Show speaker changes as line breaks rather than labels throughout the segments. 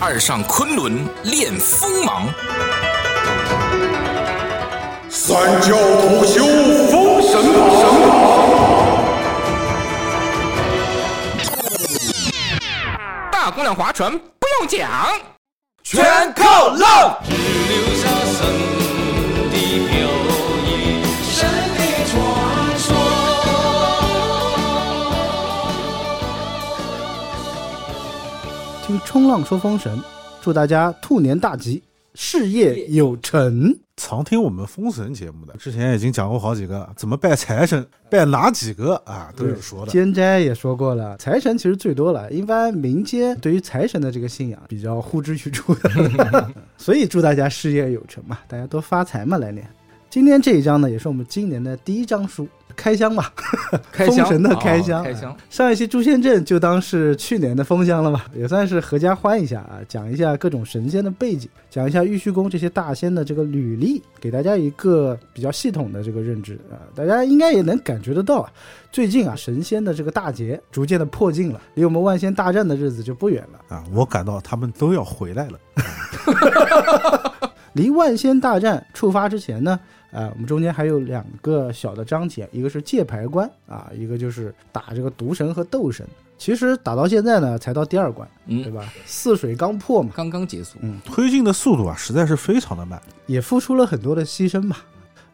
二上昆仑练锋芒，
三教同修，封神榜。
大公量划船不用讲，
全靠浪。
留下神的标印，神的传说。
听冲浪说封神，祝大家兔年大吉，事业有成。
常听我们封神节目的，之前已经讲过好几个，怎么拜财神，拜哪几个啊，都有说的。
奸斋也说过了，财神其实最多了，一般民间对于财神的这个信仰比较呼之欲出的，所以祝大家事业有成嘛，大家都发财嘛，来年。今天这一章呢，也是我们今年的第一章书，开箱吧，
开箱
封神的开箱，
哦开箱。
上一期诛仙阵就当是去年的封箱了吧，也算是合家欢一下啊，讲一下各种神仙的背景，讲一下玉虚宫这些大仙的这个履历，给大家一个比较系统的这个认知啊、大家应该也能感觉得到啊，最近啊神仙的这个大劫逐渐的迫近了，离我们万仙大战的日子就不远了，
啊，我感到他们都要回来了。
离万仙大战触发之前呢。啊，我们中间还有两个小的章节，一个是界牌关啊，一个就是打这个毒神和斗神。其实打到现在呢，才到第二关，对
嗯，
吧？泗水刚破嘛，
刚刚结束。
嗯
推进的速度啊，实在是非常的慢。
也付出了很多的牺牲嘛。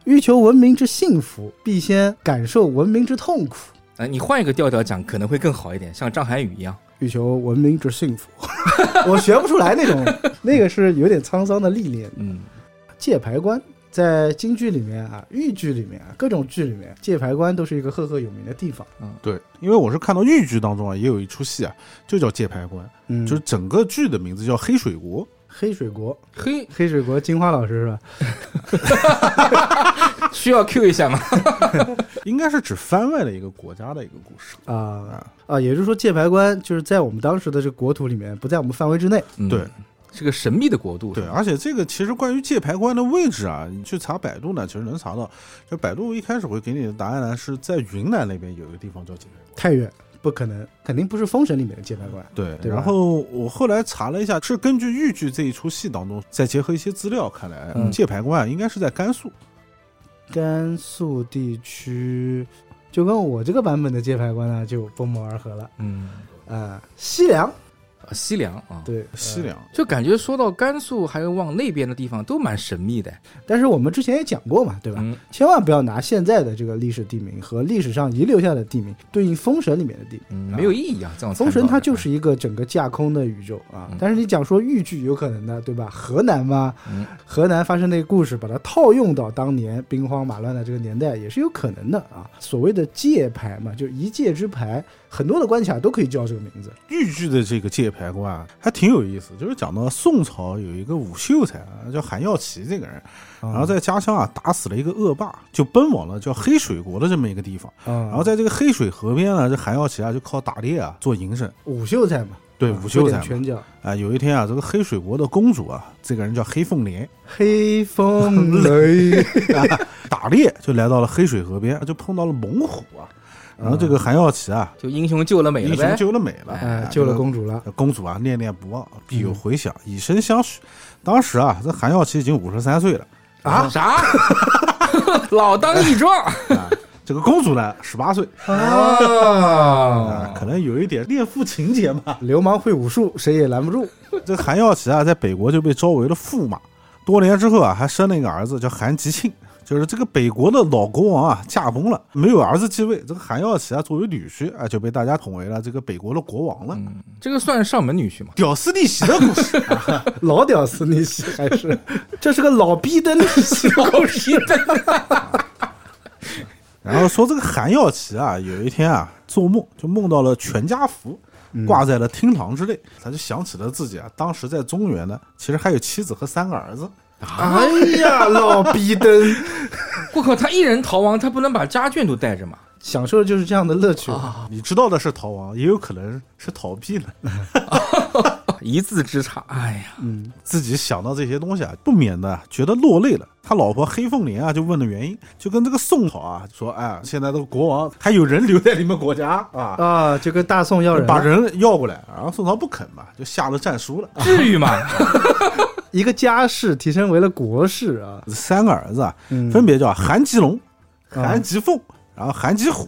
欲求文明之幸福，必先感受文明之痛苦；
哎，你换一个调调讲可能会更好一点，像张涵予一样。
欲求文明之幸福， 我学不出来那种， 那个是有点沧桑的历练。
嗯，
界牌关在京剧里面啊，豫剧里面啊，各种剧里面，界牌关都是一个赫赫有名的地方。
对，因为我是看到豫剧当中啊，也有一出戏啊，就叫《界牌关》，
嗯
就是整个剧的名字叫《黑水国》。
黑水国，
嘿，
黑水国金花老师是吧？
需要 Q 一下吗？
应该是指番外的一个国家的一个故事。
嗯
啊、啊，也就是说，界牌关就是在我们当时的这个国土里面，不在我们范围之内。
嗯
对，
是个神秘的国度。
对，，
啊
而且这个其实关于界牌关的位置啊，你去查百度呢，其实能查到。就百度一开始会给你的答案呢，是在云南那边有一个地方叫界牌关。
太远，不可能，肯定不是封神里面的界牌关。
对，
对吧
然后我后来查了一下，是根据豫剧这一出戏当中，再结合一些资料，看来、
嗯
界牌关啊应该是在甘肃。
甘肃地区，就跟我这个版本的界牌关呢就不谋而合了
嗯，
啊、西凉，
啊西凉啊，
对，呃
西。凉，
就感觉说到甘肃还有往那边的地方都蛮神秘的。
但是我啊们之前也讲过嘛，对吧？
嗯
千万不要拿现在的这个历史地名和历史上遗留下的地名对应《封神》里面的地名。
嗯，没有意义啊，这样
封神它就是
参
一个整个架空的宇宙啊
嗯，
但是你讲说豫剧有可能的，对吧？河南嘛
嗯，
河南发生那个故事，把它套用到当年兵荒马乱的这个年代，也是有可能的啊。所谓的界牌嘛，就一界之牌，很多的关卡都可以叫这个名字。
豫剧的这个界牌关啊，还挺有意思。就是讲到宋朝有一个武秀才啊，叫韩耀齐这个人，
嗯
然后在家乡啊打死了一个恶霸，就奔往了叫黑水国的这么一个地方。
啊，
然后在这个黑水河边呢，这韩耀齐啊就靠打猎啊做营生。
武秀才嘛，
对，
啊
武秀
有
才
点
嘛
拳脚，
啊，有一天啊，这个黑水国的公主啊，这个人叫黑凤莲，
黑风 雷，
打猎就来到了黑水河边，就碰到了猛虎啊。然后这个韩耀齐啊，
照，就英雄救了美
英
了呗
雄。救了美了，
嗯哎
啊，
救了。
这个
公主了，
公主啊，念念不忘，必有回响，以身相许。当时啊，这韩耀齐已经五十三岁了，
啊啥？ 老当益壮
这个公主呢，十八 岁啊
啊，
可能有一点恋父情节嘛。
流氓会武术，谁也拦不住。
这韩耀齐啊，在北国就被招为了驸马，多年之后啊，还生了一个儿子叫韩吉庆。就是这个北国的老国王啊，驾崩了，没有儿子继位，这个韩耀齐啊，作为女婿啊，就被大家捧为了这个北国的国王了。
这个算上门女婿吗？
屌丝逆袭的故事，
老屌丝逆袭还是，这是个老逼灯逆 袭的故事。
然后说这个韩耀齐啊，有一天啊做梦就梦到了全家福挂在了厅堂之内，他就想起了自己啊当时在中原呢，其实还有妻子和三个儿子。
哎呀，老逼灯，
我靠，他一人逃亡，他不能把家眷都带着吗？
享受的就是
啊
这样的乐趣。
你知道的是逃亡，也有可能是逃避了。
哦一字之差，哎呀，
嗯，
自己想到这些东西啊，不免的觉得落泪了。他老婆黑凤莲啊，就问的原因，就跟这个宋朝啊说，哎，现在这个国王还有人留在你们国家啊，
啊，就跟大宋要人
把
了，
人要过来，然后宋朝不肯嘛，就下了战书了。
至于吗？
一个家世提升为了国事啊，
三个儿子啊，
嗯
分别叫韩吉龙、
啊
韩吉凤，然后韩吉虎，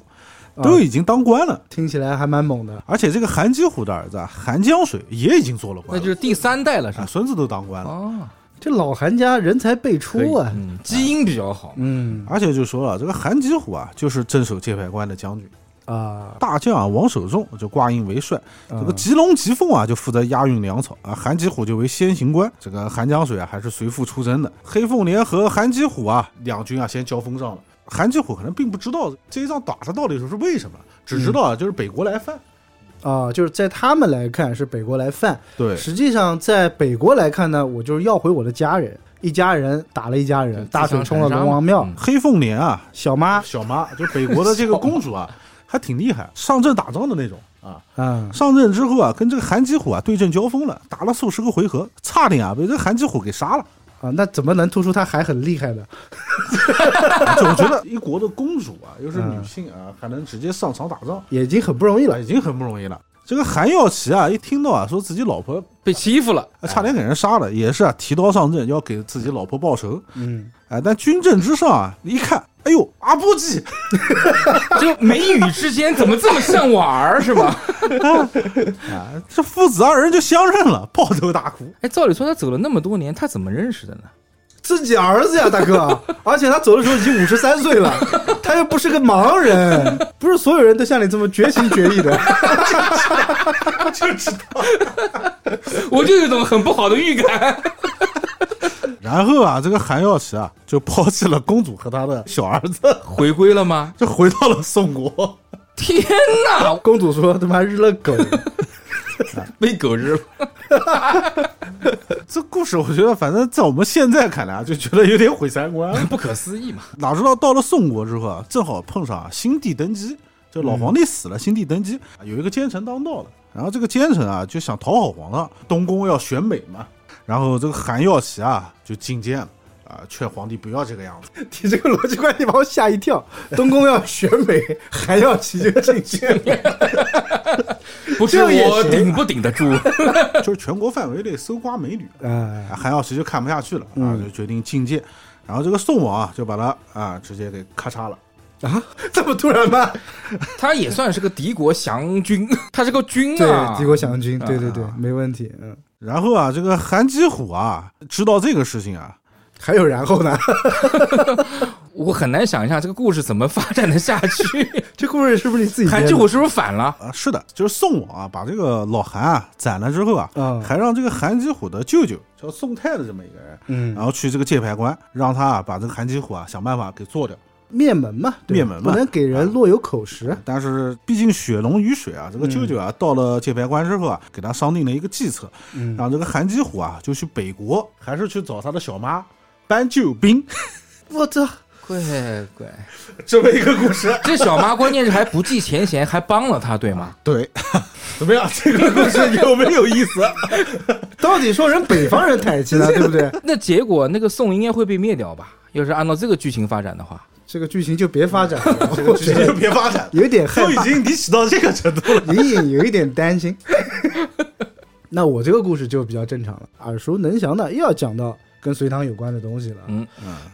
啊
都已经当官了。
听起来还蛮猛的。
而且这个韩吉虎的儿子啊，韩江水也已经做了
那
官
就
了，
是第三代了，是
啊，
吧？
孙子都当官了。
哦，
这老韩家人才辈出啊，
嗯，基因比较好，
嗯
而且就说了，这个韩吉虎啊，就是镇守界牌关的将军。
啊，
大将啊王守仲就挂印为帅，这个
啊
吉龙吉凤啊就负责押运粮草啊，韩吉虎就为先行官。这个韩江水啊还是随父出征的。黑凤莲和韩吉虎啊两军啊先交锋上了。韩吉虎可能并不知道这一仗打的到底是为什么，只知道啊就是北国来犯。
啊，就是在他们来看是北国来犯，
对
实际上在北国来看呢，我就是要回我的家人，一家人打了一家人，
就
大水冲了龙王庙，
嗯
黑凤莲啊
小妈
小妈就北国的这个公主啊还挺厉害，上阵打仗的那种啊。
啊
上阵之后啊跟这个韩吉虎啊对阵交锋了，打了数十个回合，差点啊被这个韩吉虎给杀了。
啊，那怎么能突出他还很厉害呢？
总觉得一国的公主啊，又是女性啊，还能直接上场打仗，
也已经很不容易
啊，
了
已经很不容易了。这个韩耀奇啊，一听到啊，说自己老婆
被欺负了，
啊差点给人杀了，也是啊，提刀上阵要给自己老婆报仇。
嗯，
哎，但军阵之上啊，一看，哎呦，阿波机，
就眉宇之间怎么这么像我儿是吧？
这父子二人就相认了，抱头大哭。
哎，照理说他走了那么多年，他怎么认识的呢？
自己儿子呀，大 哥，而且他走的时候已经五十三岁了，他又不是个盲人，不是所有人都像你这么绝情绝义 的。
我就有一种很不好的预感。
然后啊，这个韩耀奇啊，就抛弃了公主和他的小儿子，
回归了吗？
就回到了宋国。
天哪，
公主说：“他妈日了狗，
被狗日了！
这故事，我觉得反正在我们现在看来啊，就觉得有点毁三观了。
不可思议嘛！
哪知道到了宋国之后啊，正好碰上啊新帝登基，就老皇帝死了，新帝登基，有一个奸臣当道了。然后这个奸臣啊，就想讨好皇上，东宫要选美嘛。然后这个韩耀奇啊，就进谏了。啊，劝皇帝不要这个样子，
你这个逻辑观，你把我吓一跳。东宫要选美，还要骑这个进 献。
不知
这也
我
行
顶不顶得住？
就是全国范围内搜刮美女。
啊
啊韩耀奇就看不下去了啊，就决定进谏。然后这个宋王啊，就把他啊直接给咔嚓了。
啊，这么突然吗？
他也算是个敌国降军，他是个军啊，
对，敌国降军，对对对
啊，
没问题。嗯，
然后啊，这个韩吉虎啊，知道这个事情啊，
还有然后 呢？
我很难想象这个故事怎么发展的下 去。
这故事是不是你自己编
韩
的
继虎是不是反了？
啊，是的，就是宋王啊，把这个老韩啊斩了之后啊，
嗯
还让这个韩吉虎的舅舅叫宋泰的这么一个人，
嗯
然后去这个界牌关，让他啊把这个韩吉虎啊想办法给做掉。
灭门啊嘛，对
灭门嘛
不能给人落有口实。
但是毕竟血浓于水啊，这个舅舅啊、到了界牌关之后啊，给他商定了一个计策，
嗯
让这个韩吉虎啊就去北国，还是去找他的小妈搬救兵
我操，
乖乖，
这么一个故事。
这小妈关键是还不计前嫌，还帮了他，对吗？
对，怎么样？这个故事有没有意思？
到底说人北方人抬气 呢，对不对？
那结果那个宋应该会被灭掉吧？要是按照这个剧情发展的话，
这个剧情就别发展了， 这
直接就别发展了。
有点害
都已
怕，
经离奇到这个程度了，
隐隐有一点担心。 那我这个故事就比较正常了，耳熟能详的又要讲到跟隋唐有关的东西了。
嗯，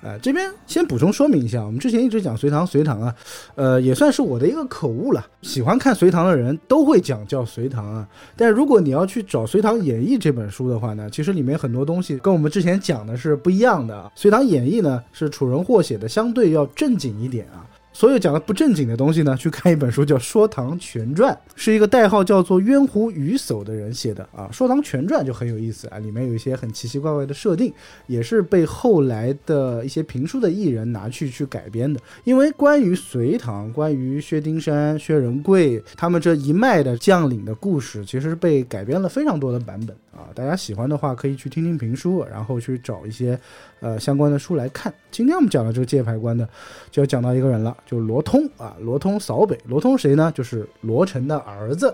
呃，这边先补充说明一下，我们之前一直讲隋唐，隋唐啊，呃，也算是我的一个口误了。喜欢看隋唐的人都会讲叫隋唐啊，但如果你要去找《隋唐演义》这本书的话呢，其实里面很多东西跟我们之前讲的是不一样的啊。《隋唐演义》呢是楚人霍写的，相对要正经一点啊。所有讲的不正经的东西呢，去看一本书叫《说唐全传》，是一个代号叫做渊狐禺叟的人写的啊。《说唐全传》就很有意思啊，里面有一些很奇奇怪怪的设定，也是被后来的一些评书的艺人拿去去改编的。因为关于隋唐、关于薛丁山、薛仁贵他们这一脉的将领的故事，其实是被改编了非常多的版本啊。大家喜欢的话，可以去听听评书，然后去找一些呃相关的书来看。今天我们讲的这个界牌关呢，就要讲到一个人了，就是罗通啊，罗通扫北。罗通谁呢？就是罗成的儿子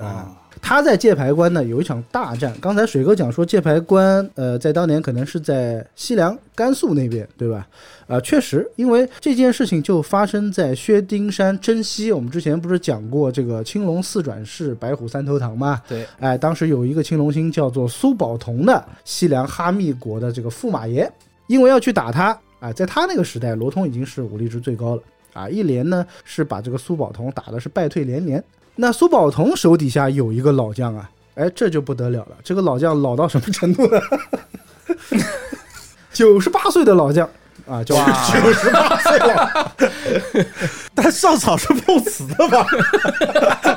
啊。他在界牌关呢有一场大战。刚才水哥讲说界牌关，呃，在当年可能是在西凉、甘肃那边，对吧？啊，确实，因为这件事情就发生在薛丁山珍溪。我们之前不是讲过这个青龙四转世，白虎三头堂吗？
对，
哎，当时有一个青龙星叫做苏宝同的西凉哈密国的这个驸马爷，因为要去打他啊，在他那个时代，罗通已经是武力值最高了啊，一连呢是把这个苏宝同打的是败退连连。那苏宝同手底下有一个老将啊，哎，这就不得了了，这个老将老到什么程度呢？九十八岁的老将啊，叫九十八岁老将
但上场是碰瓷的 吧？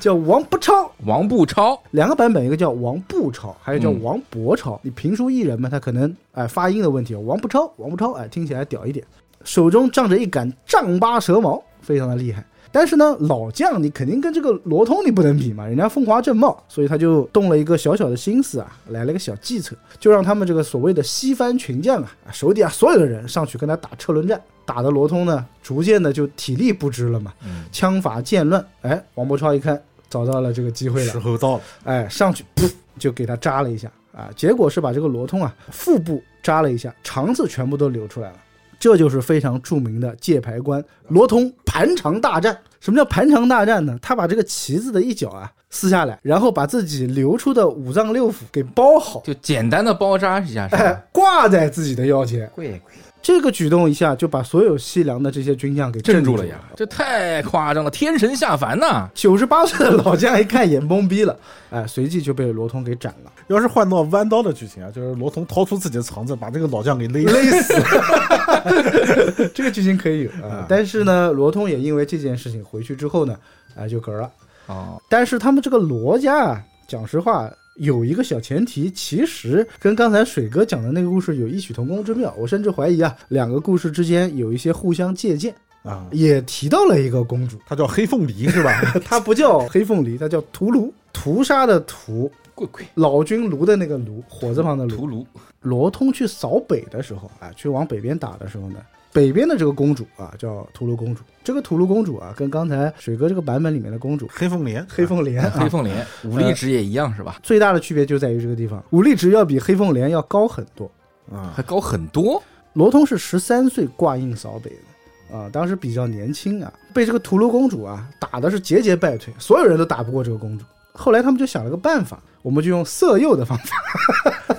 叫王不超，
王步超，
两个版本，一个叫王不超，还有叫王伯超。你评书艺人嘛，他可能哎、发音的问题，王不超，王不超，哎、听起来屌一点，手中仗着一杆丈八蛇矛，非常的厉害。但是呢，老将你肯定跟这个罗通你不能比嘛，人家风华正茂，所以他就动了一个小小的心思啊，来了个小计策，就让他们这个所谓的西番群将啊，手底下所有的人上去跟他打车轮战，打的罗通呢，逐渐的就体力不支了嘛，枪法渐乱，哎，王伯超一看找到了这个机会了，
时候到了，
哎，上去噗就给他扎了一下啊，结果是把这个罗通啊腹部扎了一下，肠子全部都流出来了。这就是非常著名的界牌关罗通盘肠大战。什么叫盘肠大战呢？他把这个旗子的一角啊撕下来，然后把自己流出的五脏六腑给包好，
就简单的包扎一下是 吧？
哎，挂在自己的腰间。
贵贵，
这个举动一下就把所有西凉的这些军将 给
镇
住
住了呀！这太夸张了，天神下凡呐、
九十八岁的老将一看也懵逼了，哎，随即就被罗通给斩了。
要是换到弯刀的剧情啊，就是罗通掏出自己的肠子，把这个老将给勒
勒死。这个剧情可以有啊、但是呢，罗通也因为这件事情回去之后呢，啊、就嗝了。
哦，
但是他们这个罗家啊，讲实话有一个小前提，其实跟刚才水哥讲的那个故事有异曲同工之妙。我甚至怀疑啊，两个故事之间有一些互相借鉴，
啊。
也提到了一个公主，
他叫黑凤梨 是吧？
她不叫黑凤梨，她叫屠卢，屠杀的屠，
贵贵啊
老君炉的那个炉，火字旁的炉
屠。戮，
罗通去扫北的时候啊，去往北边打的时候呢，北边的这个公主啊叫图卢公主，这个图卢公主啊跟刚才水哥这个版本里面的公主
黑凤莲，
黑凤莲啊
黑凤莲，武力值也一样是吧？
最大的区别就在于这个地方，武力值要比黑凤莲要高很多。
啊，
还高很多，
罗通是十三岁挂印扫北的，啊，当时比较年轻啊，被这个图卢公主啊打的是节节败退，所有人都打不过这个公主。后来他们就想了个办法，我们就用色诱的方法。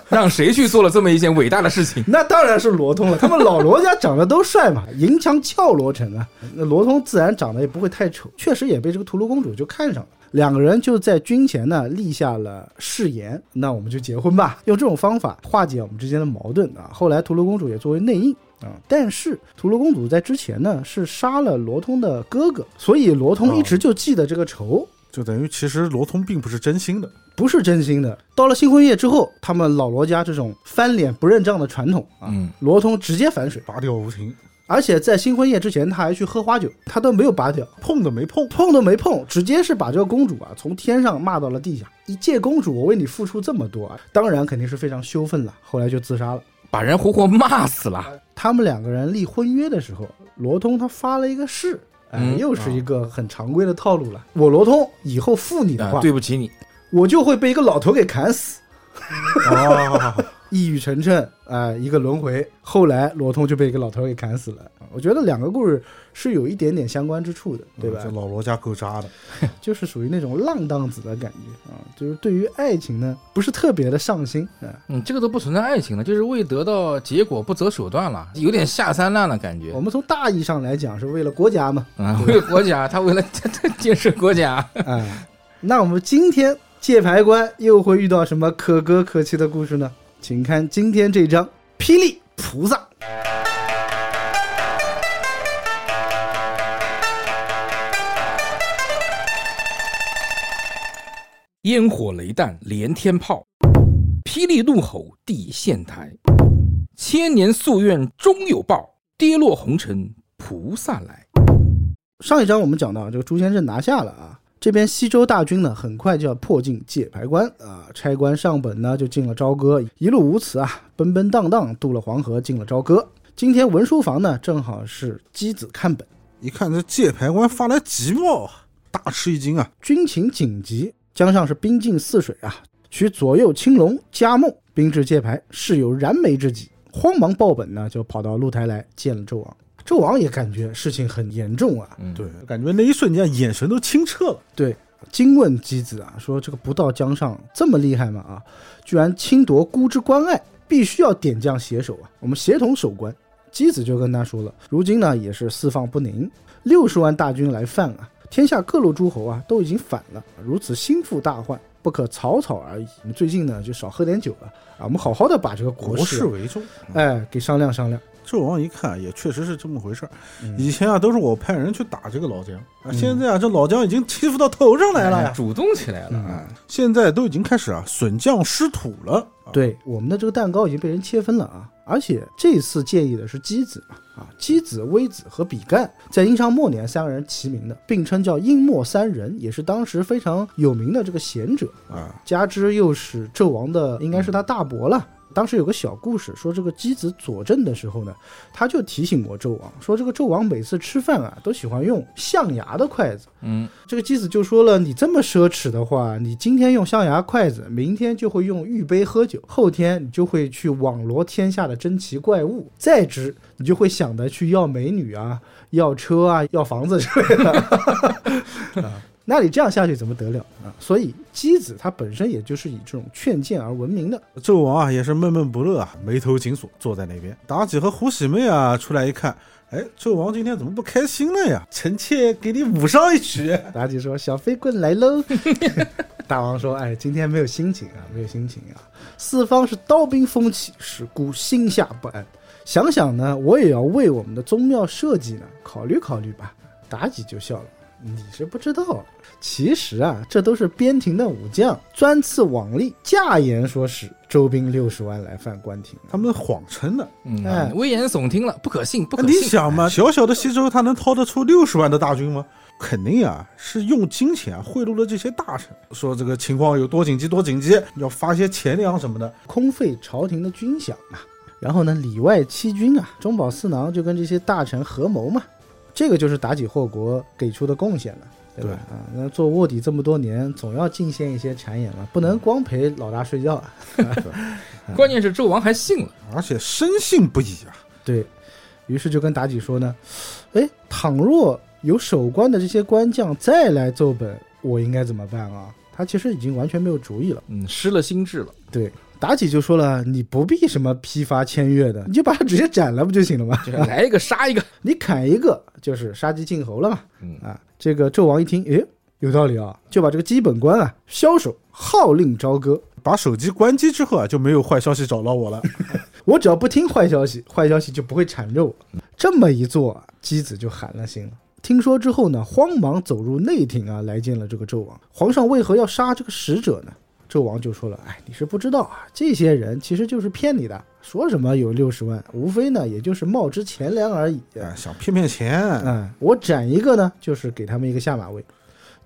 让谁去做了这么一件伟大的事 情？
那当然是罗通了，他们老罗家长得都帅嘛，银枪俏罗成啊，那罗通自然长得也不会太丑，确实也被这个屠戮公主就看上了。两个人就在军前呢立下了誓言，那我们就结婚吧，用这种方法化解我们之间的矛盾啊。后来屠戮公主也作为内应啊，但是屠戮公主在之前呢是杀了罗通的哥哥，所以罗通一直就记得这个仇。
就等于其实罗通并不是真心的，
不是真心的。到了新婚夜之后，他们老罗家这种翻脸不认账的传统啊，
嗯
罗通直接反水，
拔掉无情，
而且在新婚夜之前，他还去喝花酒，他都没有拔掉，
碰都没碰。
碰都没碰，直接是把这个公主啊从天上骂到了地下。一介公主，我为你付出这么多啊，当然肯定是非常羞愤了。后来就自杀了。
把人活活骂死了，
他们两个人立婚约的时候，罗通他发了一个誓，哎、
嗯
又是一个很常规的套路了。我罗通以后负你的
啊
话，
对不起你，
我就会被一个老头给砍死。
啊，
一语成谶，啊，一个轮回。后来罗通就被一个老头给砍死了。我觉得两个故事是有一点点相关之处的，对吧？
这老罗家够渣的，
就是属于那种浪荡子的感觉啊，就是对于爱情呢不是特别的上心啊。
嗯，这个都不存在爱情了，就是为得到结果不择手段了，有点下三滥了感觉
我。们从大义上来讲，是为了国家嘛
啊，为了国家，他为了 建设国家，
啊。那我们今天界牌关又会遇到什么可歌可泣的故事呢？请看今天这章《霹雳菩萨》。
烟火雷弹连天炮，霹雳怒吼地陷台，千年夙愿终有报，跌落红尘菩萨来。
上一章我们讲到，这个朱仙镇拿下了啊，这边西周大军呢，很快就要迫近界牌关啊，差官上本呢就进了朝歌，一路无辞啊，奔奔荡荡渡了黄河，进了朝歌。今天文书房呢，正好是箕子看本，
一看这界牌官发来急报啊，大吃一惊啊！
军情紧急，江上是兵进泗水啊，取左右青龙、加梦兵至界牌，事有燃眉之急，慌忙报本呢，就跑到露台来见了纣王。纣王也感觉事情很严重啊，
嗯
对，感觉那一瞬间眼神都清澈了。
对，惊问姬子啊，说这个不到江上这么厉害吗？啊，居然侵夺孤之关隘，必须要点将携手啊，我们协同守关。姬子就跟他说了，如今呢也是四方不宁，六十万大军来犯啊，天下各路诸侯啊都已经反了，如此心腹大患，不可草草而已。我们最近呢就少喝点酒了啊，我们好好的把这个国
国
事
事嗯
啊
为重，
哎给商量商量。
纣王一看也确实是这么回事儿。
嗯
以前啊都是我派人去打这个老姜，啊，现在啊这老姜已经欺负到头上来了哎
哎
呀，
主动起来了啊！
现在都已经开始啊损将失土了。啊，
对，我们的这个蛋糕已经被人切分了啊！而且这次建议的是箕子嘛，啊，箕子、微子和比干在殷商末年三个人齐名的，并称叫殷末三人，也是当时非常有名的这个贤者
啊。
加之又是纣王的，应该是他大伯了。当时有个小故事，说这个箕子佐证的时候呢，他就提醒过纣王，说这个纣王每次吃饭啊，都喜欢用象牙的筷子。
嗯，
这个姬子就说了：“你这么奢侈的话，你今天用象牙筷子，明天就会用玉杯喝酒，后天你就会去网罗天下的珍奇怪物，再之你就会想着去要美女啊、要车啊、要房子之类的。 啊那你这样下去怎么得了啊？所以姬子她本身也就是以这种劝谏而闻名的。
纣王啊也是闷闷不乐啊，眉头紧锁，坐在那边。妲己和胡喜妹啊出来一看，哎，纣王今天怎么不开心了呀？臣妾给你舞上一曲。
妲己说：“小飞棍来喽！” 大王说：“哎，今天没有心情啊，没有心情啊。四方是刀兵风起，使孤心下不安。想想呢，我也要为我们的宗庙社稷呢考虑考虑吧。”妲己就笑了：“你是不知道，啊其实啊，这都是边庭的武将专刺往例，架言说使周兵六十万来犯官庭。
他们谎称的，
嗯
哎
危言耸听了，不可信，不
那
可
你
信。
想嘛，啊小小的西周他能掏得出六十万的大军吗？肯定啊，是用金钱啊贿赂了这些大臣，说这个情况有多紧急多紧急，要发些钱粮什么的。
空废朝廷的军饷嘛。然后呢，里外欺君啊，中饱私囊就跟这些大臣合谋嘛。这个就是妲己祸国给出的贡献了，对吧？啊，那做卧底这么多年，总要进献一些谗言嘛，不能光陪老大睡觉啊。
关键是纣王还信了，
而且深信不疑啊，
对于是就跟妲己说呢，哎，倘若有守关的这些官将再来奏本，我应该怎么办啊？他其实已经完全没有主意了。
嗯，失了心 智了。
对，妲己就说了，你不必什么批发签约的，你就把他直接斩了不就行了吗？
就是来一个杀一个，
你砍一个就是杀鸡儆猴了嘛。
嗯
啊，这个纣王一听，诶，有道理啊，就把这个基本官啊枭首号令朝歌。
把手机关机之后啊，就没有坏消息找到我了。
我只要不听坏消息，坏消息就不会缠着我。这么一做啊，姬子就寒了心了。听说之后呢，慌忙走入内廷啊，来见了这个纣王。皇上为何要杀这个使者呢？纣王就说了：“哎，你是不知道啊，这些人其实就是骗你的，说什么有六十万，无非呢也就是冒之钱粮而已。
啊，想骗骗钱，啊
嗯，我斩一个呢，就是给他们一个下马威。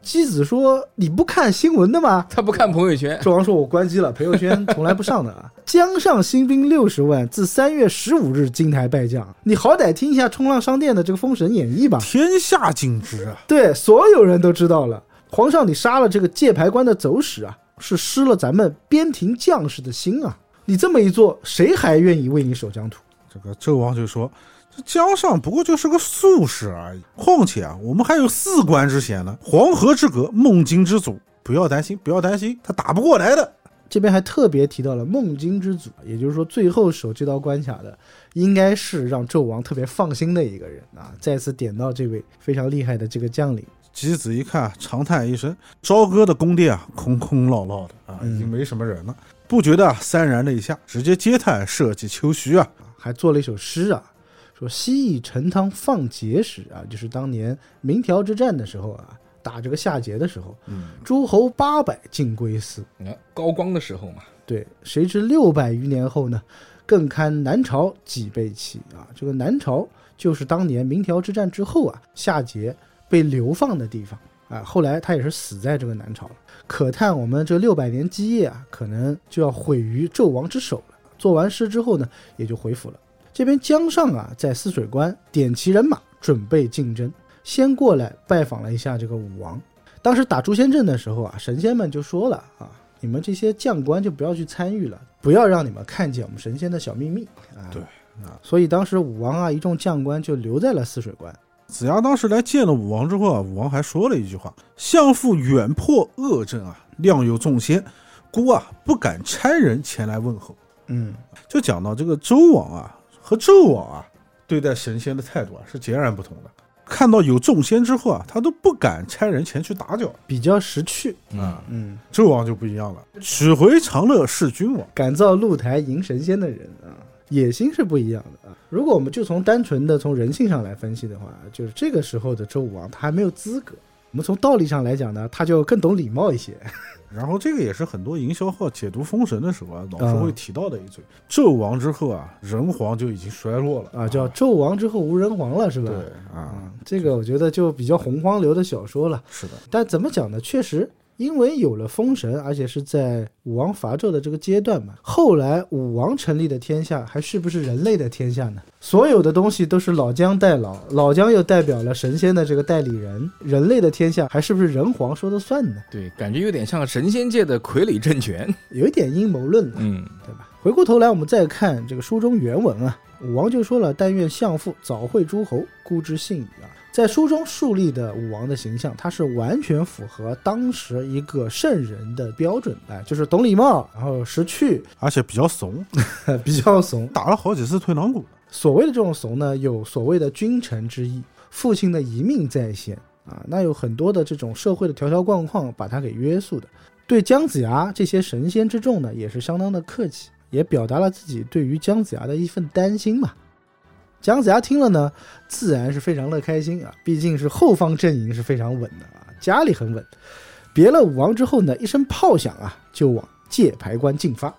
姬子说：“你不看新闻的吗
他不看朋友圈？”，
纣王说：“我关机了，朋友圈从来不上的啊。” 江上新兵六十万，自三月十五日金台败将。你好歹听一下冲浪商店的这个《封神演义》吧。
天下尽知啊！
对，所有人都知道了。皇上，你杀了这个界牌官的走使啊，是失了咱们边庭将士的心啊！你这么一做，谁还愿意为你守疆土？
这个纣王就说：“这江上不过就是个术士而已，况且啊，我们还有四关之险呢，黄河之隔，孟津之阻，不要担心，不要担心，他打不过来的。
这边还特别提到了梦金之祖，也就是说，最后守这道关卡的应该是让纣王特别放心的一个人啊。再次点到这位非常厉害的这个将领，”
姬子一看，长叹一声：“朝歌的宫殿啊，空空落落的啊，
嗯
已经没什么人了。不觉得啊潸然泪下，直接嗟叹社稷丘虚啊！
还做了一首诗啊，说昔以陈汤放节时啊，就是当年明条之战的时候啊，打这个夏桀的时候，诸侯八百尽归司。
哎高光的时候嘛，
对，谁知六百余年后呢，更堪南朝几倍期啊！这个南朝就是当年明条之战之后啊，夏桀被流放的地方啊。后来他也是死在这个南朝了。可叹我们这六百年基业啊，可能就要毁于纣王之手了。做完诗之后呢，也就回府了。这边姜尚啊，在泗水关点齐人马，准备竞争。先过来拜访了一下这个武王，当时打诛仙阵的时候啊，神仙们就说了啊，你们这些将官就不要去参与了，不要让你们看见我们神仙的小秘密啊。
对
啊，所以当时武王啊一众将官就留在了泗水关。
子牙当时来见了武王之后啊，武王还说了一句话：“相父远破恶政啊，量有众仙，孤啊不敢差人前来问候。
嗯，”
就讲到这个周王啊和纣王啊对待神仙的态度啊是截然不同的。看到有众仙之后啊，他都不敢差人前去打搅。
比较识趣。
啊，
嗯，
纣王就不一样了，取回长乐是君王。
敢造露台迎神仙的人啊，野心是不一样的啊。如果我们就从单纯的从人性上来分析的话，就是这个时候的周武王他还没有资格。我们从道理上来讲呢，他就更懂礼貌一些。
然后这个也是很多营销号解读《封神》的时候啊，老是会提到的一嘴。纣王之后啊，人皇就已经衰落了
啊，叫纣王之后无人皇了，是吧？
对啊，
啊，这个我觉得就比较洪荒流的小说了。
是的，
但怎么讲呢？确实，因为有了封神，而且是在武王伐纣的这个阶段嘛，后来武王成立的天下还是不是人类的天下呢？所有的东西都是老姜代老，老姜又代表了神仙的这个代理人，人类的天下还是不是人皇说的算呢？
对，感觉有点像神仙界的傀儡政权。
有一点阴谋论了。
嗯，
对吧？回过头来，我们再看这个书中原文啊，武王就说了：“但愿相父早会诸侯，孤之信矣。”啊，在书中树立的武王的形象，他是完全符合当时一个圣人的标准，哎，就是懂礼貌，然后识趣，
而且比较怂，
比较怂。
打了好几次退堂鼓。
所谓的这种怂呢，有所谓的君臣之义，父亲的遗命在先啊，那有很多的这种社会的条条框框把他给约束的。对姜子牙这些神仙之众呢，也是相当的客气，也表达了自己对于姜子牙的一份担心嘛。姜子牙听了呢，自然是非常的开心啊，毕竟是后方阵营是非常稳的啊，家里很稳。别了武王之后呢，一声炮响啊，就往界牌关进发。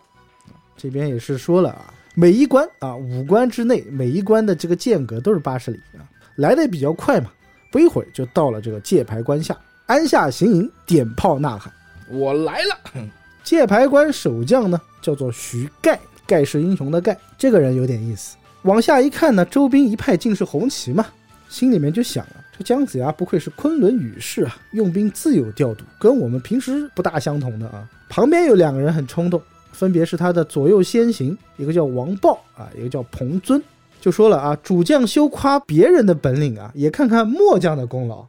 这边也是说了啊，每一关啊五关之内，每一关的这个间隔都是八十里啊，来的比较快嘛，不一会儿就到了这个界牌关下，安下行营，点炮呐喊。
我来了。
界牌关守将呢叫做徐盖，盖是英雄的盖，这个人有点意思。往下一看呢，周兵一派尽是红旗嘛，心里面就想了，这姜子牙不愧是昆仑羽士啊，用兵自有调度，跟我们平时不大相同的啊。旁边有两个人很冲动，分别是他的左右先行，一个叫王豹啊，一个叫彭尊，就说了啊，主将休夸别人的本领啊，也看看末将的功劳。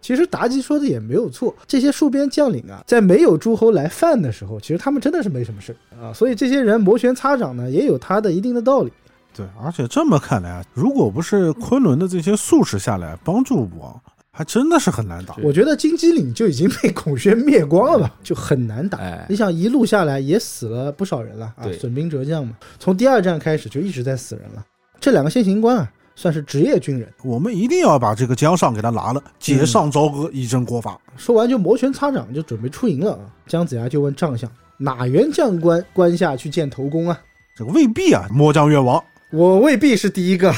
其实妲己说的也没有错，这些戍边将领啊，在没有诸侯来犯的时候，其实他们真的是没什么事儿啊。所以这些人摩拳擦掌呢，也有他的一定的道理。
对，而且这么看来啊，如果不是昆仑的这些术士下来帮助武王，还真的是很难打。
我觉得金鸡岭就已经被孔宣灭光了吧，就很难打。
哎
你想一路下来也死了不少人了啊
对，
损兵折将嘛。从第二站开始就一直在死人了。这两个先行官啊，算是职业军人。
我们一定要把这个江上给他拿了，节上朝歌，以正国法。
啊说完就摩拳擦掌，就准备出营了啊。姜子牙就问帐相：“哪员将官官下去见头公啊？
这个未必啊，末将越王。
我未必是第一个。”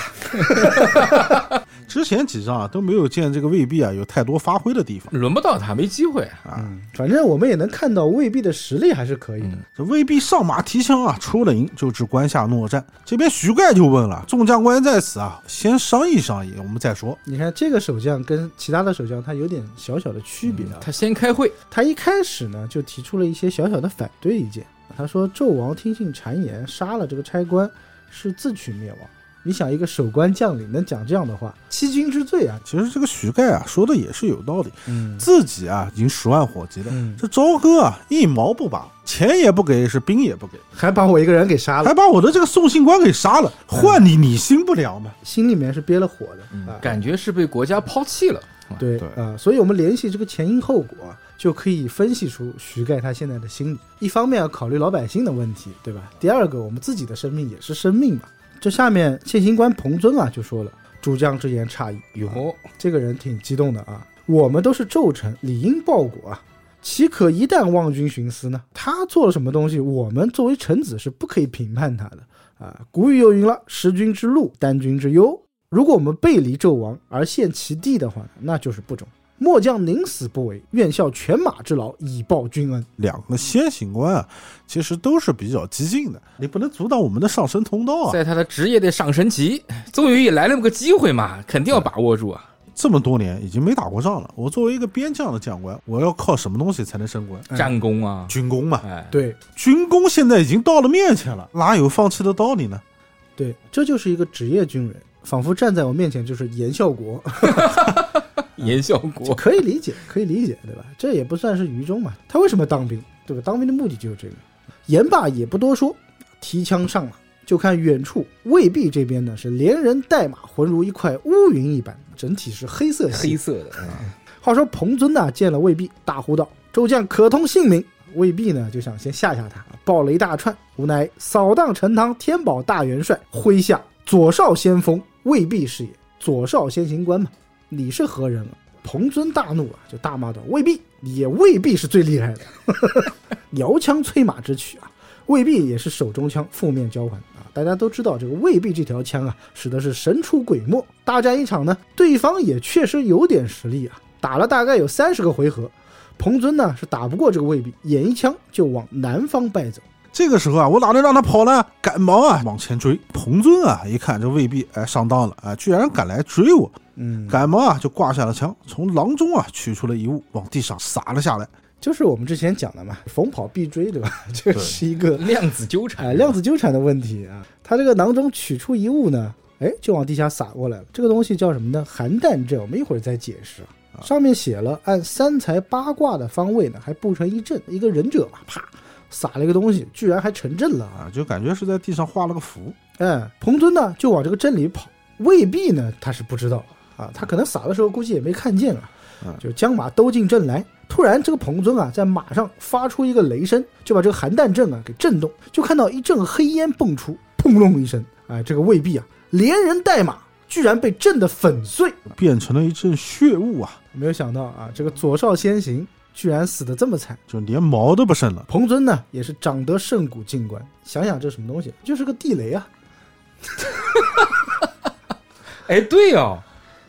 之前几仗啊都没有见这个未必啊有太多发挥的地方。
轮不到他，没机会。啊
嗯反正我们也能看到魏碧的实力还是可以的。
这未必上马提枪啊，出了营就至关下诺战。这边徐盖就问了：“众将官在此啊，先商议商议，我们再说。
你看这个守将跟其他的守将他有点小小的区别啊。
他先开会，
他一开始呢就提出了一些小小的反对意见，他说纣王听信谗言杀了这个差官是自取灭亡。你想一个守关将领能讲这样的话，欺君之罪啊！”
其实这个徐盖啊说的也是有道理，
嗯
自己啊已经十万火急了，
嗯，
这朝歌啊一毛不拔，钱也不给，是兵也不给，
还把我一个人给杀了，
还把我的这个送信官给杀了，
嗯
换你你心不凉吗？
心里面是憋了火的、啊。
感觉是被国家抛弃了。
对
对
啊、所以我们联系这个前因后果啊、就可以分析出徐盖他现在的心理。一方面要考虑老百姓的问题，对吧？第二个，我们自己的生命也是生命嘛。这下面现行官彭尊啊就说了，主将之言差矣。
哟，
这个人挺激动的啊，我们都是纣臣，理应报国啊。岂可一旦望君徇私呢？他做了什么东西，我们作为臣子是不可以评判他的啊。古语有云了：“识君之路，担君之忧。”如果我们背离纣王而陷其地的话，那就是不忠。末将宁死不为，愿效犬马之劳，以报君恩。
两个先行官啊，其实都是比较激进的，你不能阻挡我们的上升通道啊。
在他的职业的上升期，终于也来了个机会嘛，肯定要把握住啊。
这么多年已经没打过仗了，我作为一个边将的将官，我要靠什么东西才能升官？
战功啊，
军功嘛，
哎，
对
军功现在已经到了面前了，哪有放弃的道理呢？
对，这就是一个职业军人，仿佛站在我面前就是严孝国，
严孝国，
可以理解，可以理解，对吧？这也不算是愚忠嘛，他为什么当兵，对吧？当兵的目的就是这个。言罢也不多说，提枪上马，就看远处魏壁这边呢是连人带马，浑如一块乌云一般，整体是黑色系
黑色的，嗯
话说彭尊呐、见了魏壁，大呼道：“周将可通姓名。”魏壁呢就想先吓吓他，报了一大串，无奈扫荡陈塘天宝大元帅麾下左少先锋魏壁是也，左少先行官嘛，你是何人啊？彭尊大怒啊，就大骂道：“魏壁，你也未必是最厉害的。”摇枪催马之曲啊，魏壁也是手中枪负面交还啊。大家都知道，这个魏壁这条枪啊，使得是神出鬼没。大战一场呢，对方也确实有点实力啊，打了大概有三十个回合。彭尊呢是打不过这个魏壁，眼一枪就往南方败走。
这个时候啊，我哪能让他跑呢？赶忙啊往前追。彭尊啊一看这未必哎上当了啊，居然敢来追我，
嗯，
赶忙啊就挂下了枪，从囊中啊取出了一物，往地上撒了下来。
就是我们之前讲的嘛，逢跑必追，对吧？ 这是一个
量子纠
哎
缠，
量子纠缠的问题啊。他这个囊中取出一物呢，哎，就往地下撒过来了。这个东西叫什么呢？邯郸阵，我们一会儿再解释啊。上面写了，按三才八卦的方位呢，还布成一阵，一个忍者吧，啪撒了一个东西，居然还成阵了啊！
啊，就感觉是在地上画了个符。
哎，彭尊呢就往这个镇里跑，未必呢他是不知道啊，他可能撒的时候估计也没看见啊
嗯，
就将马兜进阵来。突然，这个彭尊啊，在马上发出一个雷声，就把这个邯郸阵啊给震动，就看到一阵黑烟迸出，砰隆一声，哎，这个未必啊，连人带马居然被震得粉碎。
变成了一阵血雾啊，
没有想到啊，这个左少先行居然死得这么惨，
就连毛都不剩了。
彭尊呢，也是长得圣骨尽观。想想这什么东西，就是个地雷啊！
哎，对哦，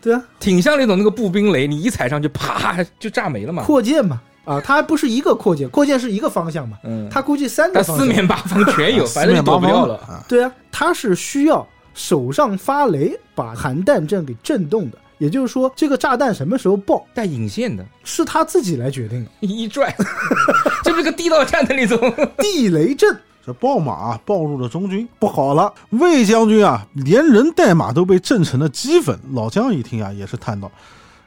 对啊，
挺像那种那个步兵雷，你一踩上去，啪就炸没了嘛。
扩建嘛，啊，它还不是一个扩建，扩建是一个方向嘛，
嗯，
它估计三
它
个方
四
向。
面八方啊全 有，反正你躲不掉了。
啊，
对啊，它是需要手上发雷把邯郸阵给震动的，也就是说，这个炸弹什么时候爆
带引线的，
是他自己来决定的。
一拽，这不是个地道战的那种。
地雷阵，
这豹马啊暴露了中军，不好了！魏将军啊，连人带马都被震成了齑粉。老姜一听啊，也是叹道：“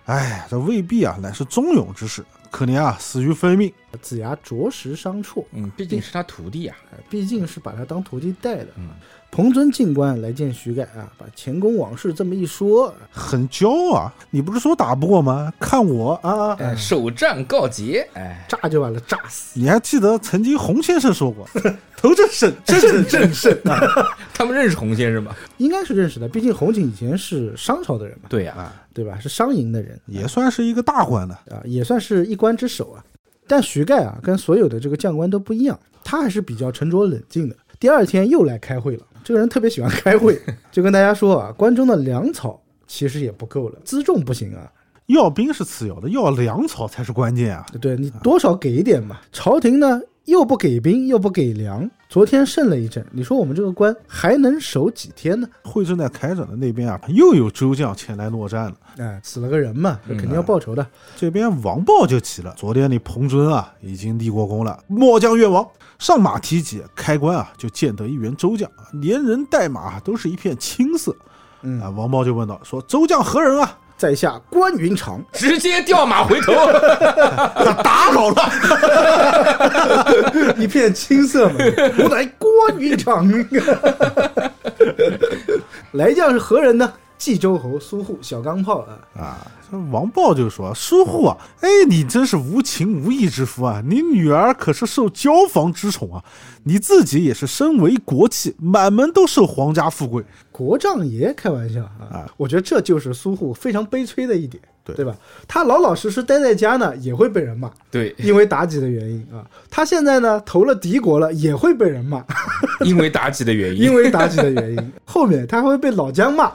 哎呀，这未必啊，乃是忠勇之士，可怜啊，死于非命。
子牙着实伤辍，
嗯，毕竟是他徒弟啊，
毕竟是把他当徒弟带的。
嗯
彭尊进官来见徐盖啊，把前功往事这么一说，”
很骄傲啊！你不是说打不过吗？看我啊！
哎首战告捷，哎，
炸就把他炸死，
你还记得曾经洪先生说过，
头阵胜，阵阵阵胜。
他们认识洪先生吗？
应该是认识的，毕竟洪景以前是商朝的人嘛，
对呀，
对吧？是商营的人，
也算是一个大官了。
啊，也算是一官之首啊。但徐盖啊，跟所有的这个将官都不一样，他还是比较沉着冷静的。第二天又来开会了，这个人特别喜欢开会，就跟大家说啊，关中的粮草其实也不够了，辎重不行啊，
要兵是次要的，要粮草才是关键啊！
对你多少给一点嘛。朝廷呢又不给兵，又不给粮，昨天胜了一阵，你说我们这个官还能守几天呢？
会正在开展的那边啊，又有州将前来落战了。
哎，死了个人嘛，这肯定要报仇的。
这边王豹就急了，昨天你彭尊啊已经立过功了，末将越王上马提戟，开棺啊就见得一员州将，连人带马都是一片青色。
嗯
啊，王豹就问道：“说州将何人啊
在下关云长，
直接掉马回头，
打扰了。
一片青色嘛，我乃关羽长。 来将是何人呢？冀州侯苏护小钢炮啊！”
啊，这王豹就说：“叔父啊，哎，你真是无情无义之夫啊！你女儿可是受交房之宠啊，你自己也是身为国戚，满门都受皇家富贵。
国丈爷开玩笑啊
啊！
我觉得这就是苏护非常悲催的一点，
对
吧？他老老实实待在家呢，也会被人 骂，
对，
因为妲己的原因啊。他现在呢投了敌国了，也会被人骂，
因为妲己的原因
因，为妲己的原 因。后面他还会被老姜骂，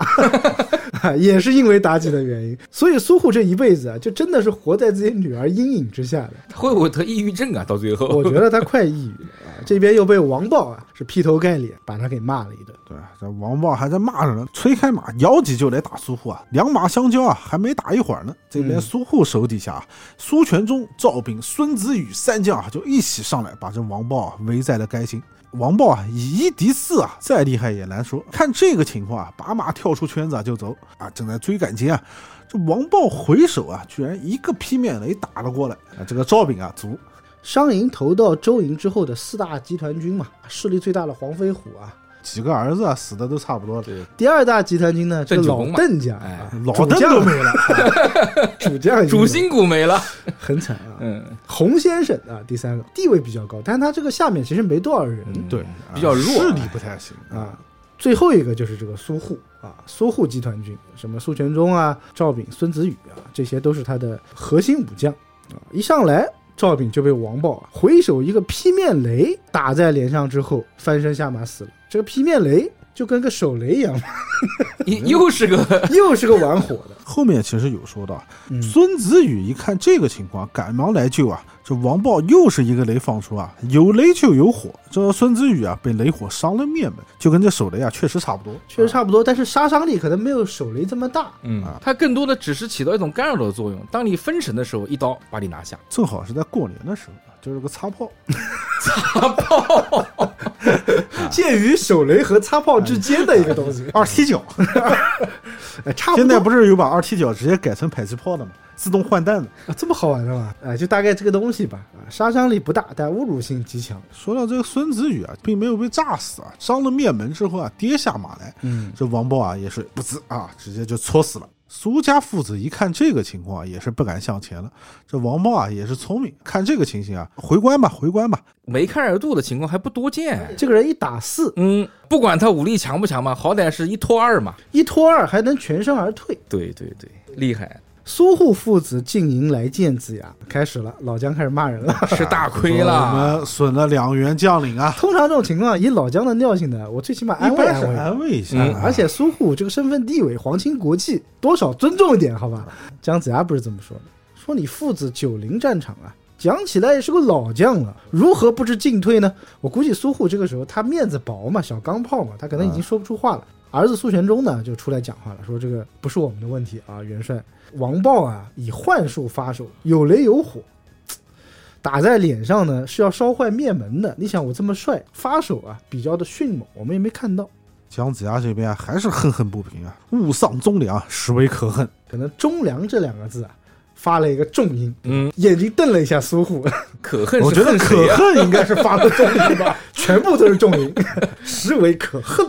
也是因为妲己的原因。所以苏护这一辈子啊，就真的是活在自己女儿阴影之下的。
会不会得抑郁症啊？到最后，
我觉得他快抑郁了啊！这边又被王豹啊是劈头盖脸把他给骂了一顿。
对，这王豹还在骂着呢，催开马，摇戟就来打苏护啊，两马相交啊，还没打一会儿呢，这
嗯
边苏护手底下啊，苏全忠、赵炳、孙子羽三将啊，就一起上来，把这王豹啊围在了该心。王豹啊，以一敌四啊，再厉害也难说。看这个情况啊，拔马跳出圈子啊就走啊，正在追赶间啊，这王豹回首啊，居然一个劈面雷打了过来啊，这个赵炳啊足
商营投到周营之后的四大集团军嘛，势力最大的黄飞虎啊，
几个儿子啊死的都差不多了，
第二大集团军呢这
邓九
老
公嘛
邓家啊，
哎，
老邓都没了，
主将已 经
主心骨没了。
很惨啊。
嗯，
洪先生啊，第三个地位比较高，但他这个下面其实没多少人。
嗯对，
嗯比较弱哎
势力不太行
啊，最后一个就是这个苏护啊，苏护集团军，什么苏全忠啊、赵炳、孙子羽啊，这些都是他的核心武将啊。一上来，赵炳就被王豹啊回手一个劈面雷打在脸上之后，翻身下马死了。这个劈面雷就跟个手雷一样，
又又是个
又是个玩火 的。
后面其实有说到，
嗯
孙子羽一看这个情况，赶忙来救啊。这王豹又是一个雷放出啊，有雷就有火。这孙子羽啊，被雷火伤了面门，就跟这手雷啊确实差不多。
确实差不多，但是杀伤力可能没有手雷这么大。
嗯，它更多的只是起到一种干扰的作用。当你分神的时候，一刀把你拿下。
正好是在过年的时候啊，就是个擦炮，
介于手雷和擦炮之间的一个东西，
二踢脚。
哎， 差不多。
现在不是有把二踢脚直接改成迫击炮的吗？自动换弹的。
啊，这么好玩的吗？哎，就大概这个东西吧。啊，杀伤力不大，但侮辱性极强。
说到这个孙子羽啊，并没有被炸死啊，伤了面门之后啊，跌下马来。
嗯，
这王豹啊也是不知啊，直接就戳死了。苏家父子一看这个情况啊，也是不敢向前了。这王豹啊也是聪明，看这个情形啊，回关吧，回关吧。
梅开二度的情况还不多见。
这个人一打四，
嗯，不管他武力强不强嘛，好歹是一拖二嘛。
一拖二还能全身而退。
对对对，厉害，
苏护父子进营来见子牙，开始了，老姜开始骂人了。
吃大亏
我
了。
们损了两员将领啊，
通常这种情况，以老姜的尿性呢，我最起码安
一
慰
般是
安慰。
安慰一下
嗯
啊。
而且苏护这个身份地位、皇亲国戚，多少尊重一点，好吧？姜子牙不是这么说的，说你父子九陵战场啊，讲起来也是个老将了，如何不知进退呢？我估计苏护这个时候他面子薄嘛，小钢炮嘛，他可能已经说不出话了。儿子苏玄忠呢，就出来讲话了，说这个不是我们的问题啊，元帅，王豹啊以幻术发手，有雷有火，打在脸上呢是要烧坏面门的。你想我这么帅，发手啊比较的迅猛，我们也没看到。
姜子牙这边啊还是愤恨不平啊，误丧忠良，啊实为可恨。
可能“忠良”这两个字啊，发了一个重音，
嗯，
眼睛瞪了一下苏 护，
可恨
我觉
是
得
恨
可
谁呀？
恨应该是发了重音吧。
全部都是重音， 实为可恨。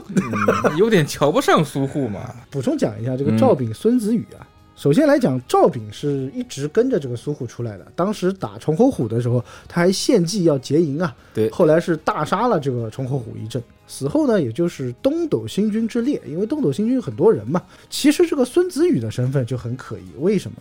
嗯 有点瞧不上苏护嘛。
补充讲一下这
嗯
个赵炳、孙子羽啊。首先来讲，赵炳是一直跟着这个苏护出来的。当时打崇侯虎的时候，他还献计要劫营啊。
对
后来是大杀了这个崇侯虎一阵。死后呢，也就是东斗新军之列，因为东斗新军很多人嘛。其实这个孙子羽的身份就很可疑，为什么？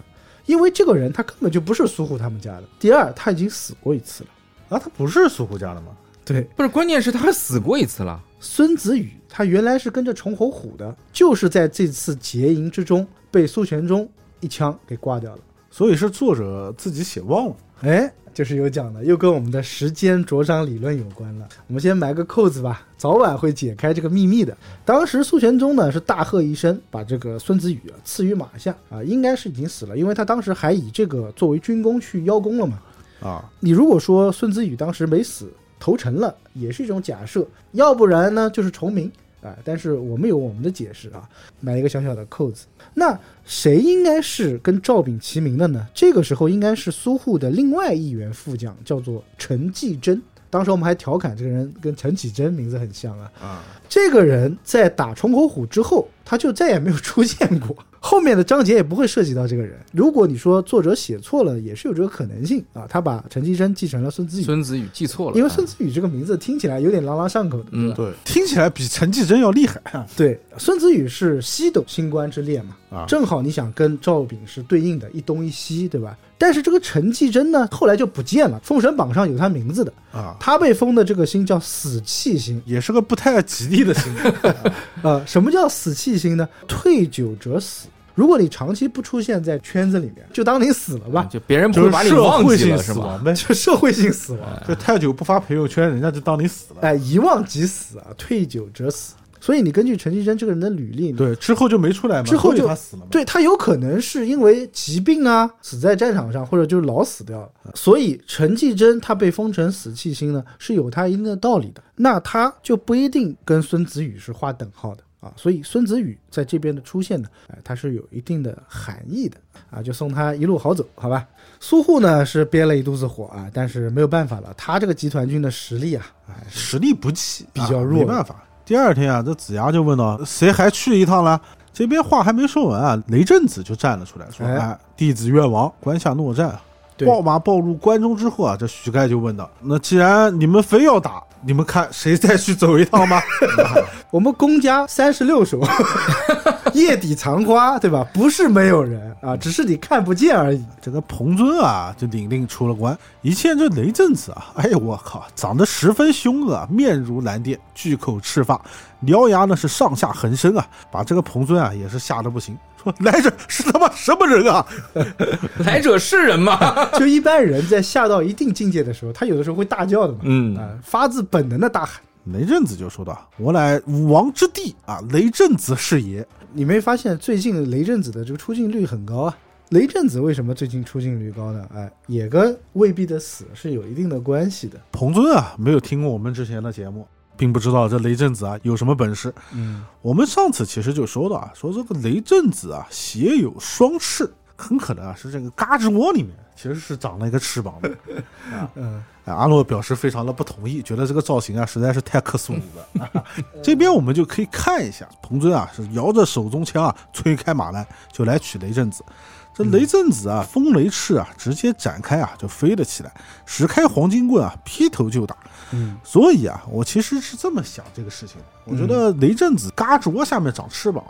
因为这个人他根本就不是苏护他们家的。第二，他已经死过一次了。
啊，他不是苏护家的吗？
对，
不是，关键是他还死过一次了。
孙子羽他原来是跟着崇侯虎的，就是在这次劫营之中被苏全忠一枪给挂掉了。
所以是作者自己写忘了。
哎，就是有讲的，又跟我们的时间灼伤理论有关了。我们先埋个扣子吧，早晚会解开这个秘密的。当时苏全忠呢是大喝一声，把这个孙子羽啊刺于马下啊，应该是已经死了，因为他当时还以这个作为军功去邀功了嘛。
啊，
你如果说孙子羽当时没死，投诚了，也是一种假设；要不然呢，就是重名啊。但是我们有我们的解释啊，买一个小小的扣子。那谁应该是跟赵炳齐名的呢？这个时候应该是苏护的另外一员副将，叫做陈继贞。当时我们还调侃这个人跟陈启贞名字很像啊。
啊，
这个人在打崇侯虎之后，他就再也没有出现过。 后面的章节也不会涉及到这个人。如果你说作者写错了，也是有这个可能性啊。他把陈继贞继承了孙子羽，
孙子羽记错了，
因为孙子羽这个名字听起来有点朗朗上口的，
嗯
对吧？
对，听起来比陈继贞要厉害。
对，孙子羽是西斗新官之列嘛，
啊
正好你想跟赵炳是对应的，一东一西，对吧？但是这个陈继贞呢，后来就不见了，封神榜上有他名字的，
啊，
他被封的这个星叫死气星。
也是个不太吉利的行为。
啊呃，什么叫死气星呢？退久者死。如果你长期不出现在圈子里面，就当你死了
嗯
吧，
就别人不
就
会
是
把你
社
忘
会
记
性
了是
死
吗？
亡呗。
就社会性死亡，
就太久不发朋友圈，人家就当你死了。
哎，一忘即死啊，退久则死。所以你根据陈绮贞这个人的履历，
对，之后就没出来嘛，
之后就
所以他死了嘛。
对他有可能是因为疾病啊，死在战场上，或者就是老死掉了。所以陈继贞他被封成死气星呢，是有他一定的道理的。那他就不一定跟孙子羽是划等号的啊。所以孙子羽在这边的出现呢，哎、他是有一定的含义的啊，就送他一路好走，好吧？苏护呢是憋了一肚子火啊，但是没有办法了，他这个集团军的实力啊，
实力不济，
比较
啊
弱
没办法。第二天啊，这子牙就问到谁还去一趟呢？这边话还没说完啊，雷震子就站了出来，说：“
哎
哎，弟子愿往，关下诺战。”
对
暴马暴入关中之后啊，这徐盖就问道：“那既然你们非要打，你们看谁再去走一 趟吧？”
我们公家三十六手，夜抵藏花，对吧？不是没有人啊，只是你看不见而已。
这个彭尊啊，就领令出了关。一见这雷震子啊，哎呦我靠，长得十分凶恶啊，面如蓝靛，巨口赤发，獠牙呢是上下横生啊，把这个彭尊啊也是吓得不行，说来者是他妈什么人啊？
来者是人 吗？
就一般人在吓到一定境界的时候，他有的时候会大叫的嘛，
嗯
啊，发自本能的大喊。
雷震子就说道：“我乃武王之弟啊，雷震子是也。
你没发现最近雷震子的这个出镜率很高啊？雷震子为什么最近出镜率高呢？哎，也跟未必的死是有一定的关系的。”
彭尊啊，没有听过我们之前的节目，并不知道这雷震子啊有什么本事。
嗯，
我们上次其实就说到啊，说这个雷震子啊，携有双翅，很可能啊是这个嘎吱窝里面其实是长了一个翅膀的。
嗯，
啊阿诺表示非常的不同意，觉得这个造型啊实在是太克苏鲁了、 啊这边我们就可以看一下，彭尊啊是摇着手中枪啊，推开马来就来取雷震子。这雷震子啊，风雷翅啊，直接展开啊，就飞了起来，使开黄金棍啊，劈头就打。
嗯，
所以啊，我其实是这么想这个事情的。我觉得雷震子嘎吱窝下面长翅膀，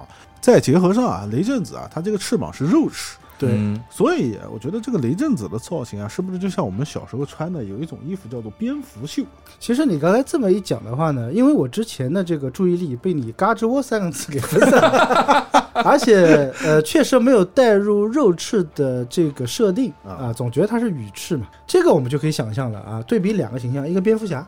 再结合上啊，雷震子啊，它这个翅膀是肉翅，
对，
嗯
所以我觉得这个雷震子的造型啊，是不是就像我们小时候穿的有一种衣服叫做蝙蝠袖？
其实你刚才这么一讲的话呢，因为我之前的这个注意力被你“嘎吱窝”三个字给分散了，而且呃，确实没有带入肉翅的这个设定啊、总觉得它是羽翅嘛。这个我们就可以想象了啊，对比两个形象，一个蝙蝠侠，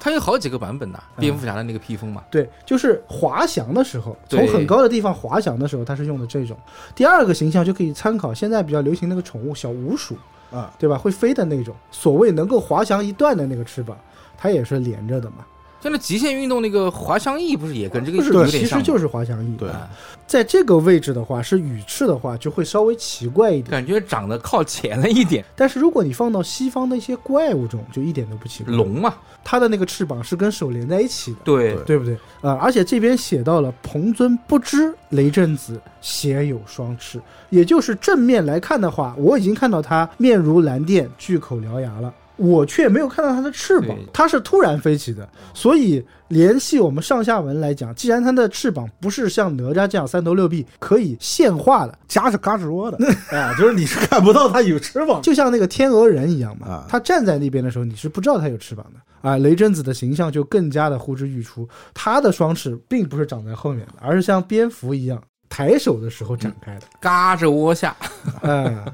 他有好几个版本呐，
嗯
蝙蝠侠的那个披风嘛，
对，就是滑翔的时候，从
对
很高的地方滑翔的时候，它是用的这种。第二个形象就可以参考现在比较流行那个宠物小鼯鼠，
啊，
对吧？会飞的那种，所谓能够滑翔一段的那个翅膀，它也是连着的嘛。
像那极限运动那个滑翔翼不是也跟这个
不是
有，点
其
像
实
吗？
就是滑翔翼。
对
啊
在这个位置的话，是羽翅的话，就会稍微奇怪一点。
感觉长得靠前了一点，
但是如果你放到西方的一些怪物中，就一点都不奇怪。
龙嘛，
它的那个翅膀是跟手连在一起的，
对
对不对？啊、而且这边写到了彭尊不知雷震子携有双翅，也就是正面来看的话，我已经看到它面如蓝靛，巨口獠牙了。我却没有看到它的翅膀
对，
它是突然飞起的，所以联系我们上下文来讲，既然它的翅膀不是像哪吒这样三头六臂可以现化的，
夹着嘎吱窝的， 啊，就是你是看不到它有翅膀的。
就像那个天鹅人一样嘛
啊，
他站在那边的时候，你是不知道他有翅膀的啊。雷震子的形象就更加的呼之欲出，他的双翅并不是长在后面的，而是像蝙蝠一样抬手的时候展开的。
嘎着窝下，
嗯，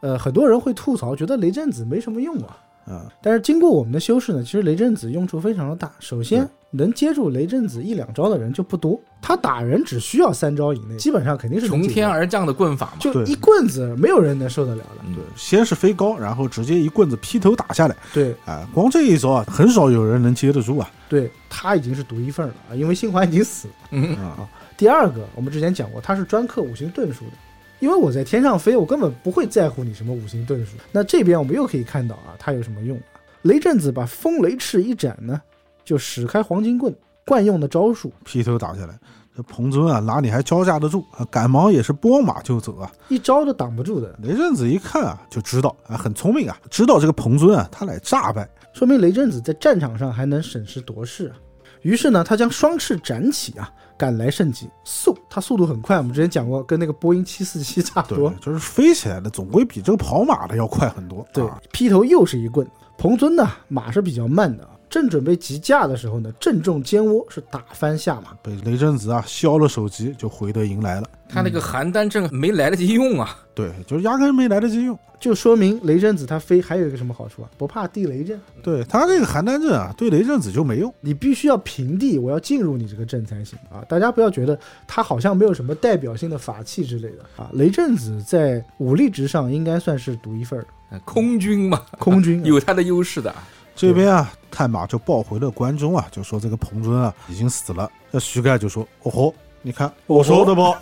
呃，很多人会吐槽，觉得雷震子没什么用啊。
啊，
但是经过我们的修饰呢，其实雷震子用处非常的大。首先，能接住雷震子一两招的人就不多，他打人只需要三招以内，基本上肯定是能
从
解决
天而降的棍法嘛，
就
对嗯
一棍子，没有人能受得了的。
对，呃先是飞高，然后直接一棍子劈头打下来，
对，
啊，光这一招啊，很少有人能接得住啊。
对他已经是独一份儿了啊，因为新华已经死了。
嗯
啊，第二个我们之前讲过，他是专克五行遁术的，因为我在天上飞，我根本不会在乎你什么五行遁术。那这边我们又可以看到啊，它有什么用啊？呃雷震子把风雷翅一展呢，就使开黄金棍，惯用的招数，
劈头打下来，这彭尊啊哪里还招架得住啊？赶忙也是拨马就走啊。
一招都挡不住的，
雷震子一看啊，就知道啊，很聪明啊，知道这个彭尊啊，他来诈败。
说明雷震子在战场上还能审时度势啊。于是呢，他将双翅展起啊，赶来胜己。嗖，他速度很快，我们之前讲过，跟那个波音七四七差不
对
多。，
就是飞起来的总归比这个跑马的要快很多。
对
啊，
劈头又是一棍。彭尊呢，马是比较慢的啊，正准备急驾的时候呢，正中肩窝，是打翻下马。
被雷震子啊削了手机，就回得营来了。
他
嗯
那个邯郸阵没来得及用啊，
对，就是压根没来得及用。
就说明雷震子他飞还有一个什么好处啊？不怕地雷阵，
对他这个邯郸阵啊，对雷震子就没用。
你必须要平地，我要进入你这个阵才行啊！大家不要觉得他好像没有什么代表性的法器之类的啊。雷震子在武力值上应该算是独一份儿的
空军嘛，
嗯 空军、啊，
有他的优势的。
这边啊，探马就抱回了关中啊，就说这个彭真啊已经死了。那徐盖就说：“哦吼，你看我说的不？啊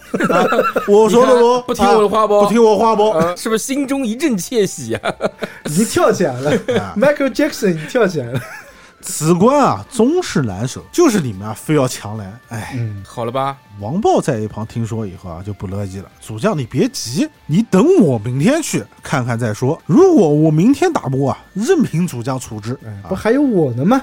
我说的不？
哦不听我的话不
啊不听我话不？
呃， 是不是心中一阵窃喜啊？
已经跳起来了，Michael Jackson 已经跳起来了。
此关啊，终是难守，就是你们啊，非要强来。哎，
嗯，
好了吧，
王豹在一旁听说以后啊，就不乐意了。主将，你别急，你等我明天去看看再说。如果我明天打不过啊，任凭主将处置。
哎
不还有我呢吗？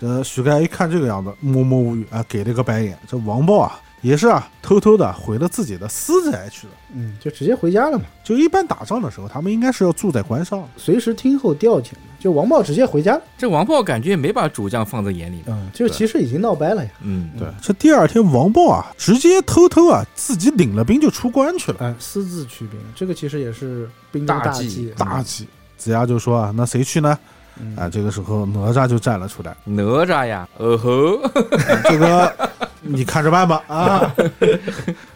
呃，许盖一看这个样子，默默无语啊，给了个白眼。这王豹啊，也是啊，偷偷的回了自己的私宅去了。
嗯，就直接回家了嘛，
就一般打仗的时候，他们应该是要住在关上的。
随时听候调遣嘛。就王豹直接回家了，
这王豹感觉也没把主将放在眼里的。
嗯，就其实已经闹掰了呀。
嗯，
对，这第二天，王豹啊，直接偷偷啊，自己领了兵就出关去了。
哎，私自驱兵，这个其实也是兵
大
中大
忌
忌。
大忌。子牙就说啊，那谁去呢？啊，这个时候哪吒就站了出来，
嗯哪吒呀，呃吼，
这个你看着办吧啊！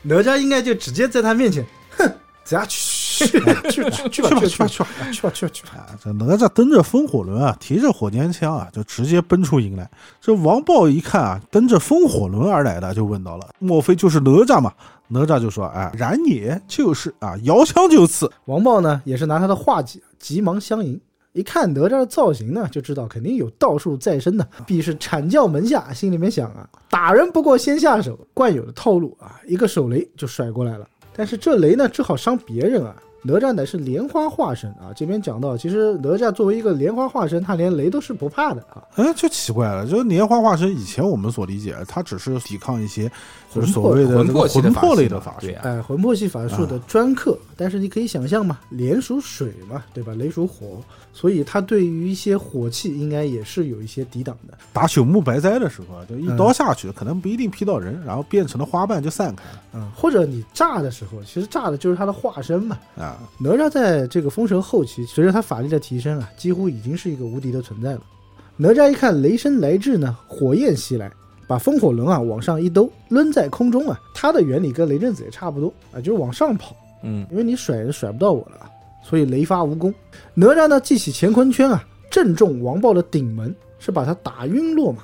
哪吒应该就直接在他面前，哼，咱俩去去去去去吧去吧去吧去吧去吧去吧去吧。
啊这哪吒蹬着风火轮啊，提着火尖枪啊，就直接奔出营来。这王豹一看啊，蹬着风火轮而来的，就问到了，莫非就是哪吒嘛？哪吒就说：“哎，然也就是啊，摇枪就刺。
王豹呢也是拿他的画戟，急忙相迎。一看哪吒的造型呢，就知道肯定有道术在身呢，必是阐教门下。心里面想啊，打人不过先下手，惯有的套路啊，一个手雷就甩过来了。但是这雷呢，正好伤别人啊。哪吒乃是莲花化身啊，这边讲到，其实哪吒作为一个莲花化身，他连雷都是不怕的啊。”
哎，就奇怪了，这莲花化身以前我们所理解，它只是抵抗一些就是所谓的
魂
这
魄
个
系
魂
的法
魄
器
类的
嘛
法术
对。啊呀，
哎，魂魄系法术的专克，但是你可以想象嘛，莲属水嘛，对吧？雷属火，所以它对于一些火器应该也是有一些抵挡的。
打朽木白哉的时候啊，就一刀下去，可能不一定劈到人，然后变成了花瓣就散开了
嗯，或者你炸的时候，其实炸的就是它的化身嘛。
啊。
哪吒在这个封神后期，随着他法力的提升啊，几乎已经是一个无敌的存在了。哪吒一看雷声来至呢，火焰袭来，把风火轮啊往上一兜，抡在空中啊，它的原理跟雷震子也差不多啊，就是往上跑。
嗯，
因为你甩也甩不到我了啊，所以雷发无功。哪吒呢，记起乾坤圈啊，正中王豹的顶门，是把他打晕落马。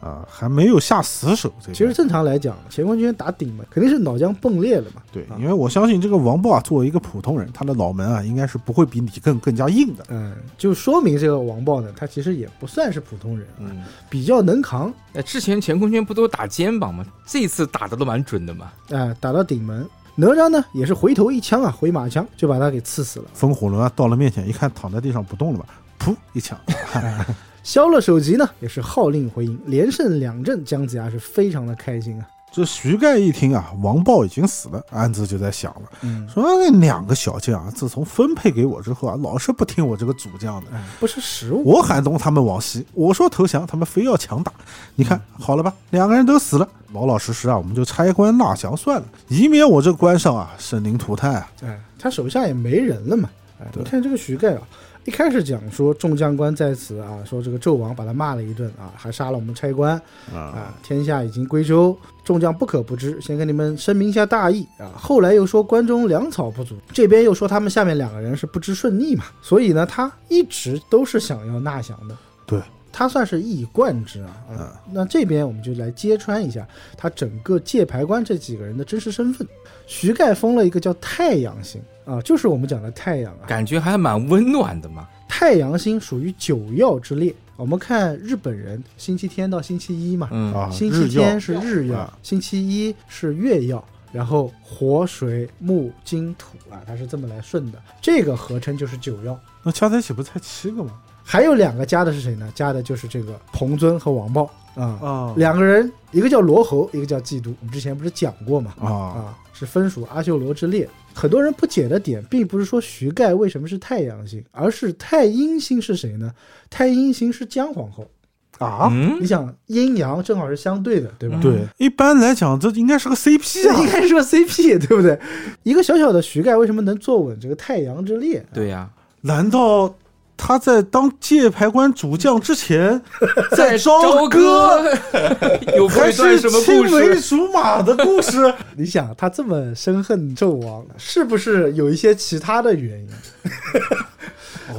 啊，还没有下死手这边。
其实正常来讲，乾坤圈打顶门肯定是脑浆迸裂了嘛。
对，因为我相信这个王豹啊，作为一个普通人，他的脑门啊，应该是不会比你更更加硬的。
嗯，就说明这个王豹呢，他其实也不算是普通人，啊
嗯，
比较能扛。
哎，之前乾坤圈不都打肩膀吗？这次打的都蛮准的嘛。
哎、打到顶门，哪吒呢也是回头一枪啊，回马枪就把他给刺死了。
风火轮啊，到了面前一看，躺在地上不动了吧？噗一枪，
削了首级呢，也是号令回营，连胜两阵，姜子牙是非常的开心啊。
这徐盖一听啊，王豹已经死了，暗自就在想了，
嗯，
说哎那两个小将啊，自从分配给我之后啊，老是不听我这个主将的。
不是食物，
我喊东，他们往西；我说投降，他们非要强打。你看
嗯
好了吧，两个人都死了，老老实实啊，我们就拆官纳降算了，以免我这官上啊生灵涂炭啊。
哎，他手下也没人了嘛。哎，
对
你看这个徐盖啊，一开始讲说众将官在此啊，说这个纣王把他骂了一顿啊，还杀了我们差官啊，天下已经归周，众将不可不知，先跟你们声明一下大义啊。后来又说关中粮草不足，这边又说他们下面两个人是不知顺逆嘛，所以呢，他一直都是想要纳降的。
对，
他算是一以贯之啊。嗯，那这边我们就来揭穿一下他整个界牌关这几个人的真实身份。徐盖封了一个叫太阳星啊，就是我们讲的太阳啊。
感觉还蛮温暖的嘛。
太阳星属于九曜之列。我们看日本人星期天到星期一嘛，
嗯，
啊，
星期
日曜
天是日曜，
啊
星期一是月曜，然后火、水、木、金、土啊，它是这么来顺的。这个合称就是九曜。
那加在一起不才七个吗？
还有两个加的是谁呢？加的就是这个彭尊和王豹啊、
啊
两个人，一个叫罗侯，一个叫季都。我们之前不是讲过嘛？
啊，
啊，是分属阿修罗之列。很多人不解的点，并不是说徐盖为什么是太阳星，而是太阴星是谁呢？太阴星是姜皇后。
啊。
嗯
你想阴阳正好是相对的，对吧？
对，一般来讲，这应该是个 CP
这应
啊。
该是个 CP，对不对？一个小小的徐盖为什么能坐稳这个太阳之列？
对呀、
难道他在当界牌关主将之 前，在
哎朝
朝歌
歌 有过
还
一段
是
什么
青
故
梅
事？
竹马的故事？
你想他这么深恨纣王，是不是有一些其他的原因？
哎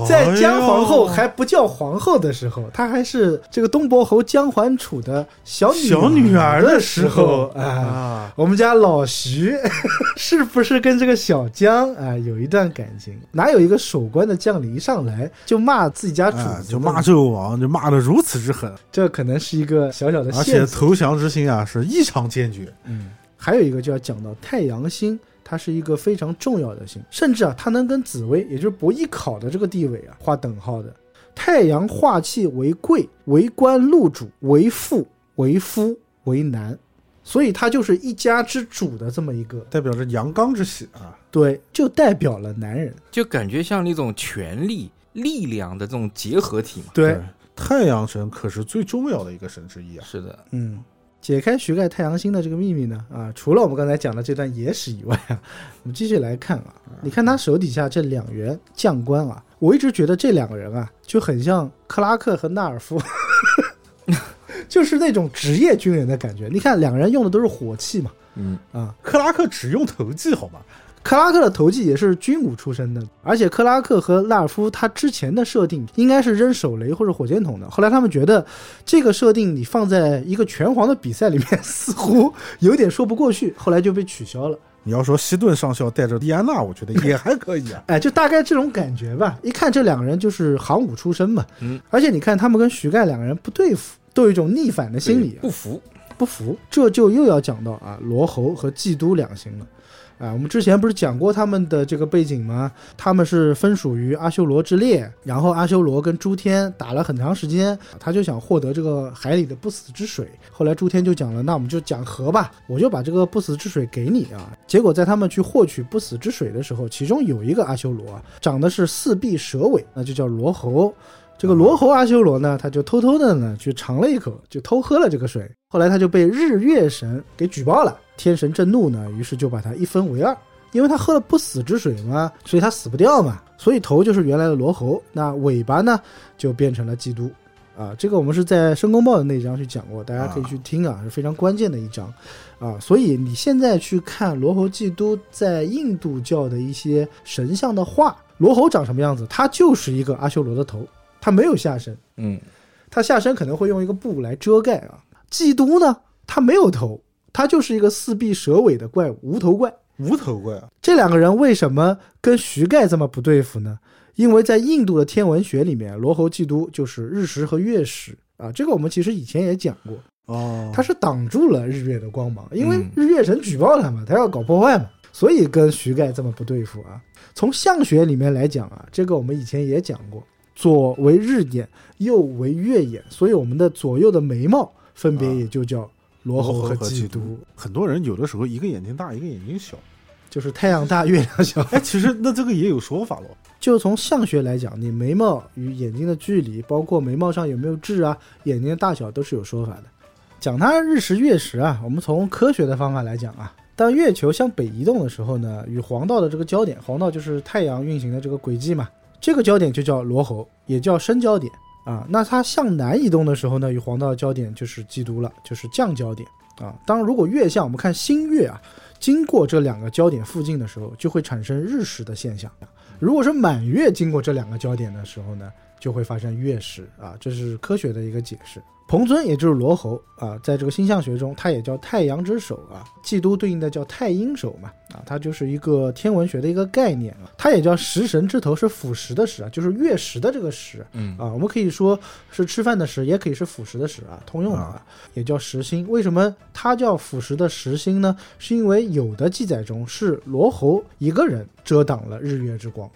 在姜皇后还不叫皇后的时候，她还是这个东伯侯姜桓楚的小女
小女儿
的
的
时
时
候
候
啊。
啊，
我们家老徐 是不是跟这个小姜啊有一段感情？哪有一个守关的将领一上来就骂自己家主子的
哎
呢、
就骂纣王，就骂得如此之狠，
这可能是一个小小的
而
线
且
索。
投降之心啊是异常坚决。
还有一个就要讲到太阳星，它是一个非常重要的星，甚至啊，它能跟紫薇，也就是博弈考的这个地位啊划等号的。太阳化气为贵，为官禄主，为父，为夫，为男，所以它就是一家之主的这么一个，
代表着阳刚之气啊，
对，就代表了男人，
就感觉像那种权力、力量的这种结合体嘛。
对，
太阳神可是最重要的一个神之一啊。
是的，
嗯。解开徐盖太阳星的这个秘密呢，啊，除了我们刚才讲的这段野史以外啊， 我们继续来看啊，你看他手底下这两员将官啊，我一直觉得这两个人啊就很像克拉克和纳尔夫， 就是那种职业军人的感觉。你看两个人用的都是火器嘛，
嗯
啊，
克拉克只用投技好吗？
克拉克的投技也是军武出身的，而且克拉克和纳尔夫他之前的设定应该是扔手雷或者火箭筒的，后来他们觉得这个设定你放在一个拳皇的比赛里面似乎有点说不过去，后来就被取消了。。
你要说西顿上校带着蒂安娜，我觉得也还可以啊
哎，就大概这种感觉吧。一看这两个人就是行伍出身嘛，
嗯，
而且你看他们跟徐盖两个人不对付，都有一种逆反的心理啊、
不服，
不服，这就又要讲到啊罗侯和季都两星了。啊，我们之前不是讲过他们的这个背景吗？他们是分属于阿修罗之列，然后阿修罗跟诸天打了很长时间，他就想获得这个海里的不死之水。后来诸天就讲了，那我们就讲和吧，我就把这个不死之水给你啊。结果在他们去获取不死之水的时候，其中有一个阿修罗啊，长的是四臂蛇尾，那就叫罗侯。这个罗侯阿修罗呢，他就偷偷的呢去尝了一口，就偷喝了这个水。后来他就被日月神给举报了，天神震怒呢，于是就把他一分为二。因为他喝了不死之水嘛， 所以他死不掉嘛，所以头就是原来的罗侯，那尾巴呢就变成了基督。啊，这个我们是在《申公豹》的那一章去讲过，大家可以去听啊，是非常关键的一章啊。所以你现在去看罗侯基督在印度教的一些神像的画，罗侯长什么样子？他就是一个阿修罗的头，他没有下身，
嗯，
他下身可能会用一个布来遮盖啊。基督呢，他没有头，他就是一个四臂蛇尾的怪物，无头怪。
无头怪啊，
这两个人为什么跟徐盖这么不对付呢？因为在印度的天文学里面，罗侯季都就是日食和月食啊，这个我们其实以前也讲过，
哦，
它是挡住了日月的光芒，因为日月神举报他嘛，他要搞破坏嘛，所以跟徐盖这么不对付啊。从相学里面来讲啊，这个我们以前也讲过，左为日眼，右为月眼，所以我们的左右的眉毛分别也就叫啊罗侯和季都，
很多人有的时候一个眼睛大，一个眼睛小。
就是太阳大月亮小。
哎，其实那这个也有说法喽。
就从相学来讲，你眉毛与眼睛的距离，包括眉毛上有没有痣啊，眼睛的大小都是有说法的。讲它日食月食啊，我们从科学的方法来讲啊，当月球向北移动的时候呢，与黄道的这个交点，黄道就是太阳运行的这个轨迹嘛，这个交点就叫罗侯，也叫升交点啊。那它向南移动的时候呢，与黄道的交点就是基督了，就是降交点啊。当然，如果月相，我们看新月啊，经过这两个交点附近的时候，就会产生日食的现象。如果是满月经过这两个交点的时候呢，就会发生月食啊，这是科学的一个解释。彭尊也就是罗侯啊，在这个星象学中，它也叫太阳之手啊，季都对应的叫太阴手嘛啊，它就是一个天文学的一个概念啊，它也叫食神之头，是腐食的食啊，就是月食的这个食，
嗯
啊，我们可以说是吃饭的食，也可以是腐食的食啊，通用的啊，也叫食星。为什么它叫腐食的食星呢？是因为有的记载中是罗侯一个人遮挡了日月之光。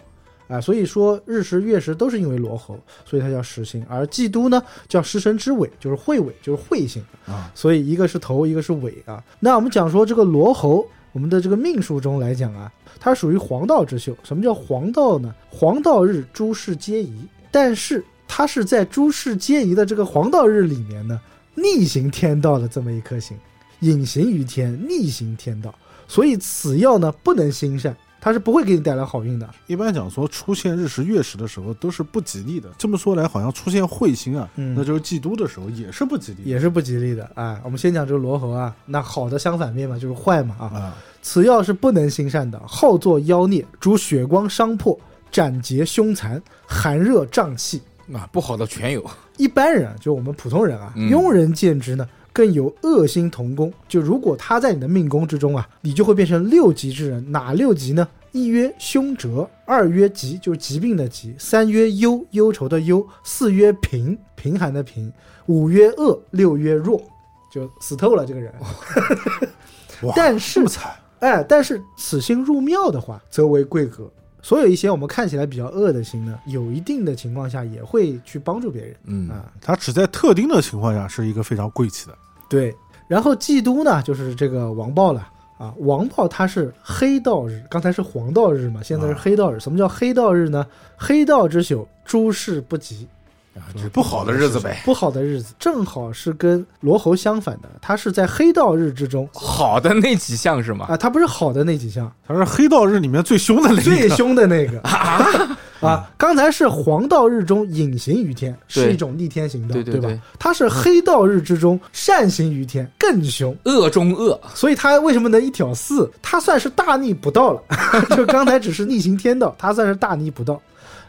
啊，所以说日食月食都是因为罗侯，所以它叫食星。而季都呢叫食神之尾，就是会尾，就是彗星
啊。
所以一个是头，一个是尾啊。那我们讲说这个罗侯，我们的这个命数中来讲啊，它属于黄道之宿。什么叫黄道呢？黄道日诸事皆宜，但是它是在诸事皆宜的这个黄道日里面呢，逆行天道的这么一颗星，隐形于天，逆行天道，所以此曜呢不能兴善，它是不会给你带来好运的。
一般讲说出现日食月食的时候都是不吉利的。这么说来，好像出现彗星啊，
嗯
那就是忌都的时候也是不吉利的。
也是不吉利的啊。我们先讲这个罗侯啊，那好的相反面嘛，就是坏嘛啊。
啊，
此药是不能行善的，好作妖孽，主血光伤破、斩截凶残、寒热胀气。
啊，不好的全有，
一般人啊就我们普通人啊，
嗯
庸人见之呢，更有恶心同宫。就如果他在你的命宫之中啊，你就会变成六级之人。哪六级呢？一曰凶折，二曰疾，就是疾病的疾；三曰忧，忧愁的忧；四曰贫，贫寒的贫；五曰恶，六曰弱，就死透了这个人。
哇
但是
这么惨，
哎，但是此星入庙的话，则为贵格。所有一些我们看起来比较恶的星呢，有一定的情况下也会去帮助别人。
嗯
啊，
它只在特定的情况下是一个非常贵气的。
对。然后季都呢，就是这个王豹了啊。王豹它是黑道日，刚才是黄道日嘛，现在是
啊
黑道日。什么叫黑道日呢？黑道之宿，诸事不吉，
啊，就是不好的日子呗，
不好的日子，正好是跟罗侯相反的，它是在黑道日之中
好的那几项是吗？
啊，它不是好的那几项，
它是黑道日里面最凶的那一个，
最凶的那个啊啊！刚才是黄道日中隐形于天，是一种逆天行道，
对对
吧
对？
它是黑道日之中善行于天，更凶。
恶中恶，
所以他为什么能一挑四？他算是大逆不道了， 就刚才只是逆行天道，他算是大逆不道。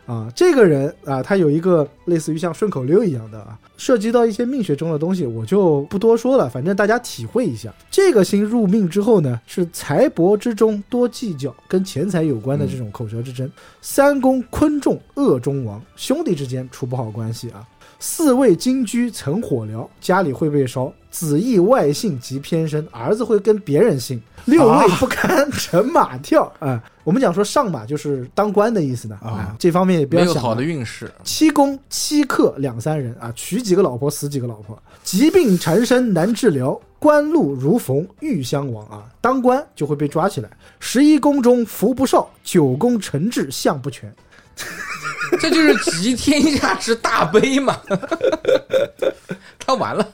啊，这个人啊，他有一个类似于像顺口溜一样的啊，涉及到一些命学中的东西，我就不多说了，反正大家体会一下。这个星入命之后呢，是财帛之中多计较，跟钱财有关的这种口舌之争。三宫坤中恶中王，兄弟之间处不好关系啊。四位金居曾火燎，家里会被烧；子义外姓及偏身，儿子会跟别人姓。六位不堪乘马跳啊、我们讲说上马就是当官的意思呢啊、这方面也不
没
要
有
想
好
了
的。运势，
七公七克两三人啊，娶几个老婆死几个老婆，疾病缠身难治疗，官路如逢欲相亡啊，当官就会被抓起来。十一宫中福不少，九宫承制相不全。
这就是集天下之大悲嘛。 他完了，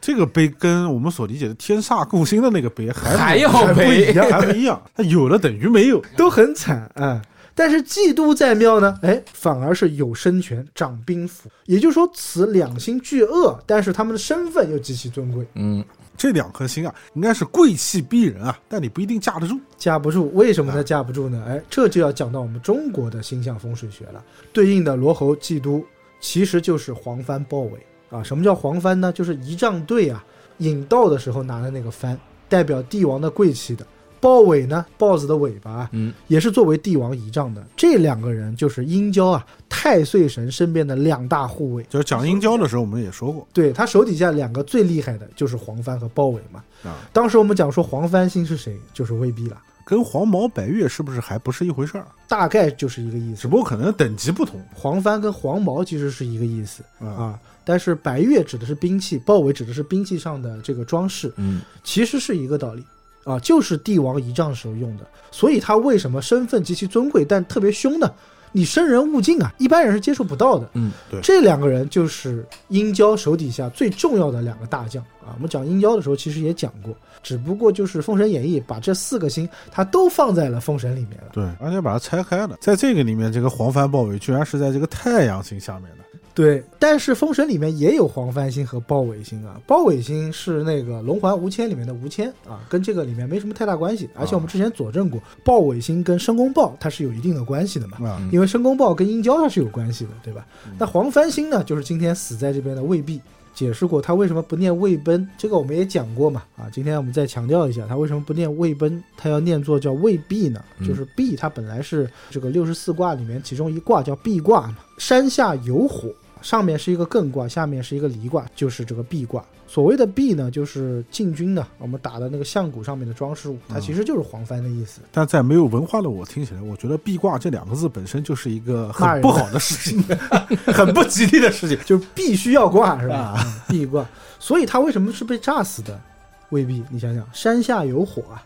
这个悲跟我们所理解的天煞共星的那个悲
还
还还
要
不
悲
一样，还不一样。它有了等于没有，
都很惨啊、哎但是季都在庙呢，哎，反而是有生权，掌兵符。也就是说，此两星俱恶，但是他们的身份又极其尊贵，
嗯，
这两颗星啊，应该是贵气逼人啊，但你不一定架得住。
架不住。为什么他架不住呢？哎，这就要讲到我们中国的星象风水学了。对应的罗侯季都其实就是黄帆豹尾啊。什么叫黄帆呢？就是仪仗队啊引道的时候拿的那个帆，代表帝王的贵气的。豹尾呢，豹子的尾巴啊，
嗯
也是作为帝王仪仗的。这两个人就是殷郊啊，太岁神身边的两大护卫。
就是讲殷郊的时候，我们也说过，
对他手底下两个最厉害的就是黄帆和豹尾嘛。
啊
当时我们讲说黄帆星是谁，就是威逼了，
跟黄毛白月是不是还不是一回事儿？啊
大概就是一个意
只
思。
不过可能等级不同。
黄帆跟黄毛其实是一个意思
嗯
啊，但是白月指的是兵器，豹尾指的是兵器上的这个装饰，
嗯，
其实是一个道理啊，就是帝王仪仗时候用的。所以他为什么身份极其尊贵，但特别凶呢？你生人勿近啊，一般人是接触不到的。
嗯，
对
这两个人就是殷郊手底下最重要的两个大将啊。我们讲殷郊的时候，其实也讲过，只不过就是《封神演义》把这四个星他都放在了封神里面了。
对，而且把它拆开了，在这个里面，这个黄帆豹尾居然是在这个太阳星下面的。
对，但是《封神》里面也有黄帆星和豹尾星啊，豹尾星是那个《龙环无牵》里面的无牵啊，跟这个里面没什么太大关系。而且我们之前佐证过，豹尾星跟申公豹它是有一定的关系的嘛，
啊
因为申公豹跟殷郊它是有关系的，对吧？那黄帆星呢，就是今天死在这边的魏碧。解释过他为什么不念魏奔，这个我们也讲过嘛啊，今天我们再强调一下，他为什么不念魏奔，他要念作叫魏碧呢？就是碧，它本来是这个六十四卦里面其中一卦叫壁卦嘛，山下有火，上面是一个艮卦，下面是一个离卦，就是这个壁卦。所谓的壁呢，就是进军呢，我们打的那个象骨上面的装饰物，它其实就是黄帆的意思。
但在没有文化的我听起来，我觉得壁挂这两个字本身就是一个
骂人
很不好的事情，很不吉利的事情。
就是必须要挂是吧？嗯必挂，所以他为什么是被炸死的？未必，你想想，山下有火啊，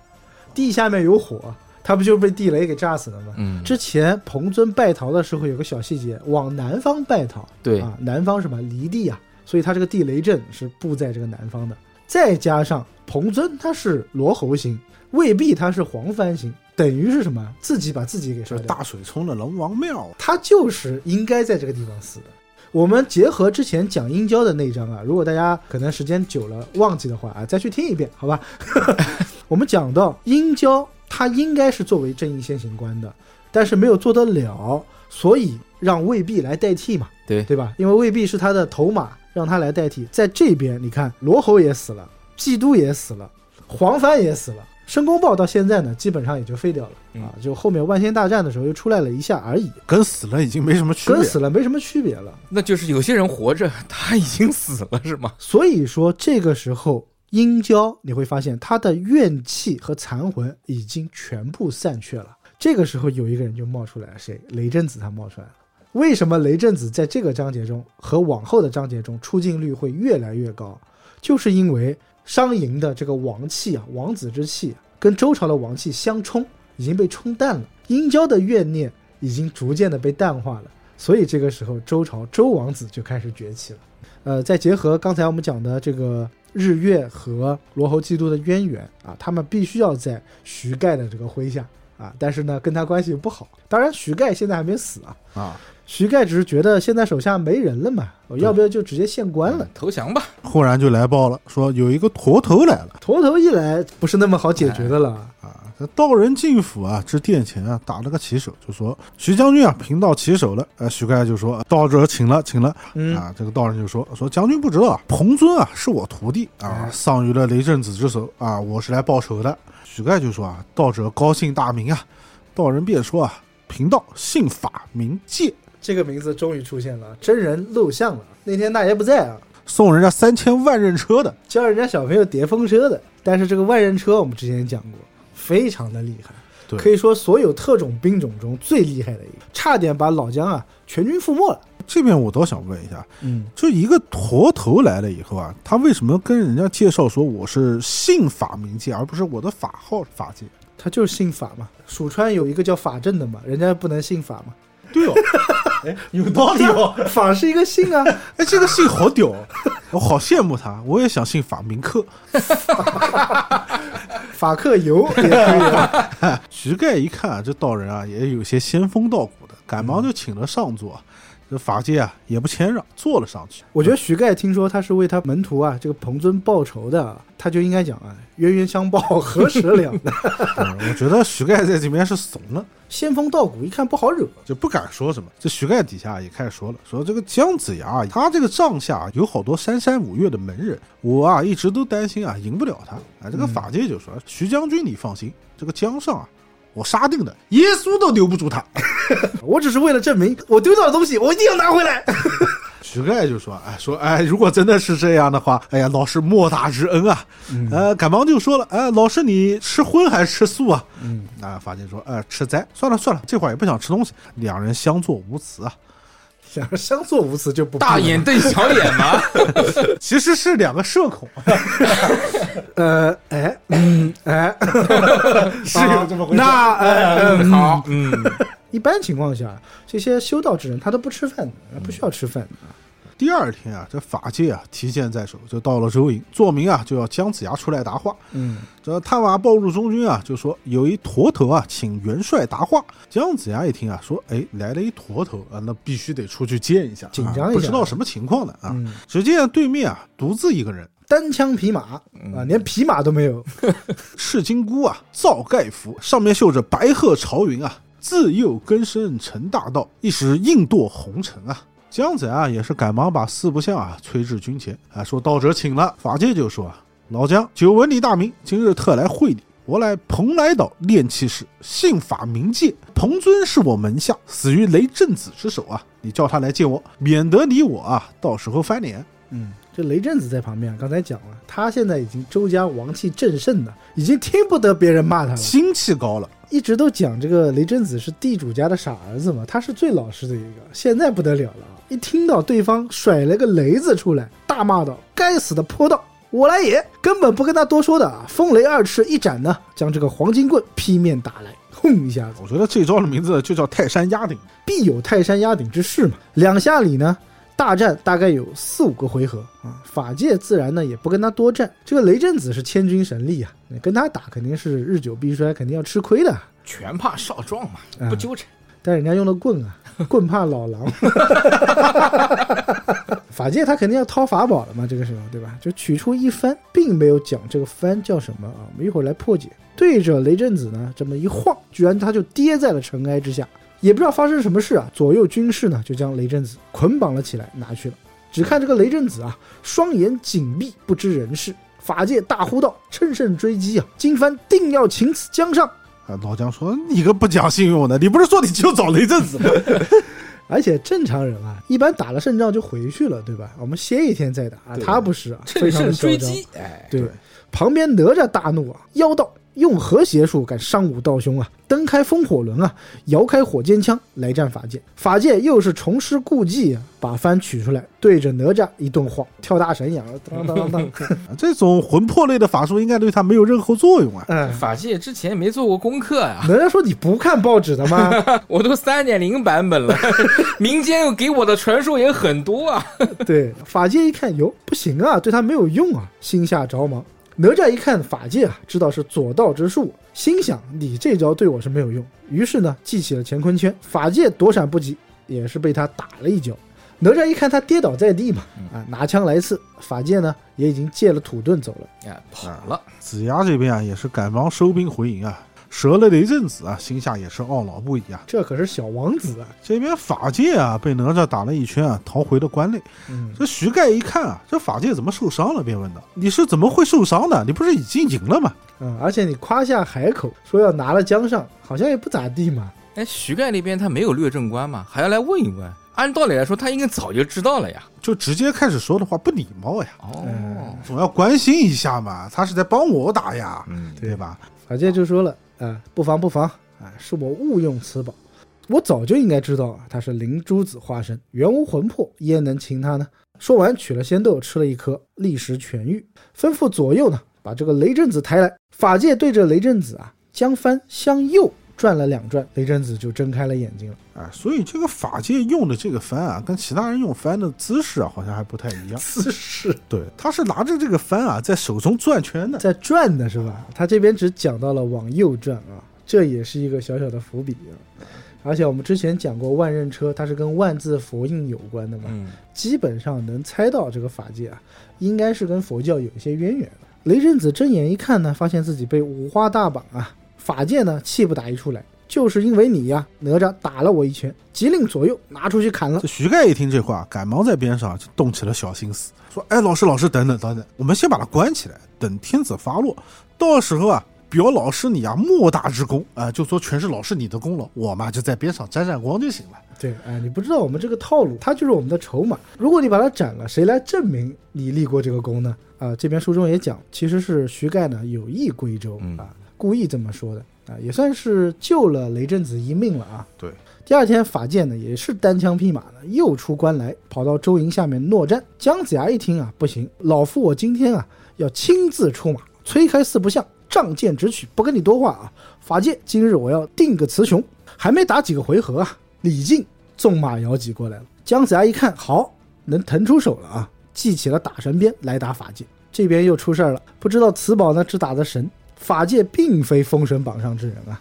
地下面有火，他不就是被地雷给炸死的吗？
嗯
之前彭尊败逃的时候有个小细节，往南方败逃，
对
啊，南方什么离地啊，所以他这个地雷阵是布在这个南方的。再加上彭尊他是罗侯星，未必他是黄帆星，等于是什么？自己把自己给
就
杀
是
掉
大，水冲了龙王庙，
他就是应该在这个地方死的。我们结合之前讲殷郊的那一章啊，如果大家可能时间久了忘记的话啊，再去听一遍，好吧？ 我们讲到殷郊，他应该是作为正义先行官的，但是没有做得了，所以让魏碧来代替嘛，
对
对吧？因为魏碧是他的头马，让他来代替。在这边，你看罗侯也死了，季都也死了，黄帆也死了，申公豹到现在呢，基本上也就废掉了啊，就后面万仙大战的时候又出来了一下而已，
跟死了已经没什么区别
跟
了。
死了没什么区别了。
那就是有些人活着，他已经死了，是吗？
所以说，这个时候殷郊你会发现他的怨气和残魂已经全部散去了。这个时候有一个人就冒出来了，谁？雷震子他冒出来了。为什么雷震子在这个章节中和往后的章节中出镜率会越来越高？就是因为商营的这个王气啊，王子之气、跟周朝的王气相冲，已经被冲淡了。殷郊的怨念已经逐渐的被淡化了，所以这个时候周朝周王子就开始崛起了。呃，再结合刚才我们讲的这个日月和罗侯基督的渊源啊，他们必须要在徐盖的这个麾下啊，但是呢，跟他关系不好。当然，徐盖现在还没死啊，
啊，
徐盖只是觉得现在手下没人了嘛，我要不要就直接县官了？
投降吧，
忽然就来报了，说有一个驼头来了
头头一来不是那么好解决的了，
啊！这道人进府啊，至殿前啊，打了个旗手，就说徐将军啊，贫道旗手了。呃，徐盖就说啊道者请了，请了
嗯
啊！这个道人就说说将军不知道啊，彭尊啊是我徒弟啊，丧于了雷震子之手啊，我是来报仇的。徐盖就说啊，道者高姓大名啊？道人便说啊，贫道姓法名介，
这个名字终于出现了，真人露相了。那天大爷不在啊，
送人家三千万刃车的。
教人家小朋友叠风车的。但是这个万人车我们之前讲过，非常的厉害，
对
可以说所有特种兵种中最厉害的一个，差点把老姜啊全军覆没了。
这边我倒想问一下，
嗯，
就一个驼头来了以后啊，他为什么跟人家介绍说我是姓法名界，而不是我的法号法界？
他就是姓法嘛，蜀川有一个叫法正的嘛，人家不能姓法嘛。
对哦，有道理哦。
法是一个姓啊，
哎，这个姓好屌哦， 我好羡慕他，我也想姓法名克。
法克尤也可以啊。
徐盖一看啊，这道人啊也有些仙风道骨的，赶忙就请了上座啊。这法界啊也不谦让，坐了上去。
我觉得徐盖听说他是为他门徒啊这个彭尊报仇的啊，他就应该讲啊，冤冤相报何时了呢？
嗯我觉得徐盖在这边是怂了。
仙风道骨，一看不好惹。
就不敢说什么。这徐盖底下也开始说了，说这个姜子牙，他这个帐下有好多三山五岳的门人，我啊一直都担心啊赢不了他。啊，这个法界就说，徐将军你放心，这个姜尚啊，我杀定的，耶稣都留不住他。
我只是为了证明我丢掉的东西，我一定要拿回来。
徐盖就说：“哎，说哎，如果真的是这样的话，哎呀，老师莫大之恩啊！呃，赶忙就说了，哎，老师你吃荤还是吃素啊？嗯，啊，法界说，哎，吃斋。算了算了，这会儿也不想吃东西。两人相坐无辞啊，
想要相作无词就不必
大
了
眼瞪小眼嘛。
其实是两个社 恐。”
呃哎嗯 哎是有这么回事。那呃嗯
好， 嗯，
一般情况下，这些修道之人他都不吃饭的，他不需要吃饭的。
第二天啊，这法界啊提剑在手，就到了周营，座名啊就要姜子牙出来答话。
嗯，
这探马报入中军啊，就说有一驼头啊，请元帅答话。姜子牙一听啊，说哎来了一驼头啊，那必须得出去见一下，
紧张一下
啊不知道什么情况的啊。
嗯
只见对面啊独自一个人，
单枪匹马啊，连匹马都没有。
赤金箍啊，皂盖服，上面绣着白鹤朝云啊，自幼根深成大道，一时应堕红尘啊。姜子牙也是赶忙把四不像啊催至军前啊，说道者请了。法界就说啊，老姜久闻你大名，今日特来会你。我乃蓬莱岛炼气士，姓法名界。彭尊是我门下，死于雷震子之手啊！你叫他来见我，免得你我啊到时候翻脸。
嗯，这雷震子在旁边，刚才讲了，他现在已经周家王气正盛了，已经听不得别人骂他了。
心气高了，
一直都讲这个雷震子是地主家的傻儿子嘛，他是最老实的一个。现在不得了了啊！一听到对方甩了个雷子出来，大骂道：“该死的泼道！”我来也，根本不跟他多说的啊！风雷二翅一展呢，将这个黄金棍劈面打来，轰一下子，
我觉得这招的名字就叫泰山压顶，
必有泰山压顶之势嘛。两下里呢，大战大概有四五个回合啊。法界自然呢也不跟他多战，这个雷震子是千军神力啊，你跟他打肯定是日久必衰，肯定要吃亏的。
全怕少壮嘛，
啊
不纠缠。
但人家用的棍啊，棍怕老狼。法界他肯定要掏法宝了嘛，这个时候对吧？就取出一番，并没有讲这个番叫什么啊，我们一会儿来破解。对着雷震子呢，这么一晃，居然他就跌在了尘埃之下，也不知道发生什么事啊。左右军士呢，就将雷震子捆绑了起来，拿去了。只看这个雷震子啊，双眼紧闭，不知人事。法界大呼道：“乘胜追击啊！金帆定要擒此江上！”
啊，老姜说：“你个不讲信用的，你不是说你就找雷震子吗？
而且正常人啊，一般打了胜仗就回去了，对吧？我们歇一天再打。啊、他不是啊，
趁
非常
胜
的
追
嚣张
击。，哎，
对，旁边哪吒大怒啊，妖道用何邪术敢伤我道兄啊？蹬开风火轮啊，摇开火尖枪来战法界。法界又是重施故技啊，把幡取出来，对着哪吒一顿晃，跳大神一样，当当当 当。
啊这种魂魄类的法术应该对他没有任何作用啊。
嗯，
法界之前没做过功课呀、
哪吒说：“你不看报纸的吗？”
我都三点零版本了， 民间给我的传说也很多啊。
对，法界一看，哟，不行啊，对他没有用啊，心下着忙。哪吒一看法界啊，知道是左道之术，心想你这招对我是没有用，于是呢，记起了乾坤圈。法界躲闪不及，也是被他打了一跤。哪吒一看他跌倒在地嘛，啊，拿枪来刺。法界呢，也已经借了土遁走了。
哎，跑了，
子牙这边啊，也是赶忙收兵回营啊，折了雷震子啊，心下也是懊恼不已啊。
这可是小王子啊！
这边法界啊，被哪吒打了一圈啊，逃回了关内。
嗯，
这徐盖一看啊，这法界怎么受伤了？便问道：“你是怎么会受伤的？你不是已经赢了吗
嗯，而且你夸下海口说要拿了江上，好像也不咋地嘛。
哎，徐盖那边他没有略正官嘛，还要来问一问。按道理来说，他应该早就知道了呀。？”
就直接开始说的话不礼貌呀，
哦，
总要关心一下嘛。他是在帮我打呀，
嗯，
对吧？
法界就说了啊、不妨不妨啊、是我误用此宝，我早就应该知道啊，他是灵珠子化身，原无魂魄，焉能擒他呢？说完，取了仙豆，吃了一颗，立时痊愈，吩咐左右呢，把这个雷震子抬来。法界对着雷震子啊，将帆向右转了两转，雷震子就睁开了眼睛了。
啊，所以这个法界用的这个帆啊，跟其他人用帆的姿势啊，好像还不太一样。
姿势
对，他是拿着这个帆啊，在手中转圈的。
在转的是吧？他这边只讲到了往右转啊，这也是一个小小的伏笔啊。而且我们之前讲过万仞车，它是跟万字佛印有关的嘛，
嗯
基本上能猜到这个法界啊，应该是跟佛教有一些渊源的。雷震子睁眼一看呢，发现自己被五花大绑啊！法界呢，气不打一处来，就是因为你呀、哪吒打了我一拳，即令左右拿出去砍了
这。徐盖一听这话，赶忙在边上就动起了小心思，说：“哎，老师，老师，等等等等，我们先把它关起来，等天子发落，到时候啊，表老师你啊莫大之功啊、就说全是老师你的功劳，我嘛就在边上沾沾光就行了。
对，哎，你不知道我们这个套路，它就是我们的筹码。如果你把它斩了，谁来证明你立过这个功呢？啊，这边书中也讲，其实是徐盖呢有意归周
嗯
啊，故意这么说的啊，也算是救了雷震子一命了啊。
对，
第二天法界呢也是单枪匹马的又出关来，跑到周营下面搦战。姜子牙一听啊，不行，老夫我今天啊要亲自出马，催开四不像，仗剑直取，不跟你多话啊。法界，今日我要定个雌雄。还没打几个回合啊，李靖纵马摇戟过来了。姜子牙一看，好，能腾出手了啊，记起了打神鞭来打法界。这边又出事儿了，不知道此宝呢只打的神，法界并非封神榜上之人啊。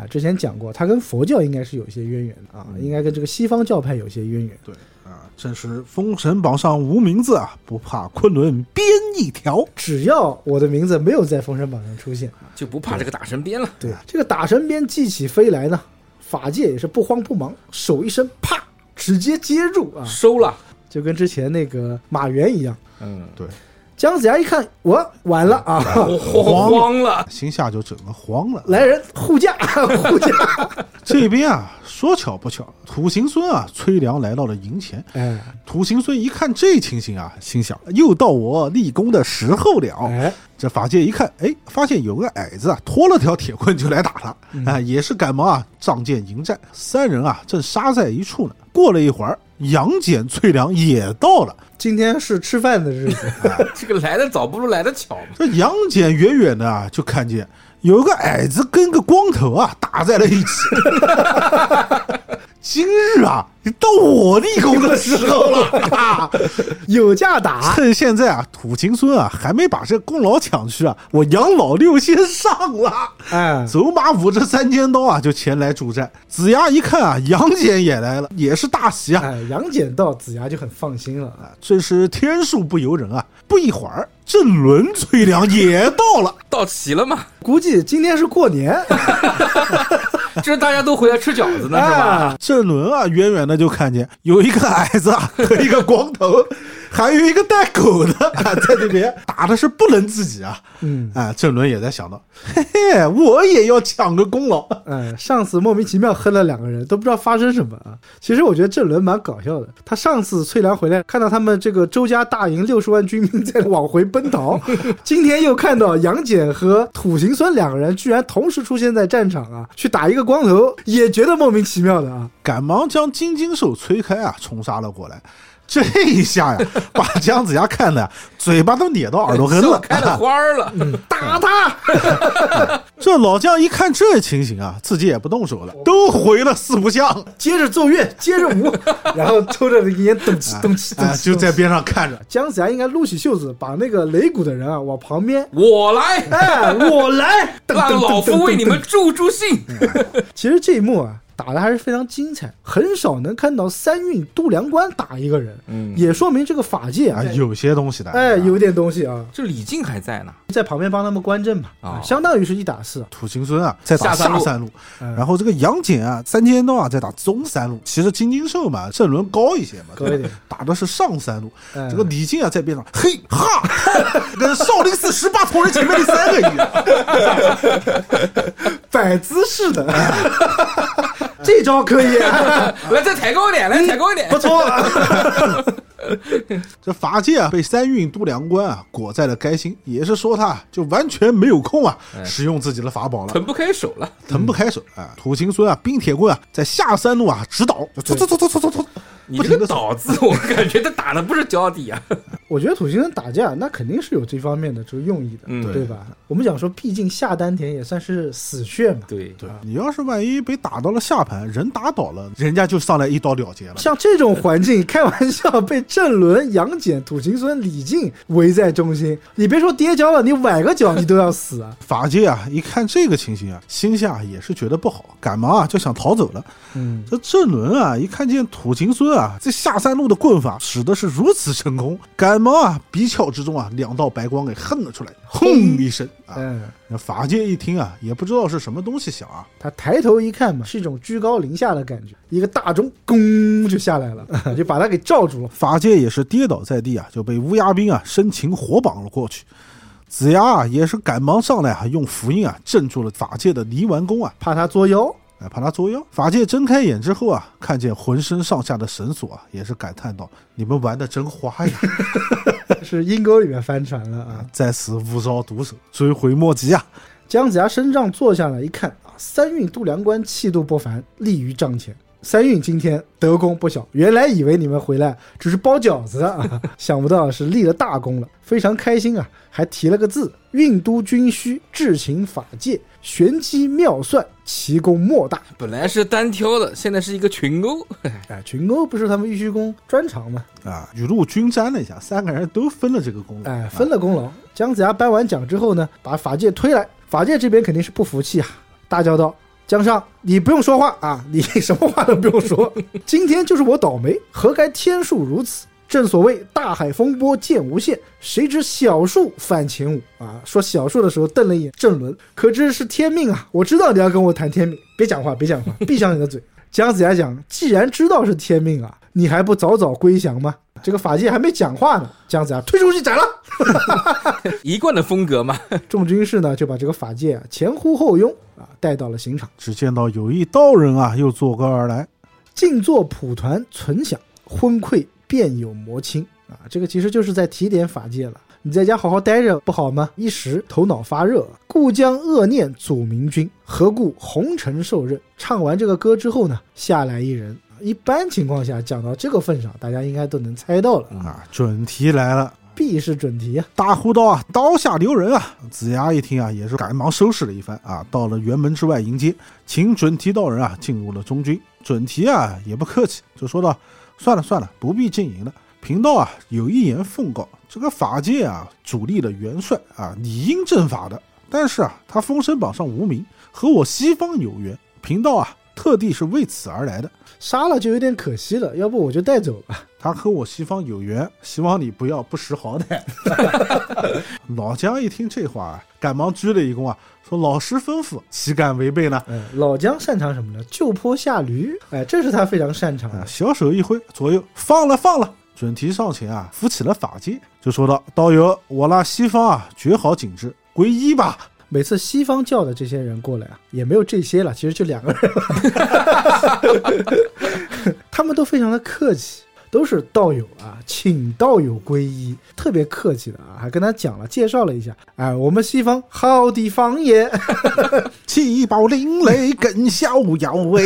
啊，之前讲过，他跟佛教应该是有一些渊源的啊，应该跟这个西方教派有一些渊源。
对啊，正是封神榜上无名字啊，不怕昆仑鞭一条。
只要我的名字没有在封神榜上出现，
就不怕这个打神鞭了。
对，这个打神鞭祭起飞来呢，法界也是不慌不忙，手一伸，啪，直接接住啊，
收了，
就跟之前那个马援一样。
嗯，
对，
姜子牙一看，我完了啊，
我慌
慌
慌了，
心下就整个慌了。
来人护驾，护驾！
这边啊，说巧不巧，土行孙啊，崔良来到了营前。
哎
土行孙一看这情形啊，心想又到我立功的时候了。
哎，
这法界一看，哎，发现有个矮子啊，拖了条铁棍就来打他，啊、也是赶忙啊，仗剑迎战。三人啊，正杀在一处呢。过了一会儿，杨戬、崔良也到了。
今天是吃饭的日子，
这个来的早不如来的巧嘛。
这杨戬远远的啊，就看见有个矮子跟个光头啊打在了一起。 今日啊，你到我立功的时候了啊！
有架 打，
趁现在啊，土行孙啊还没把这功劳抢去啊，我杨老六先上了。
哎，
走马舞这三尖刀啊，就前来助战。子牙一看啊，杨戬也来了，也是大喜啊，
哎，杨戬到子牙就很放心了啊。
真是天数不由人啊！不一会儿，正伦崔良也到了，
到齐了嘛，
估计今天是过 年，
就是大家都回来吃饺子呢，是吧？
啊，
正伦啊，远远的就看见有一个 矮子啊和一个光头，还有一个带狗的 啊，在那边打的是不能自己啊。
嗯，
啊，正伦也在想到，嘿嘿，我也要抢个功劳。
哎，上次莫名其妙黑了两个人，都不知道发生什么啊。其实我觉得这轮蛮搞笑的。他上次崔良回来，看到他们这个周家大营六十万军民 在往回奔逃，今天又看到杨戬和土行孙两个人居然同时出现在战场啊，去打一个光头，也觉得莫名其妙的啊。
赶忙将金睛兽推开啊，冲杀了过来。这一 下呀，把姜子牙看的呀嘴巴都咧到耳朵根
笑
了。啊
开了花儿了，
打他！
这老将一看这情形啊，自己也不动手了，都回了四不像，
接着奏乐，接着舞， 然后抽着烟，咚哧咚哧
哎
咚
啊，
哧，
就在边上看着。
姜子牙应该撸起袖子，把那个擂鼓的人啊往 旁边，
我来，
哎，我来，噔
让老夫为你。
噔噔噔噔
们
噔
助助兴。
其实这一幕啊，打的还是非常精彩，很少能看到三运度量关打一个人，
嗯
也说明这个法界啊
啊，，有些东西的，
哎，
啊
有点东西啊，
这李靖还在呢，
在旁边帮他们观阵嘛，啊
哦
相当于是一打四。
土行孙啊，在打
下三
下
路
三路，
嗯
然后这个杨戬啊，三尖刀啊，在打中三路。其实金睛兽嘛，阵轮高一些嘛，
高一点
打的是上三路。
嗯
这个李靖啊，在边上嘿哈， 跟少林寺十八铜人前面的三个一样。 哎
摆姿势的，
哎
这招可以、啊
来再抬高一点，来抬高一点
嗯不。错、
这法界啊，被三运度量官啊裹在了该心，也是说他就完全没有空啊，
哎
使用自己的法宝了，
腾不开手了，
腾不开手啊。土行孙啊，冰铁棍啊，在下三路啊指导，突突突突突突突，
你
不
这
停
个
的
倒字， 我感觉他打的不是脚底啊，
我觉得土行孙打架那肯定是有这方面的这个用意的，
嗯
对吧？我们讲说，毕竟下丹田也算是死穴嘛。
对，
你要是万一被打到了下盘，人打倒了，人家就上来一刀了结了。
像这种环境，开玩笑被郑伦、杨戬、土行孙、李靖围在中心，你别说跌跤了，你崴个脚你都要死啊！
法界啊，一看这个情形啊，心下也是觉得不好，赶忙啊就想逃走了。
嗯，
这郑伦啊，一看见土行孙啊，这下三路的棍法使的是如此成功，赶忙啊鼻窍之中啊两道白光给恨了出来，轰一声啊！
嗯，
那法界一听啊，也不知道是什么东西响啊，
他抬头一看嘛，是一种居高临下的感觉，一个大钟咣就下来了，就把他给罩住了。
法界也是跌倒在地啊，就被乌鸦兵啊生擒活绑了过去。子牙啊也是赶忙上来啊，用符印啊镇住了法界的泥丸功啊，
怕他作妖，
哎，怕他作妖。法界睁开眼之后啊，看见浑身上下的绳索啊，也是感叹道：“你们玩的真花呀！
是阴沟里面翻船了啊！
在此勿招毒手，追悔莫及啊
姜子牙伸杖坐下来一看啊，三运度量官气度不凡，立于帐前。三运今天德功不小，原来以为你们回来只是包饺子的啊， 想不到是立了大功了，非常开心啊，还提了个字：运都军需，智勤法界，玄机妙算，奇功莫大。
本来是单挑的，现在是一个群殴，
哎，群殴不是他们玉虚宫专长吗？！”
啊，雨露均沾了一下，三个人都分了这个功劳。啊
哎，分了功劳。姜子牙颁完奖之后呢，把法界推来，法界这边肯定是不服气啊，大叫道：“姜尚，你不用说话啊，你什么话都不用说，今天就是我倒霉，何该天数如此？正所谓大海风波见无限，谁知小树翻前舞啊！说小树的时候瞪了一眼郑伦，可知是天命啊！我知道你要跟我谈天命，别讲话，别讲话，闭上你的嘴。姜子牙讲，既然知道是天命啊，你还不早早归降吗？这个法界还没讲话呢，姜子牙推出去斩了。
一贯的风格嘛。
众军士呢就把这个法界啊前呼后拥啊带到了刑场，
只见到有一道人啊，又坐高而来，
静坐蒲团存享，昏聩便有魔亲啊，这个其实就是在提点法界了。你在家好好待着不好吗？一时头脑发热，啊故将恶念祖明君，何故红尘受任？唱完这个歌之后呢，下来一人。一般情况下，讲到这个份上，大家应该都能猜到了，
啊，准题来了。
必是准题啊！
大呼道啊，刀下留人啊！子牙一听啊，也是赶忙收拾了一番啊，到了辕门之外迎接，请准提道人啊进入了中军。准提啊也不客气，就说道：“算了算了，不必进营了。贫道啊有一言奉告，这个法界啊主力的元帅啊理应正法的，但是啊他封神榜上无名，和我西方有缘，贫道啊特地是为此而来的。
杀了就有点可惜了，要不我就带走吧。
他和我西方有缘，希望你不要不识好歹。 老姜一听这话，赶忙鞠了一躬啊，说：“老师吩咐，岂敢违背呢
哎，老姜擅长什么呢？就坡下驴，哎，这是他非常擅长？”
啊，
的。
小手一挥，左右放了放了。准提上前啊，扶起了法界，就说道：“道友，我那西方啊，绝好景致，皈依吧。
每次西方教的这些人过来啊，也没有这些了，其实就两个人，他们都非常的客气。都是道友啊，请道友皈依，特别客气的啊，还跟他讲了，介绍了一下，哎，我们西方好地方也，
七宝林雷更逍遥喂。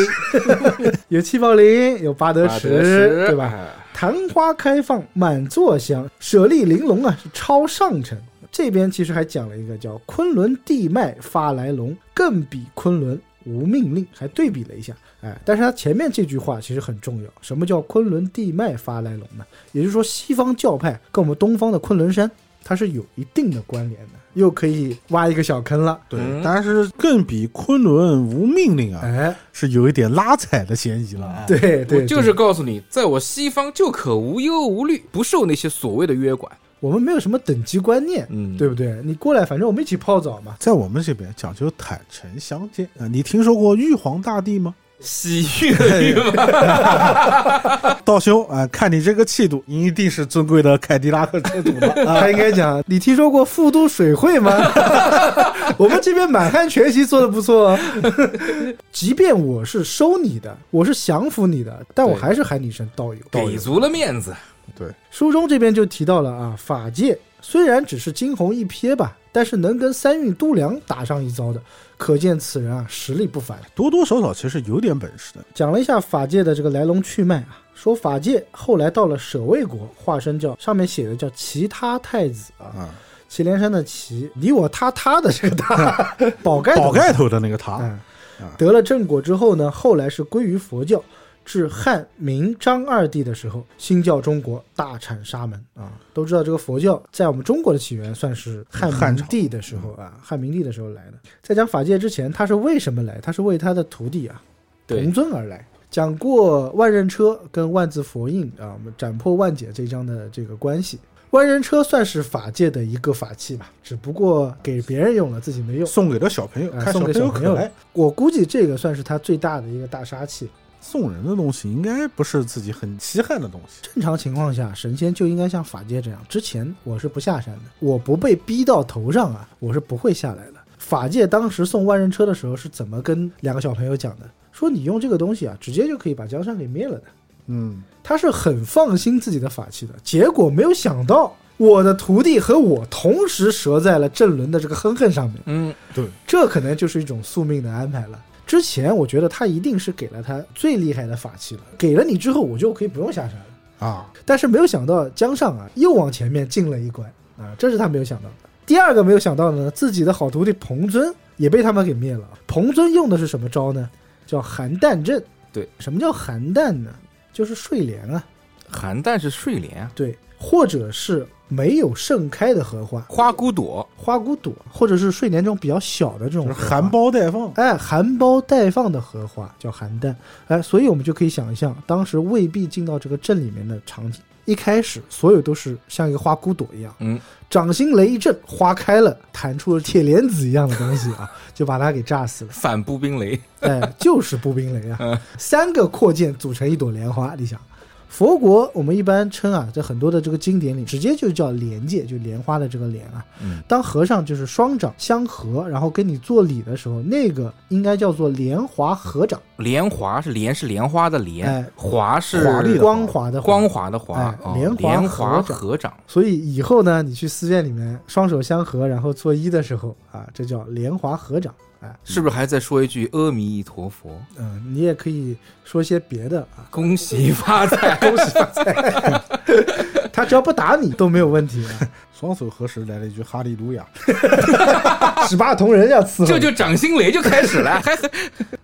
有七宝林，有八德池，
八德池哎
对吧？昙花开放满座香，舍利玲珑啊是超上乘。这边其实还讲了一个叫昆仑地脉发来龙，更比昆仑无命令，还对比了一下。哎，但是他前面这句话其实很重要，什么叫昆仑地脉发来龙呢？也就是说，西方教派跟我们东方的昆仑山它是有一定的关联的，又可以挖一个小坑了。
嗯
对，但是更比昆仑无命令啊，
哎，
是有一点拉踩的嫌疑了啊。
对对
我
对，
就是告诉你，在我西方就可无忧无虑，不受那些所谓的约管。
我们没有什么等级观念，
嗯
对不对？你过来，反正我们一起泡澡嘛。
在我们这边讲究坦诚相见啊、你听说过玉皇大帝吗？
喜剧的欲 望，
道兄啊、看你这个气度，你一定是尊贵的凯迪拉克车主了。
他应该讲，你听说过复都水会吗？我们这边满汉全席做的不错、哦。即便我是收你的，我是降服你的，但我还是喊你一声道友。
给足了面子，
书中这边就提到了啊，法界虽然只是惊鸿一瞥吧，但是能跟三运都梁打上一招的，可见此人啊实力不凡。
多多少少其实有点本事的，
讲了一下法界的这个来龙去脉啊，说法界后来到了舍卫国，化身叫上面写的叫其他太子啊，祁连山的祁，你我他他的这个他，宝盖头
宝盖头的那个他，
嗯，得了正果之后呢，后来是归于佛教，至汉明张二帝的时候，新教中国大产沙门啊。都知道这个佛教在我们中国的起源算是汉
汉
明
朝
帝的时候啊，汉明帝的时候来的。在讲法界之前，他是为什么来？他是为他的徒弟啊，
对
童尊而来。讲过万仞车跟万字佛印啊，我们斩破万解这章的这个关系。万仞车算是法界的一个法器吧，只不过给别人用了，自己没用。
送给了小朋友，
啊
看
送给
朋
小
友
朋友
可
的
爱。。
我估计这个算是他最大的一个大杀器。
送人的东西应该不是自己很稀罕的东西。
正常情况下，神仙就应该像法界这样，之前我是不下山的，我不被逼到头上啊，我是不会下来的。法界当时送万人车的时候是怎么跟两个小朋友讲的？说你用这个东西啊，直接就可以把江山给灭了的。
嗯，
他是很放心自己的法器的。结果没有想到，我的徒弟和我同时折在了郑伦的这个哼哼上面。
嗯，
对，
这可能就是一种宿命的安排了。之前我觉得他一定是给了他最厉害的法器了，给了你之后，我就可以不用下山了。
啊，
但是没有想到江上啊又往前面进了一关啊，这是他没有想到的。第二个没有想到的呢，自己的好徒弟彭尊也被他们给灭了。彭尊用的是什么招呢？叫邯郸阵。
对，
什么叫邯郸呢？就是睡莲啊，
邯郸是睡莲啊，
对，或者是没有盛开的荷花，
花骨朵，
花骨朵，或者是睡莲这种比较小的这种
就是
荷花
含苞待放。
哎，含苞待放的荷花叫含苞，哎，所以我们就可以想象，当时未必进到这个镇里面的场景。一开始，所有都是像一个花骨朵一样，
嗯，
掌心雷一震，花开了，弹出了铁莲子一样的东西啊， 就把它给炸死了。
反步兵雷，
哎，就是步兵雷啊，三个扩建组成一朵莲花，你想，佛国我们一般称啊，在很多的这个经典里，直接就叫莲界，就莲花的这个莲啊。当和尚就是双掌相合，然后跟你做礼的时候，那个应该叫做莲华合掌，
莲华是莲是莲花的莲
哎，
华是
华丽的
光滑的
光。滑的华
哎，
哦
莲华
莲华
合掌
合掌。
所以以后呢，你去寺院里面双手相合，然后作揖的时候啊，这叫莲华合掌。哎，
是不是还在说一句阿弥陀佛？
嗯、你也可以说些别的啊，
恭喜发 财！
恭喜发财。 他只要不打你都没有问题、啊，
双手合十来了一句哈利路亚，
十八铜人要伺候。
这就掌心雷就开始 了，还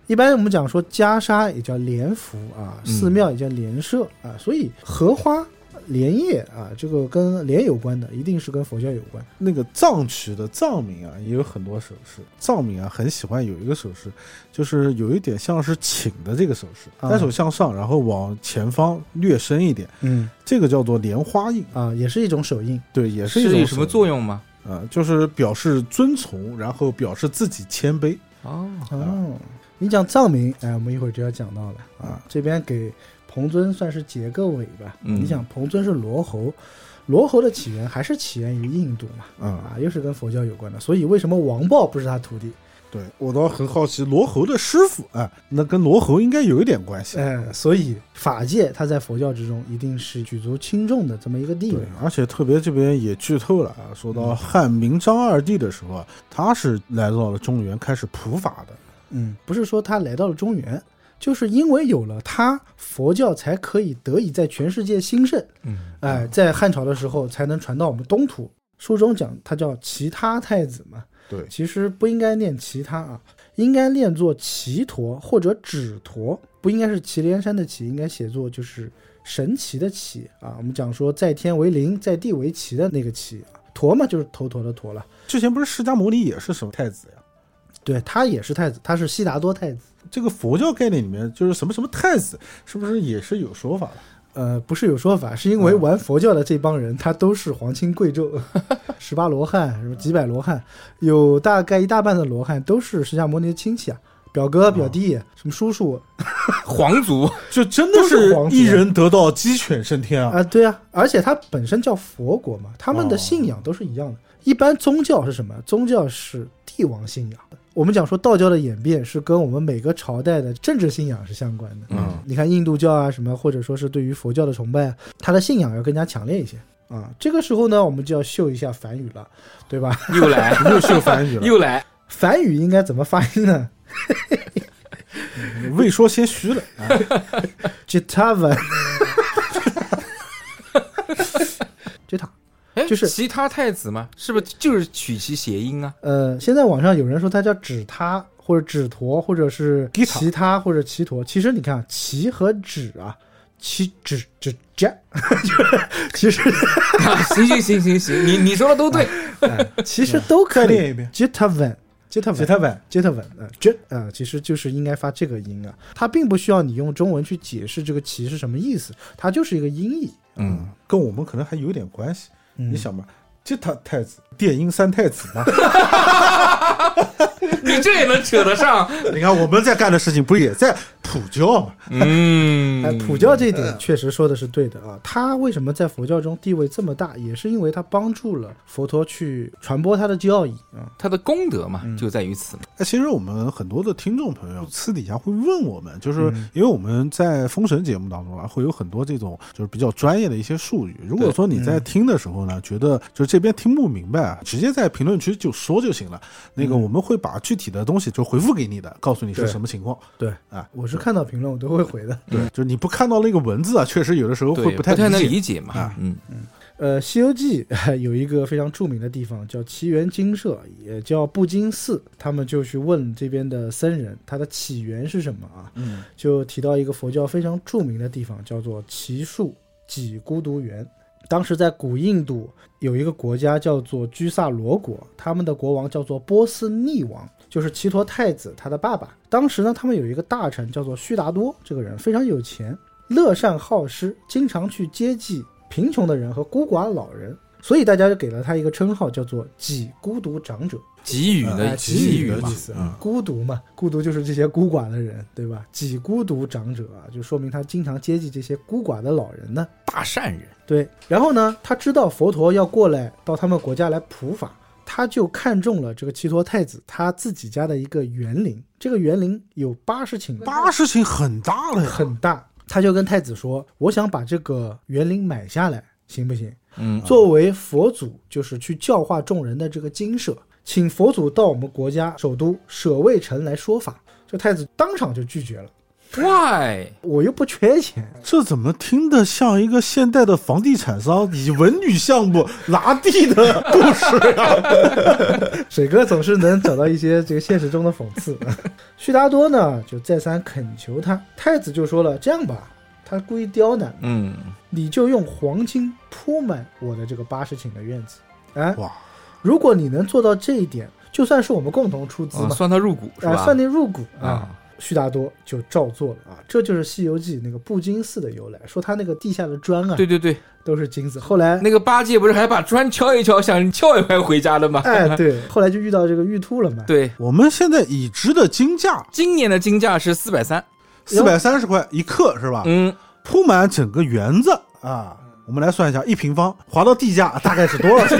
一般我们讲说袈裟也叫莲服啊，
嗯
寺庙也叫莲社啊，所以荷花、莲叶啊，这个跟莲有关的，一定是跟佛教有关。
那个藏区的藏民啊，也有很多首饰。藏民啊，很喜欢有一个首饰，就是有一点像是请的这个手势，
啊
单手向上，然后往前方略伸一点，
嗯，
这个叫做莲花印。
啊，也是一种手印。
对，也
是
一种
有什么作用吗？
用啊、就是表示遵从，然后表示自己谦卑。
哦，
哦，你讲藏民，哎，我们一会儿就要讲到了啊
啊。
这边给彭尊算是结个尾吧。
嗯
你想彭尊是罗侯，罗侯的起源还是起源于印度嘛？
嗯
啊，又是跟佛教有关的。所以为什么王豹不是他徒弟？
对我倒很好奇，罗侯的师傅啊、那跟罗侯应该有一点关系。
哎，所以法界它在佛教之中一定是举足轻重的这么一个地
对啊
位。，
而且特别这边也剧透了啊，说到汉明章二帝的时候啊，他是来到了中原开始普法的。
嗯，不是说他来到了中原，就是因为有了他，佛教才可以得以在全世界兴盛。
嗯，
哎，在汉朝的时候才能传到我们东土。书中讲他叫其他太子嘛，
对
其实不应该念其他啊，应该念作奇陀或者指陀，不应该是祁连山的祁，应该写作就是神奇的奇啊。我们讲说在天为灵，在地为奇的那个奇啊，陀嘛就是头陀的陀了。
之前不是释迦牟尼也是什么太子呀？
对他也是太子，他是悉达多太子。
这个佛教概念里面，就是什么什么太子，是不是也是有说法的？
呃，不是有说法，是因为玩佛教的这帮人，他都是皇亲贵胄， 十八罗汉，什么几百罗汉，有大概一大半的罗汉都是释迦牟尼的亲戚啊，表哥、表弟，什么叔叔
皇族
就真的
都是
是
皇族
一人得道，鸡犬升天
啊、
啊！
对啊，而且他本身叫佛国嘛，他们的
哦
信仰都是一样的。一般宗教是什么？宗教是帝王信仰。我们讲说道教的演变是跟我们每个朝代的政治信仰是相关的。
嗯，
你看印度教啊，什么或者说是对于佛教的崇拜，啊它的信仰要更加强烈一些啊。这个时候呢，我们就要秀一下梵语了，对吧？
又来
又秀梵语了，
又来，
梵语应该怎么发音呢
未说先虚了。啊
j i t a v a n j i t a
哎，
就是
其他太子嘛，是不是就是取其谐音啊？
呃，现在网上有人说它叫指他或者指陀，或者是
Gita
其他或者其陀。其实你看，其和指啊，其指指甲， 其实
啊行行行行行，你你说的都对，
其实都可
再
以
念一遍
j i t a v a n j i t a v a n
吉他版
接特文啊，这啊，其实就是应该发这个音啊，它并不需要你用中文去解释这个“旗”是什么意思，它就是一个音译。
嗯，
跟我们可能还有点关系。
嗯
你想嘛，吉他太子、电音三太子嘛，
你这也能扯得上？
你看我们在干的事情，不是也在普教嘛？
嗯
哎，普教这一点确实说的是对的啊。他为什么在佛教中地位这么大，也是因为他帮助了佛陀去传播他的教义啊。
他的功德嘛，就在于此嘛。
哎，其实我们很多的听众朋友私底下会问我们，就是因为我们在封神节目当中啊，会有很多这种就是比较专业的一些术语。如果说你在听的时候呢，觉得就是这边听不明白啊，直接在评论区就说就行了。那个我们会把具体的东西就回复给你的，告诉你是
对
什么情况。
对
啊，
我
嗯
是看到评论我都会回的。
对，就是你不看到那个文字啊，确实有的时候
对，
会
不
太
能
理解。
理解嘛
啊。
嗯，
呃，《西游记》 有一个非常著名的地方叫奇缘精舍，也叫布金寺。他们就去问这边的僧人，它的起源是什么啊？
嗯，
就提到一个佛教非常著名的地方，叫做奇树几孤独园。当时在古印度有一个国家叫做居萨罗国，他们的国王叫做波斯匿王，就是奇陀太子他的爸爸。当时呢，他们有一个大臣叫做须达多，这个人非常有钱，乐善好施，经常去接济贫穷的人和孤寡老人。所以大家就给了他一个称号，叫做“己孤独长者
给予的
哎
给予
给予
嘛
的
的意思
嗯”，
孤独嘛，孤独就是这些孤寡的人，对吧？“己孤独长者”啊，就说明他经常接济这些孤寡的老人呢。
大善人，
对，然后呢，他知道佛陀要过来到他们国家来普法，他就看中了这个齐陀太子他自己家的一个园林，这个园林有八十顷，
八十顷很大了呀，
很大。他就跟太子说：“我想把这个园林买下来，行不行？
嗯，
作为佛祖，就是去教化众人的这个精舍，请佛祖到我们国家首都舍卫城来说法。”这太子当场就拒绝了。
why？
我又不缺钱，
这怎么听得像一个现代的房地产商以文旅项目拿地的故事啊？
水哥总是能找到一些这个现实中的讽刺。 须达多呢，就再三恳求他，太子就说了：“这样吧，他故意刁难，
嗯，
你就用黄金铺满我的这个八十顷的院子。哎，
哇，
如果你能做到这一点，就算是我们共同出资
啊
嘛，
算他入股是
啊，
吧？
算进入股啊。
啊，
须达多就照做了啊，这就是《西游记》那个布金寺的由来，说他那个地下的砖啊
对对对，
都是金子。后来
那个八戒不是还把砖敲一敲，想撬一块回家的吗？
哎，对，后来就遇到这个玉兔了嘛。
对，
我们现在已知的金价
今年的金价是四百三，
四百三十块一克是吧？
嗯，
铺满整个园子啊，我们来算一下，一平方划到地价大概是多少钱？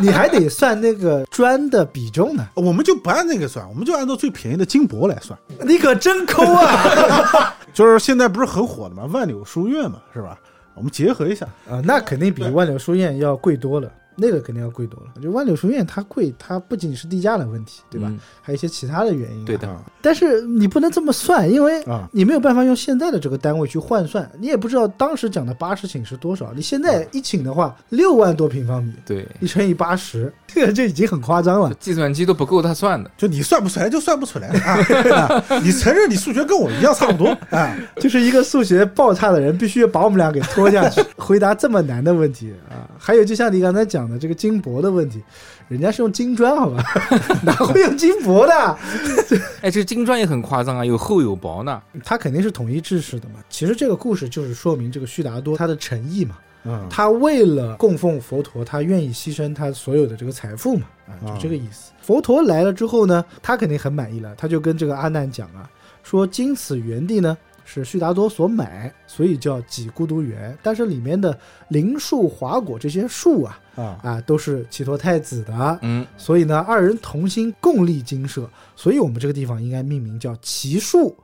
你还得算那个砖的比重呢。
我们就不按那个算，我们就按照最便宜的金箔来算。
你可真抠啊！
就是现在不是很火的嘛，万柳书院嘛，是吧？我们结合一下，
啊，那肯定比万柳书院要贵多了，那个肯定要贵多了。就万柳书院它贵，它不仅是地价的问题，对吧？
嗯
还有一些其他的原因、
对的。
啊
但是你不能这么算，因为
啊
你没有办法用现在的这个单位去换算，你也不知道当时讲的八十顷是多少。你现在一顷的话，六万多平方米，
对，
你乘以八十， 这个就已经很夸张了。
计算机都不够他算的。
就你算不出来就算不出来啊啊！你承认你数学跟我一样差不多啊？
就是一个数学爆差的人，必须把我们俩给拖下去， 回答这么难的问题啊！还有，就像你刚才讲的这个金箔的问题，人家是用金砖，好吧？ 哪会用金箔的？
哎，这金砖也很夸张啊，有厚有薄呢。
他肯定是统一制式的嘛。其实这个故事就是说明这个须达多他的诚意嘛，
嗯，
他为了供奉佛陀，他愿意牺牲他所有的这个财富嘛，啊，就这个意思。佛陀来了之后呢，他肯定很满意了，他就跟这个阿难讲啊，说今此园地呢是悉达多所买，所以叫几孤独园，但是里面的林树、华果这些树啊
啊，
啊都是其陀太子的，
嗯，
所以呢二人同心共立精舍，所以我们这个地方应该命名叫奇树。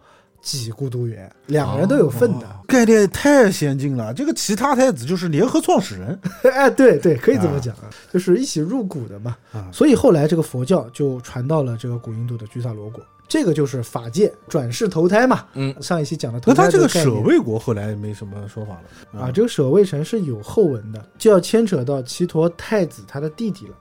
几孤独园，两个人都有份的，
概念太先进了。这个其他太子就是联合创始 人，
哎，对对，可以这么讲，啊、就是一起入股的嘛。
啊
所以后来这个佛教就传到了这个古印度的居萨罗国，这个就是法界转世投胎嘛。
嗯，
上一期讲的投
那
胎
他这个
概
舍
念
卫国后来也没什么说法了
啊，这个舍卫城是有后文的，就要牵扯到齐陀太子他的弟弟了。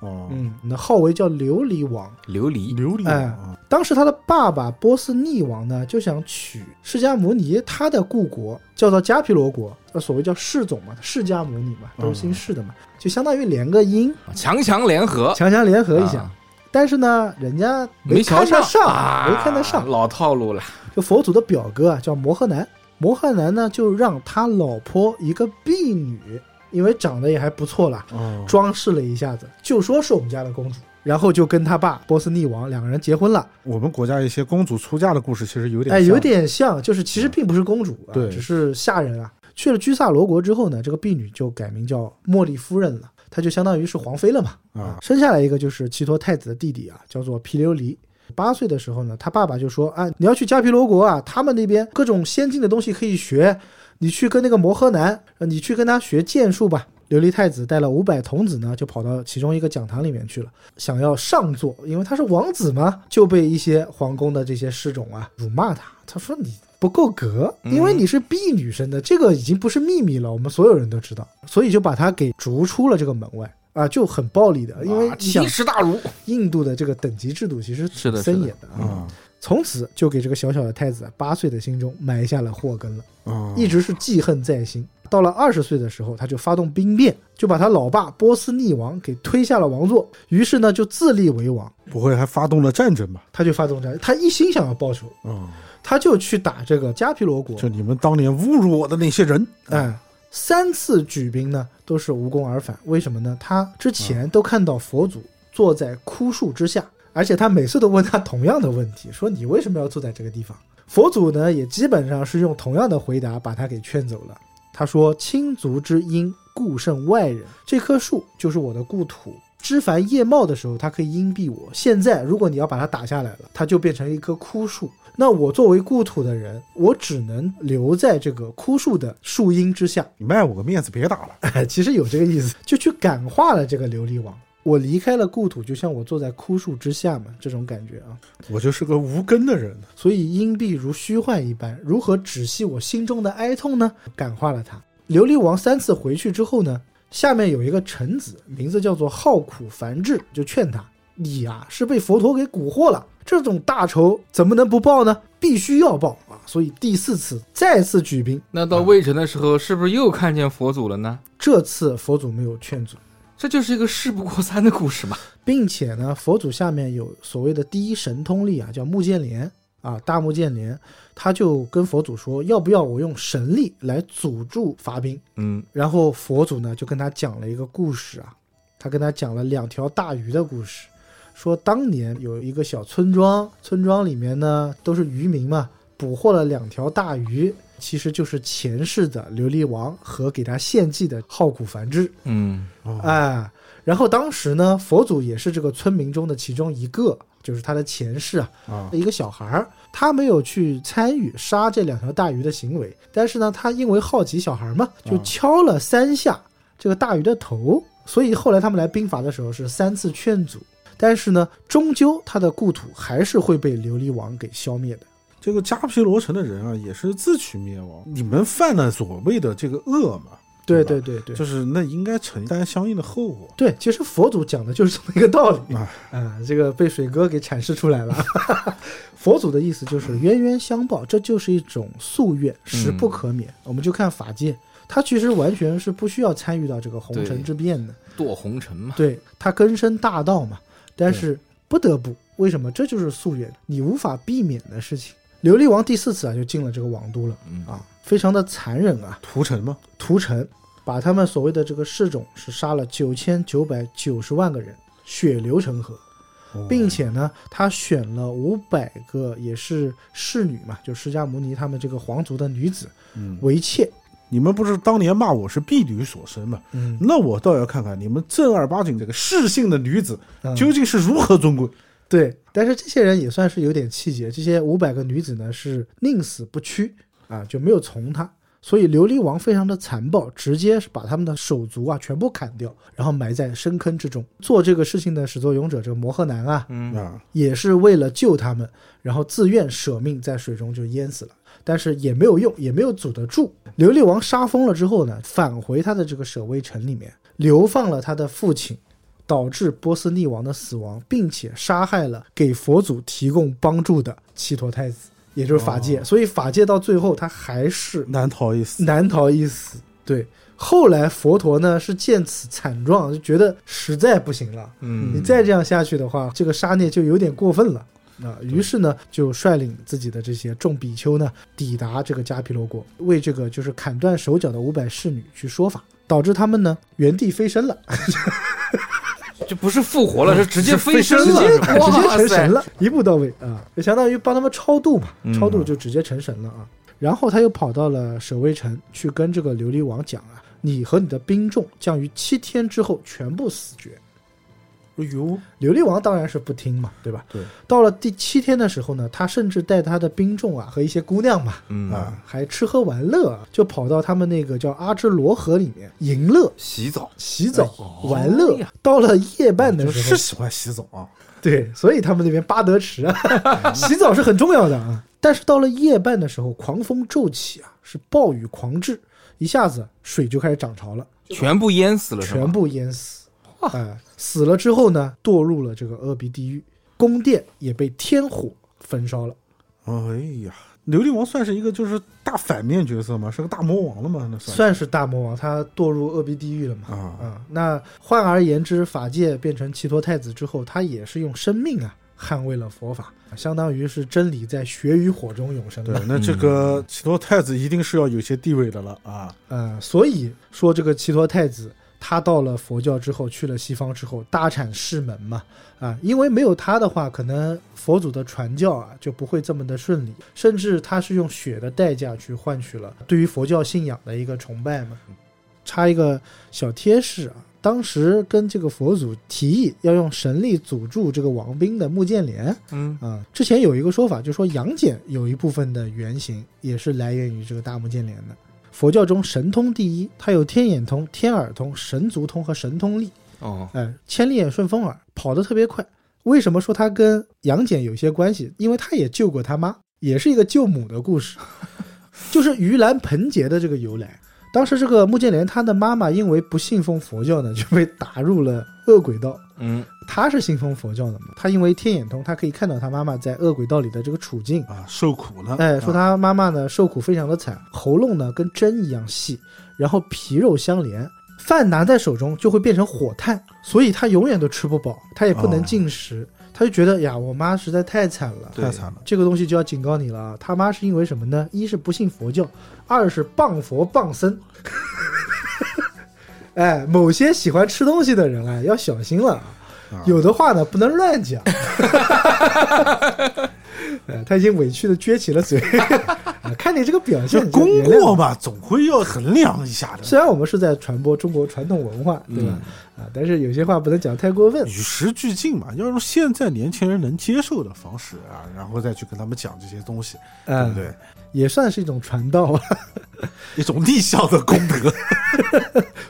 哦，
嗯，那号为叫琉璃王。
琉璃，
琉璃
哎
啊，
当时他的爸爸波斯匿王呢，就想娶释迦牟尼他的故国，叫做迦毗罗国，那所谓叫释种嘛，释迦牟尼嘛，都是姓释的嘛，就相当于连个音，
强强联合，
强强联合一下。
啊
但是呢，人家
没瞧
看得上，
啊
没看得上。
老套路了。
就佛祖的表哥啊，叫摩诃男，摩诃男呢就让他老婆一个婢女，因为长得也还不错啦，
哦
装饰了一下子，就说是我们家的公主，然后就跟他爸波斯匿王两个人结婚了。
我们国家一些公主出嫁的故事其实有点
哎，
像
有点像，就是其实并不是公主啊，
对
只是下人啊。去了居萨罗国之后呢，这个婢女就改名叫茉莉夫人了，她就相当于是皇妃了嘛。
啊，
生下来一个就是齐托太子的弟弟啊，叫做毗琉璃。八岁的时候呢，他爸爸就说啊，你要去迦毗罗国啊，他们那边各种先进的东西可以学，你去跟那个摩诃男，呃你去跟他学剑术吧。琉璃太子带了五百童子呢，就跑到其中一个讲堂里面去了，想要上座，因为他是王子嘛，就被一些皇宫的这些侍种啊辱骂他。他说你不够格，因为你是婢女生的，这个已经不是秘密了，我们所有人都知道，所以就把他给逐出了这个门外啊，就很暴力的，因为
啊
你想
奇耻大辱，
印度的这个等级制度其实
是的
挺森严的啊。
啊
从此就给这个小小的太子啊八岁的心中埋下了祸根了，
啊，
一直是记恨在心。到了二十岁的时候，他就发动兵变，就把他老爸波斯匿王给推下了王座，于是呢就自立为王。
不会还发动了战争吧？
他就发动战，他一心想要报仇，
啊，
他就去打这个迦毗罗国。
就你们当年侮辱我的那些人，
哎，三次举兵呢都是无功而返。为什么呢？他之前都看到佛祖坐在枯树之下，而且他每次都问他同样的问题，说你为什么要坐在这个地方？佛祖呢也基本上是用同样的回答把他给劝走了。他说：“亲族之因，故胜外人。这棵树就是我的故土。枝繁叶茂的时候，它可以荫蔽我。现在，如果你要把它打下来了，它就变成一棵枯树。那我作为故土的人，我只能留在这个枯树的树荫之下。
你卖我个面子，别打了。
哎，其实有这个意思，就去感化了这个琉璃王。我离开了故土，就像我坐在枯树之下嘛，这种感觉啊。
我就是个无根的人。
所以阴蔽如虚幻一般，如何止息我心中的哀痛呢？感化了他。琉璃王三次回去之后呢，下面有一个臣子，名字叫做好苦烦志，就劝他：“你啊，是被佛陀给蛊惑了，这种大仇怎么能不报呢？必须要报啊！”所以第四次再次举兵，
那到魏城的时候，是不是又看见佛祖了呢？
这次佛祖没有劝阻，
这就是一个事不过三的故事嘛。
并且呢，佛祖下面有所谓的第一神通力啊，叫木剑莲啊，大木剑莲，他就跟佛祖说，要不要我用神力来阻住伐兵？
嗯，
然后佛祖呢就跟他讲了一个故事啊，他跟他讲了两条大鱼的故事，说当年有一个小村庄，村庄里面呢都是渔民嘛，捕获了两条大鱼，其实就是前世的琉璃王和给他献祭的好古繁殖。
嗯，
哎，然后当时呢，佛祖也是这个村民中的其中一个，就是他的前世啊，
啊
一个小孩儿，他没有去参与杀这两条大鱼的行为，但是呢，他因为好奇小孩儿嘛，
啊
就敲了三下这个大鱼的头，所以后来他们来兵伐的时候是三次劝阻，但是呢，终究他的故土还是会被琉璃王给消灭的。
这个迦毗罗城的人啊，也是自取灭亡。你们犯了所谓的这个恶嘛，
对
对
对对对，
就是那应该承担相应的后果。
对，其实佛祖讲的就是这么一个道理
哎
啊、这个被水哥给阐释出来了。佛祖的意思就是冤冤相报，这就是一种夙愿，时不可免。我们就看法界，他其实完全是不需要参与到这个红尘之变的，
堕红尘嘛。
对他根深大道嘛。但是不得不，为什么？这就是夙愿，你无法避免的事情。琉璃王第四次啊，就进了这个王都了啊，非常的残忍啊。
屠城嘛，
屠城，把他们所谓的这个士种是杀了九千九百九十万个人，血流成河，并且呢，他选了五百个也是侍女嘛，就释迦牟尼他们这个皇族的女子为妾。
你们不是当年骂我是婢女所生嘛？
嗯
那我倒要看看你们正儿八经这个世姓的女子
嗯
究竟是如何尊贵。
对，但是这些人也算是有点气节，这些五百个女子呢是宁死不屈啊，就没有从他。所以琉璃王非常的残暴，直接是把他们的手足啊全部砍掉，然后埋在深坑之中。做这个事情的始作俑者这个摩诃男啊，
啊，
也是为了救他们，然后自愿舍命在水中就淹死了。但是也没有用，也没有阻得住。琉璃王杀疯了之后呢，返回他的这个舍卫城里面，流放了他的父亲，导致波斯匿王的死亡，并且杀害了给佛祖提供帮助的七陀太子，也就是法界。所以法界到最后他还是
难逃一死。
难逃一死。对，后来佛陀呢是见此惨状，就觉得实在不行了，嗯，你再这样下去的话，这个杀孽就有点过分了。啊，于是呢，就率领自己的这些众比丘呢，抵达这个迦毗罗国，为这个就是砍断手脚的五百侍女去说法，导致他们呢原地飞升了，
这不是复
嗯
活了，是直接飞升
直
了，
接
是吧
哎直接
哇塞
成神！了，一步到位啊，就相当于帮他们超度嘛，
嗯
超度就直接成神了啊。然后他又跑到了舍卫城去跟这个琉璃王讲啊，你和你的兵众将于七天之后全部死绝。
哎呦，
琉璃王当然是不听嘛，对吧？
对。
到了第七天的时候呢，他甚至带他的兵众啊和一些姑娘嘛，
嗯
啊，
还吃喝玩乐啊，就跑到他们那个叫阿芝罗河里面淫乐、
洗澡。
洗澡、玩乐。
哎
到了夜半的
哎哦就
时
是
候，
喜欢洗澡啊。
对，所以他们那边巴德池 啊，洗澡是很重要的啊。但是到了夜半的时候，狂风骤起啊，是暴雨狂至，一下子水就开始涨潮了。
全部淹死了是吧
全？部淹死。啊、死了之后呢，堕入了这个阿鼻地狱，宫殿也被天火焚烧了。
哎呀，琉璃王算是一个就是大反面角色嘛，是个大魔王了嘛，那算是
算是大魔王，他堕入恶鼻地狱了嘛？
啊
那换而言之，法界变成齐陀太子之后，他也是用生命啊捍卫了佛法，相当于是真理在血与火中永生
对
了。，
那这个齐头太子一定是要有些地位的了啊。
嗯，所以说这个齐陀太子他到了佛教之后，去了西方之后，大阐释门嘛，啊，因为没有他的话，可能佛祖的传教啊就不会这么的顺利，甚至他是用血的代价去换取了对于佛教信仰的一个崇拜嘛。插一个小贴士啊，当时跟这个佛祖提议要用神力阻住这个王兵的穆建连，
嗯，
啊，之前有一个说法，就说杨戬有一部分的原型也是来源于这个大目犍连的。佛教中神通第一，它有天眼通、天耳通、神足通和神通力。
哦，
哎，千里眼顺风耳，跑得特别快。为什么说他跟杨戬有些关系？因为他也救过他妈，也是一个救母的故事，就是盂兰盆节的这个由来。当时这个穆建连他的妈妈因为不信奉佛教呢，就被打入了恶鬼道。
嗯，
他是信奉佛教的嘛，他因为天眼通，他可以看到他妈妈在恶鬼道里的这个处境。
啊，受苦了。
哎，说
啊
他妈妈呢受苦非常的惨，喉咙呢跟针一样细，然后皮肉相连，饭拿在手中就会变成火炭，所以他永远都吃不饱，他也不能
哦
进食，他就觉得哎呀，我妈实在太惨了。
太惨了，
这个东西就要警告你了啊！他妈是因为什么呢？一是不信佛教，二是谤佛谤僧。 哎，某些喜欢吃东西的人啊，要小心了啊。有的话呢，不能乱讲。 哎，他已经委屈的撅起了嘴、 啊看你这个表
这
现，你就
功
原谅
过
我
嘛，总会要衡量一下的，
虽然我们是在传播中国传统文化，对吧？
嗯
啊，但是有些话不能讲太过分
与。时俱进嘛，要用现在年轻人能接受的方式啊，然后再去跟他们讲这些东西，对不
嗯，
对？
也算是一种传道啊。
一种逆向的功德。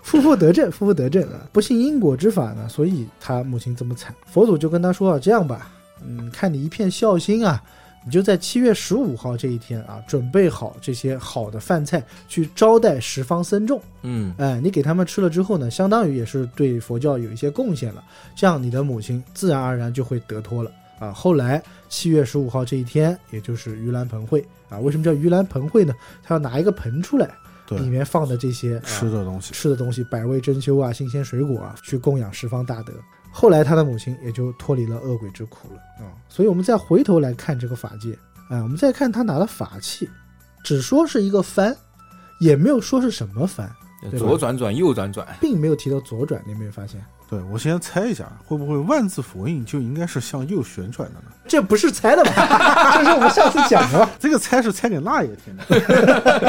夫妇得正，夫妇得正啊！不信因果之法呢，所以他母亲这么惨。佛祖就跟他说啊，这样吧，嗯，看你一片孝心啊，你就在七月十五号这一天啊，准备好这些好的饭菜去招待十方僧众。
嗯，
哎，你给他们吃了之后呢，相当于也是对佛教有一些贡献了，这样你的母亲自然而然就会得脱了啊。后来七月十五号这一天，也就是盂兰盆会啊，为什么叫盂兰盆会呢？他要拿一个盆出来，
对
里面放的这些、啊
吃的东西，
吃的东西，百味珍馐啊，新鲜水果啊，去供养十方大德。后来他的母亲也就脱离了恶鬼之苦了啊、所以我们再回头来看这个法界，啊、我们再看他拿的法器，只说是一个幡，也没有说是什么幡，对吧
左转转，右转转，
并没有提到左转，你有没有发现？
对我先猜一下，会不会万字佛印就应该是向右旋转的呢？
这不是猜的吧？ 这是我们上次讲的吧。
这个猜是猜给辣爷听的，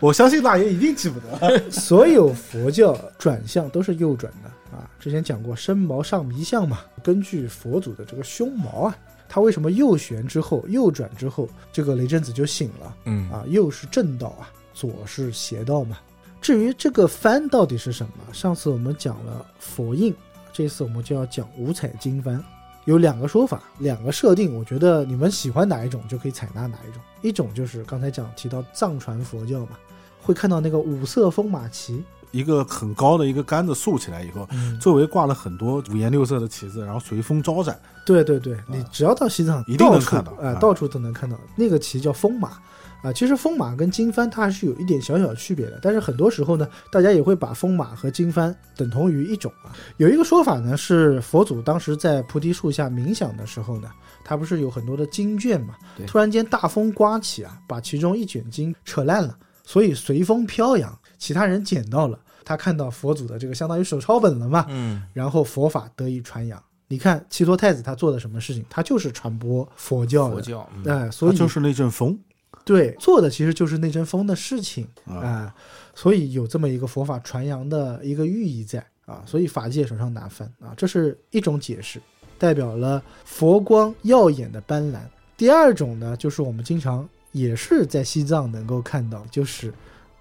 我相信辣爷一定记不得。
所有佛教转向都是右转的啊。之前讲过身毛上迷相嘛，根据佛祖的这个胸毛啊，他为什么右旋之后、右转之后，这个雷震子就醒了？
嗯
啊，右是正道啊，左是邪道嘛。至于这个幡到底是什么，上次我们讲了佛印，这次我们就要讲五彩金幡。有两个说法，两个设定，我觉得你们喜欢哪一种就可以采纳哪一种。一种就是刚才讲提到藏传佛教嘛，会看到那个五色风马旗，
一个很高的一个杆子竖起来以后， 周围挂了很多五颜六色的旗子，然后随风招展。
对对对，你只要到西藏，
啊一定能
到处
看到
呃
啊
到处都能看到。那个旗叫风马，啊，其实风马跟经幡它还是有一点小小区别的，但是很多时候呢，大家也会把风马和经幡等同于一种啊。有一个说法呢，是佛祖当时在菩提树下冥想的时候呢，他不是有很多的经卷嘛，突然间大风刮起啊，把其中一卷经扯烂了，所以随风飘扬，其他人捡到了。他看到佛祖的这个相当于手抄本了嘛，
嗯，
然后佛法得以传扬。你看七陀太子他做的什么事情？他就是传播佛教的，
佛教，嗯
哎、所
它
以
就是那阵风，
对做的其实就是内真风的事情啊、所以有这么一个佛法传扬的一个寓意在啊，所以法界手上拿分啊，这是一种解释，代表了佛光耀眼的斑斓。第二种呢，就是我们经常也是在西藏能够看到，就是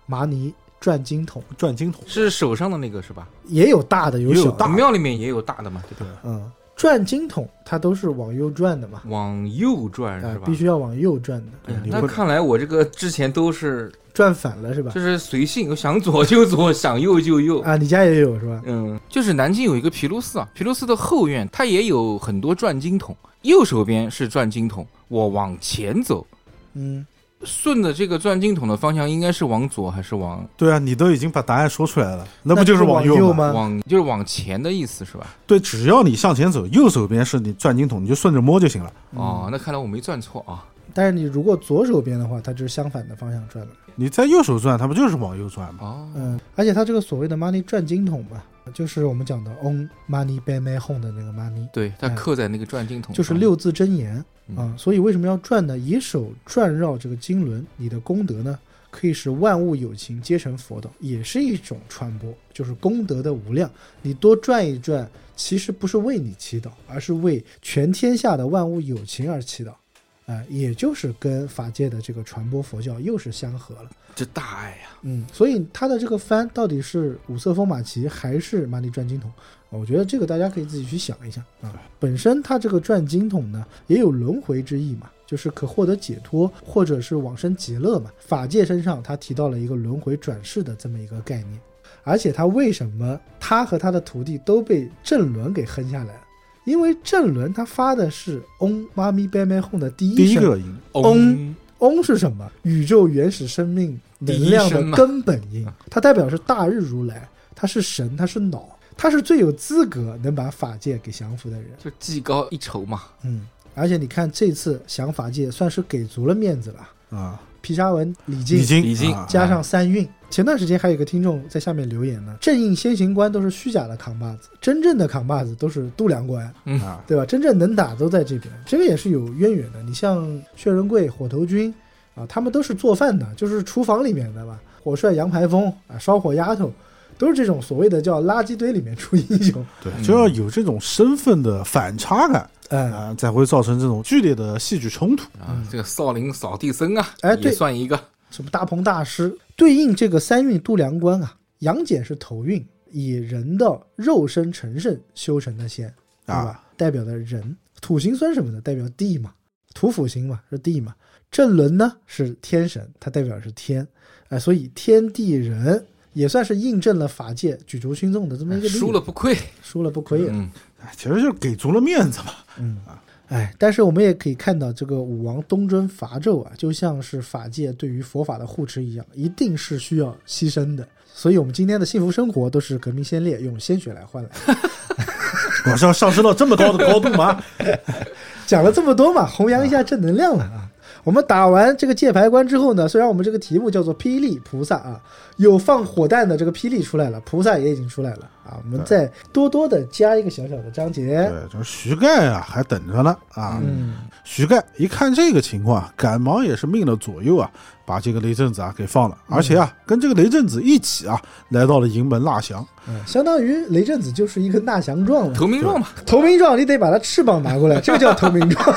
麻尼转经筒，
转经筒。
是手上的那个是吧？
也有大的有
也有
小的，
大的
庙里面也有大的嘛，对吧？
嗯，转经筒它都是往右转的嘛，
往右转嗯
啊、
是吧？
必须要往右转的，嗯
哎呀。
你
那
会
看来我这个之前都是
转反了是吧
就？是随性，想左就左， 想右就右。
啊，你家也有是吧？
嗯，就是南京有一个皮卢寺啊，皮卢寺的后院它也有很多转经筒，右手边是转经筒，我往前走，
嗯，
顺着这个钻经筒的方向，应该是往左还是往
对啊，你都已经把答案说出来了，那不
那
就是
是
往
往右
吗？
吗？
往就是往前的意思是吧？
对，只要你向前走，右手边是你转经筒，你就顺着摸就行了。
嗯
哦，那看来我没转错啊。
但是你如果左手边的话，它就是相反的方向转了。
哦
你在右手转，它不就是往右转吗？
哦，
嗯，而且它这个所谓的 money 转经筒吧，就是我们讲的 on money by my home 的那个 money，
对，它
哎
刻在那个转经筒上，
就是六字真言
嗯
啊、所以为什么要转呢？以手转绕这个经轮，你的功德呢，可以使万物有情皆成佛道，也是一种传播，就是功德的无量。你多转一转，其实不是为你祈祷，而是为全天下的万物有情而祈祷。啊、也就是跟法界的这个传播佛教又是相合了。
这大爱呀、
嗯，所以它的这个帆到底是五色风马旗还是马里转经筒？我觉得这个大家可以自己去想一下啊。本身它这个转经筒呢，也有轮回之意嘛，就是可获得解脱，或者是往生极乐嘛。法界身上它提到了一个轮回转世的这么一个概念，而且它为什么他和他的徒弟都被正轮给哼下来了？因为正轮他发的是 Om Mani p a m e Hum 的第
第
一
一
声。
个音，
嗡嗡是什么？宇宙原始生命能量的根本音，它代表是大日如来，它是神，它是脑，它是最有资格能把法界给降服的人。
就技高一筹嘛。
嗯，而且你看这次降法界算是给足了面子了，
啊，
毗沙文、李靖
已经
已经
啊
加上三运。前段时间还有一个听众在下面留言呢，正印先行官都是虚假的扛把子，真正的扛把子都是度量官。
啊，
对吧？真正能打都在这边，这个也是有渊源的。你像薛仁贵、火头军啊，他们都是做饭的，就是厨房里面的吧，火帅杨排风啊，烧火丫头，都是这种所谓的叫垃圾堆里面出英雄。
对，就要有这种身份的反差感
嗯，
啊，才会造成这种剧烈的戏剧冲突。
啊，这个少林扫地僧啊，
哎
也
对
算一个。
什么大鹏大师，对应这个三运度量官啊，杨戬是头运，以人的肉身成圣修成的仙，对吧？
啊
代表的人，土行孙什么的代表地嘛，土府行嘛是地嘛，正轮呢是天神，它代表的是天，哎、所以天地人也算是印证了法界举足轻重的这么一个例子，
哎输了不亏，
输了不亏啊。
嗯，
哎其实就是给足了面子嘛。
嗯，哎，但是我们也可以看到，这个武王东征伐纣啊，就像是法界对于佛法的护持一样，一定是需要牺牲的。所以，我们今天的幸福生活都是革命先烈用鲜血来换来 的。
我是要上升到这么高的高度吗？
讲了这么多嘛，弘扬一下正能量了啊！我们打完这个界牌关之后呢，虽然我们这个题目叫做“霹雳菩萨”啊，有放火弹的这个霹雳出来了，菩萨也已经出来了啊，我们再多多的加一个小小的章节。
对，就是徐盖啊，还等着呢啊。徐盖一看这个情况，赶忙也是命了左右啊，把这个雷震子啊给放了，而且啊，跟这个雷震子一起啊，来到了营门纳降。
嗯，相当于雷震子就是一个纳降状了，
投名状嘛。
投名状，你得把他翅膀拿过来，这个叫投名 状。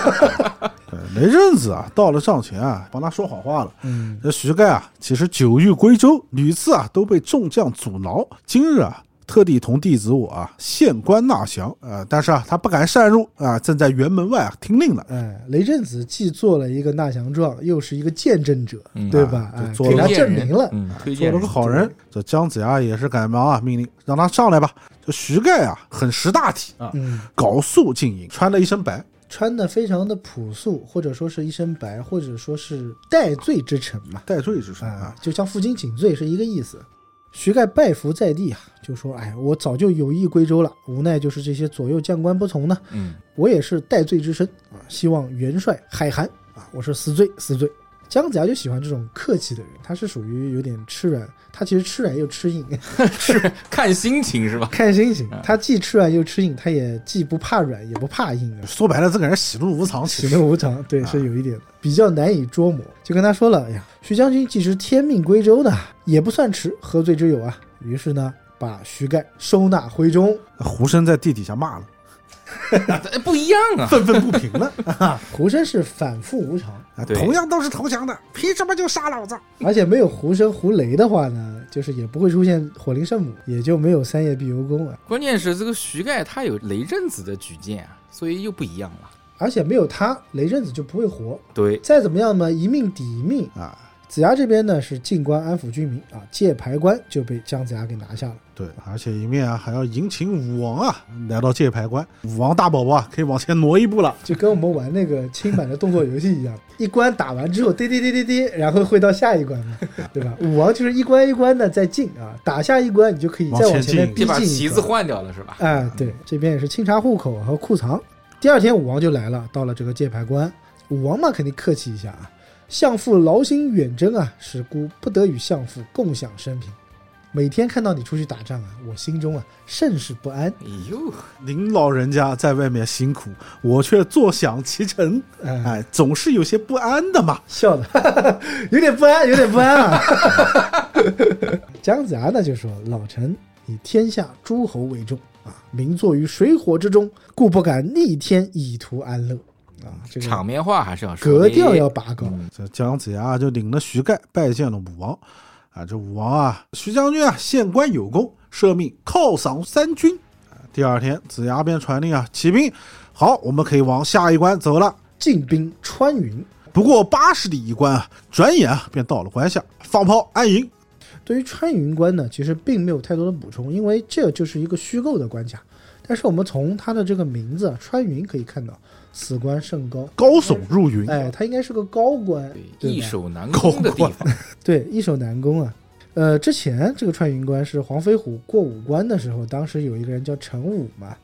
对，雷震子啊，到了帐前啊，帮他说好话了。
嗯，
这徐盖啊，其实久欲归州，屡次啊都被众将阻挠，今日啊。特地同弟子我啊县官纳降，呃，但是啊他不敢擅入啊、正在辕门外啊听令呢，
哎，雷震子既做了一个纳降状，又是一个见证者，对吧？
嗯啊就
哎，
做
给
了
他
个
证明了。
嗯，推
做
荐
了
人
个好人。这姜子牙也是赶忙啊命令让他上来吧。这徐盖啊很识大体啊，
嗯，
搞素进营，穿了一身白，
穿的非常的朴素，或者说是一身白，或者说是戴罪之臣嘛。
戴罪之身
啊
啊，，
就像负荆请罪是一个意思。徐盖拜伏在地啊，就说：“哎，我早就有意归州了，无奈就是这些左右将官不从呢。
嗯，
我也是戴罪之身啊，希望元帅海涵啊，我是死罪死罪。”姜子牙就喜欢这种客气的人，他是属于有点吃软，他其实吃软又吃硬，
看心情是吧？
看心情，他既吃软又吃硬，他也既不怕软也不怕硬啊。
说白了，这个人喜怒无常，
喜
其
怒
实
无常，对，是有一点的，比较难以捉摸。就跟他说了，哎呀，徐将军既是天命归州呢，也不算迟，何罪之有啊？于是呢，把徐盖收纳徽中，
胡生在地底下骂了，
哎不一样啊，
愤愤不平了。
胡生是反复无常，
啊
对
同样都是投降的，凭什么就杀老子？
而且没有胡生胡雷的话呢，就是也不会出现火灵圣母，也就没有三叶碧游宫啊。
关键是这个徐盖他有雷震子的举荐啊，所以又不一样了。
而且没有他，雷震子就不会活。
对，
再怎么样嘛，一命抵一命，
啊，
子牙这边呢是进关安抚军民啊，界牌关就被姜子牙给拿下了。
对，而且一面啊还要迎请武王啊来到界牌关，武王大宝宝啊可以往前挪一步了。
就跟我们玩那个轻版的动作游戏一样， 一关打完之后，滴滴滴滴滴，然后会到下一关嘛， 对吧？武王就是一关一关的在进啊，打下一关你就可以再往前面逼
这把
近
旗
一
子
关。
换掉了是吧？
哎，对，这边也是清查户口和库藏。第二天武王就来了，到了这个界牌关，武王嘛肯定客气一下啊。相父劳心远征啊，使孤不得与相父共享生平。每天看到你出去打仗啊，我心中啊甚是不安。
哎呦，
您老人家在外面辛苦，我却坐享其成，
哎，
哎，总是有些不安的嘛。
笑的， 有点不安，有点不安啊。 姜子牙呢就说：“老臣以天下诸侯为重啊，民坐于水火之中，故不敢逆天以图安乐啊。”这
场
个
面嗯话还是要说的
格调要拔高。
这姜子牙就领了徐盖拜见了武王，啊，这武王啊，徐将军啊，县官有功，赦命犒赏三军。啊第二天，子牙便传令啊，起兵，好，我们可以往下一关走了。
进兵川云，
不过八十里一关啊，转眼啊便到了关下，放炮安营。
对于穿云关呢，其实并没有太多的补充，因为这就是一个虚构的关卡。但是我们从它的这个名字啊“穿云”可以看到，此关甚高，
高耸入云，
哎，它应该是个高官，对吧
易守难攻的地 方，
对，易守难攻啊。呃，之前这个穿云关是黄飞虎过五关的时候，当时有一个人叫陈武嘛，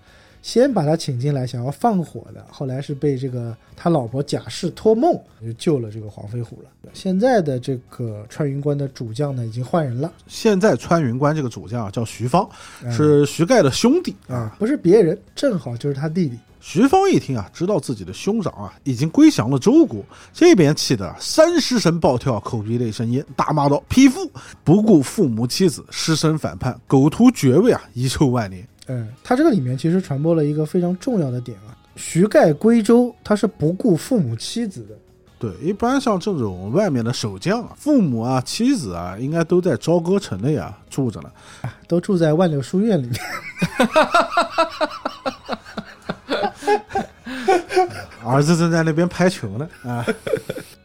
先把他请进来想要放火的，后来是被这个他老婆贾氏托梦就救了这个黄飞虎了。现在的这个穿云关的主将呢已经换人了，
现在穿云关这个主将啊叫徐芳，
嗯
是徐盖的兄弟
啊、不是别人，正好就是他弟弟。
徐芳一听啊，知道自己的兄长啊已经归降了周国，这边气得啊三尸神暴跳，口鼻泪生烟，大骂道：“匹夫！不顾父母妻子，失身反叛，狗图爵位啊，遗臭万年。
嗯，他这个里面其实传播了一个非常重要的点啊，徐盖归周，他是不顾父母妻子的。”
对，一般像这种外面的守将啊，父母啊、妻子啊，应该都在朝歌城内啊住着呢。
都住在万柳书院里面。
儿子正在那边拍球呢
嗯
啊，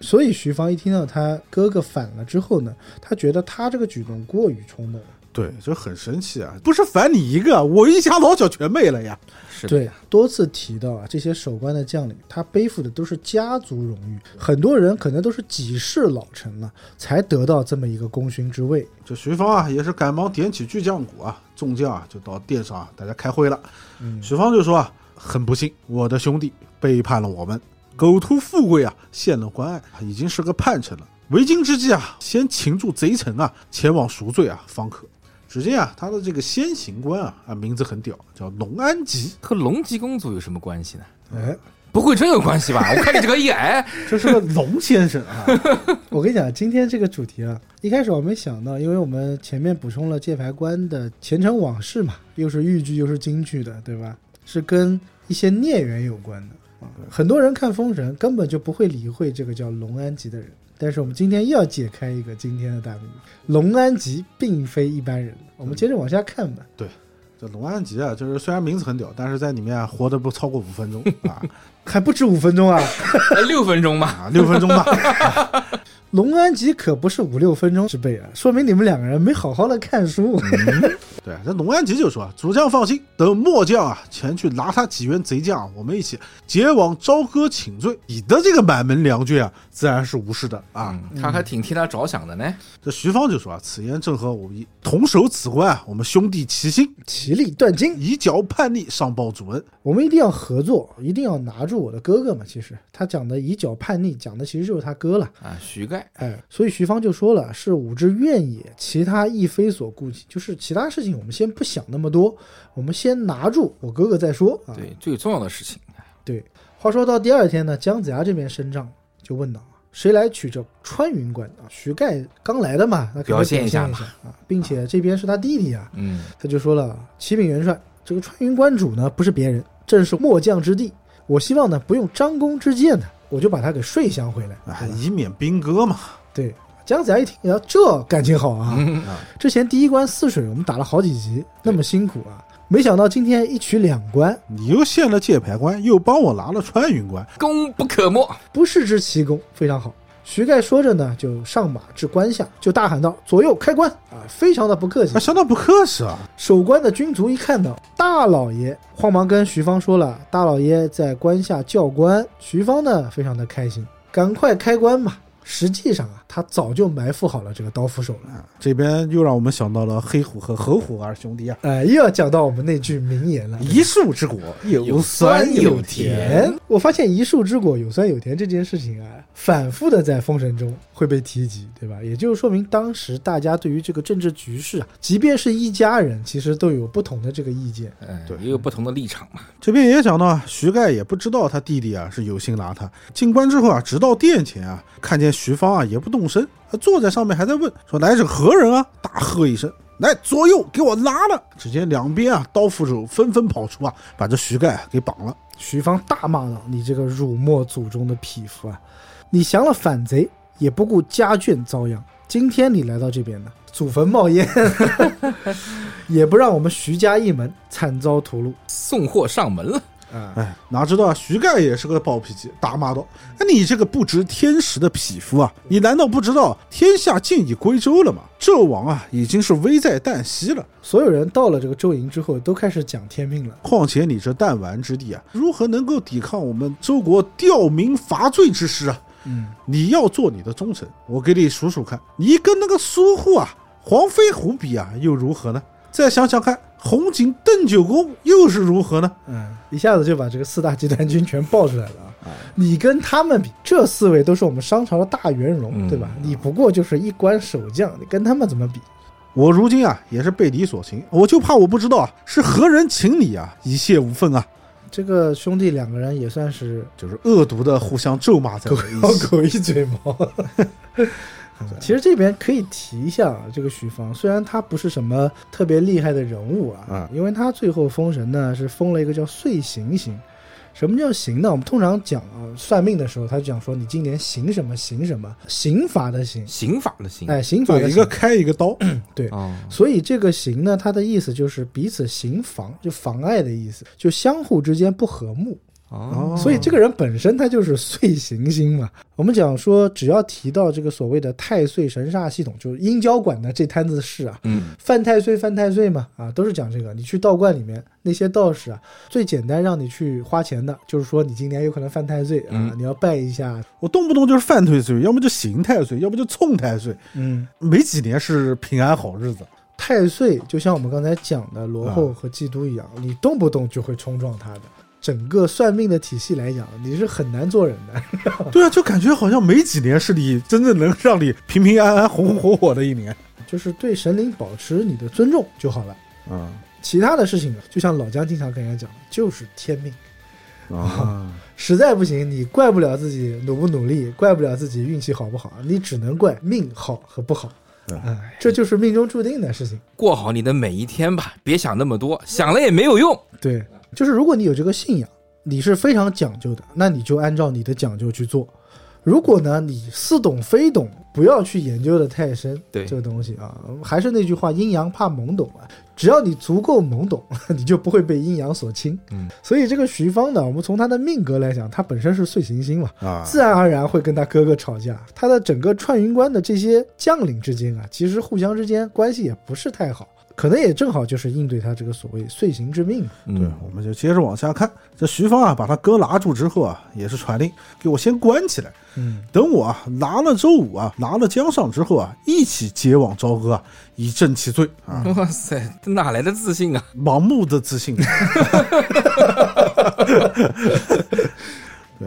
所以徐芳一听到他哥哥反了之后呢，他觉得他这个举动过于冲动了。
对，就很生气啊！不是烦你一个，我一家老小全没了呀。
是的，
对，多次提到啊，这些守关的将领，他背负的都是家族荣誉，很多人可能都是几世老臣了，才得到这么一个功勋之位。
这徐芳啊，也是赶忙点起巨匠鼓啊，众将啊就到殿上啊，大家开会了。徐芳就说啊，很不幸，我的兄弟背叛了我们，狗图富贵啊，陷了关隘，已经是个叛臣了。为今之计啊，先擒住贼臣啊，前往赎罪啊，方可。只见啊，他的这个先行官啊，啊名字很屌，叫龙安吉。
和龙吉公主有什么关系呢？
哎，
不会真有关系吧？我看你这个一 哎矮，
这是个龙先生啊，
我跟你讲，今天这个主题啊，一开始我没想到，因为我们前面补充了界牌关的前尘往事嘛，又是豫剧又是京剧的，对吧？是跟一些孽缘有关的啊。很多人看《封神》根本就不会理会这个叫龙安吉的人，但是我们今天又要解开一个今天的大谜：龙安吉并非一般人。我们接着往下看吧。
这龙安吉啊，就是虽然名字很屌，但是在里面啊活得不超过五分钟啊
还不止五分钟啊！
哎六分钟吧。
啊，六分钟吧。
龙安吉可不是五六分钟之辈啊，说明你们两个人没好好的看书。
对，这龙安吉就说：“主将放心，等末将啊前去拿他几员贼将，啊我们一起结网朝歌请罪。你的这个满门良眷啊，自然是无视的啊。
嗯他还挺替他着想的呢。
这徐芳就说：“啊，此言正合我意，同守此关啊，我们兄弟齐心，
其利断金，
以剿叛逆，上报主恩。
我们一定要合作，一定要拿住我的哥哥嘛。其实他讲的以剿叛逆，讲的其实就是他哥了。
啊，徐盖
哎，所以徐芳就说了，是吾之愿也，其他亦非所顾忌。就是其他事情我们先不想那么多，我们先拿住我哥哥再说啊。
对最重要的事情，
对话说到第二天呢，姜子牙这边升帐就问道。谁来取这穿云关啊？徐盖刚来的嘛，那肯定
表现
一
一下
下啊，并且这边是他弟弟啊，
嗯，
他就说了：“启禀元帅，这个穿云关主呢，不是别人，正是末将之地。我希望呢，不用张弓之箭呢，我就把他给睡降回来。”
啊，以免兵戈嘛。
对，姜子牙一听，哎呀，这感情好啊！之前第一关泗水我们打了好几集，那么辛苦啊，没想到今天一取两关，
你又陷了界牌关，又帮我拿了穿云关，
功不可没。
不是之奇功，非常好。徐盖说着呢，就上马至关下，就大喊道：“左右开棺！”啊，非常的不客气
那。相当不客气啊！
守关的军卒一看到大老爷，慌忙跟徐芳说了，大老爷在关下教官。徐芳呢，非常的开心，赶快开棺吧。实际上啊，他早就埋伏好了这个刀斧手了。
这边又让我们想到了黑虎和合虎二兄弟啊，
哎，又要讲到我们那句名言了。
一树之果，有酸有甜。，
我发现一树之果有酸有甜这件事情啊，反复的在《封神》中会被提及，对吧？也就是说明当时大家对于这个政治局势啊，即便是一家人，其实都有不同的这个意见。
哎，也有不同的立场嘛。
这边也讲到，徐盖也不知道他弟弟啊是有心拿他。进关之后啊，直到殿前啊，看见徐芳啊也不动身，他坐在上面还在问说：“乃是何人啊？”大喝一声：“来，左右给我拉了！”只见两边啊刀斧手纷纷跑出啊，把这徐盖啊给绑了。
徐芳大骂道：“你这个辱没祖宗的匹夫啊！你降了反贼，也不顾家眷遭殃。今天你来到这边呢，祖坟冒烟， 也不让我们徐家一门惨遭屠戮。
送货上门了，
哎，哪知道啊，徐盖也是个暴脾气，大骂道：“哎，你这个不知天时的匹夫啊！你难道不知道天下尽已归周了吗？纣王啊，已经是危在旦夕了。”
所有人到了这个周营之后，都开始讲天命了。
况且你这弹丸之地啊，如何能够抵抗我们周国吊民伐罪之师啊？嗯，你要做你的忠臣，我给你数数看，你跟那个苏护啊、黄飞虎比啊，又如何呢？再想想看，红警邓九公又是如何呢？
嗯，一下子就把这个四大集团军全爆出来了啊！你跟他们比，这四位都是我们商朝的大元戎，
嗯
对吧？你不过就是一关守将，你跟他们怎么比？
我如今啊，也是被你所擒，我就怕我不知道啊，是何人擒你啊，一泄无愤啊，
这个兄弟两个人也算是
就是恶毒的互相咒骂在
狗
一
咬
起。
狗一嘴毛。 其实这边可以提一下啊，这个许芳，虽然他不是什么特别厉害的人物啊，
嗯
因为他最后封神呢是封了一个叫岁行刑。什么叫刑呢？我们通常讲啊，算命的时候他就讲说你今年行什么行什么，刑罚的刑，
刑法的刑。
哎，刑罚
对，
的
一个
刑
开一个刀，
对。
哦，
所以这个刑呢，它的意思就是彼此行妨，就妨碍的意思，就相互之间不和睦。
哦，
所以这个人本身他就是岁行星嘛。我们讲说，只要提到这个所谓的太岁神煞系统，就是阴交管的这摊子事啊，
嗯，
犯太岁犯太岁嘛，啊，都是讲这个。你去道观里面那些道士啊，最简单让你去花钱的，就是说你今年有可能犯太岁
嗯
啊，你要拜一下，
我动不动就是犯太岁，要么就刑太岁，要么就冲太岁。
嗯。
没几年是平安好日子。
太岁就像我们刚才讲的罗后和季都一样，你动不动就会冲撞他的。整个算命的体系来讲，你是很难做人的。
对啊，就感觉好像没几年是你真正能让你平平安安、红红火火的一年。
就是对神灵保持你的尊重就好了。
嗯
其他的事情呢，就像老姜经常跟人家讲，就是天命。
啊，
实在不行，你怪不了自己努不努力，怪不了自己运气好不好，你只能怪命好和不好。哎，这就是命中注定的事情。
过好你的每一天吧，别想那么多，想了也没有用。
对，就是如果你有这个信仰，你是非常讲究的，那你就按照你的讲究去做。如果呢，你似懂非懂，不要去研究的太深。
对
这个东西啊，还是那句话，阴阳怕懵懂啊。只要你足够懵懂， 你就不会被阴阳所侵。
嗯，
所以这个徐芳呢，我们从她的命格来讲，她本身是碎行星嘛，
啊
自然而然会跟她哥哥吵架。她的整个串云关的这些将领之间啊，其实互相之间关系也不是太好，可能也正好就是应对她这个所谓碎行之命。
对，我们就接着往下看。这徐芳啊，把他哥拿住之后啊，也是传令给我先关起来，
嗯，
等我啊拿了周武啊，拿了江上之后啊，一起接往朝歌啊，以正其罪啊，
哎
哇塞，这哪来的自信 啊？
盲目的自信。对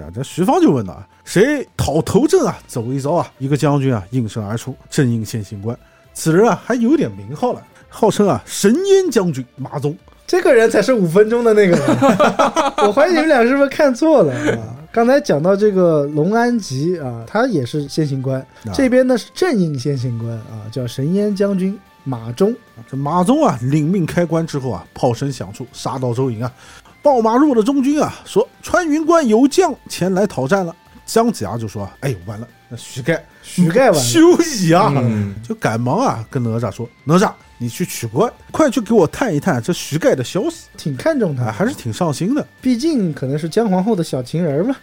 啊，这徐芳就问了，谁讨头阵啊？走一遭啊！一个将军啊，应声而出，正应现行官。此人啊，还有点名号了，号称啊神烟将军马宗。
这个人才是五分钟的那个人，我怀疑你们俩是不是看错了啊？刚才讲到这个龙安吉啊，他也是先行官，这边呢是正印先行官啊，叫神烟将军马忠。
这马宗啊，领命开棺之后啊，炮声响处，杀到周营啊，报马入了中军啊，说穿云关有将前来讨战了。姜子牙就说：“哎呦，完了，那徐盖
徐嗯盖完 了嗯
休息啊！” 就赶忙啊，跟哪吒说：“哪吒，你去取关，快去给我探一探这徐盖的消息。哎
挺看重”他，
啊，还是挺上心的。
毕竟可能是姜皇后的小情人嘛。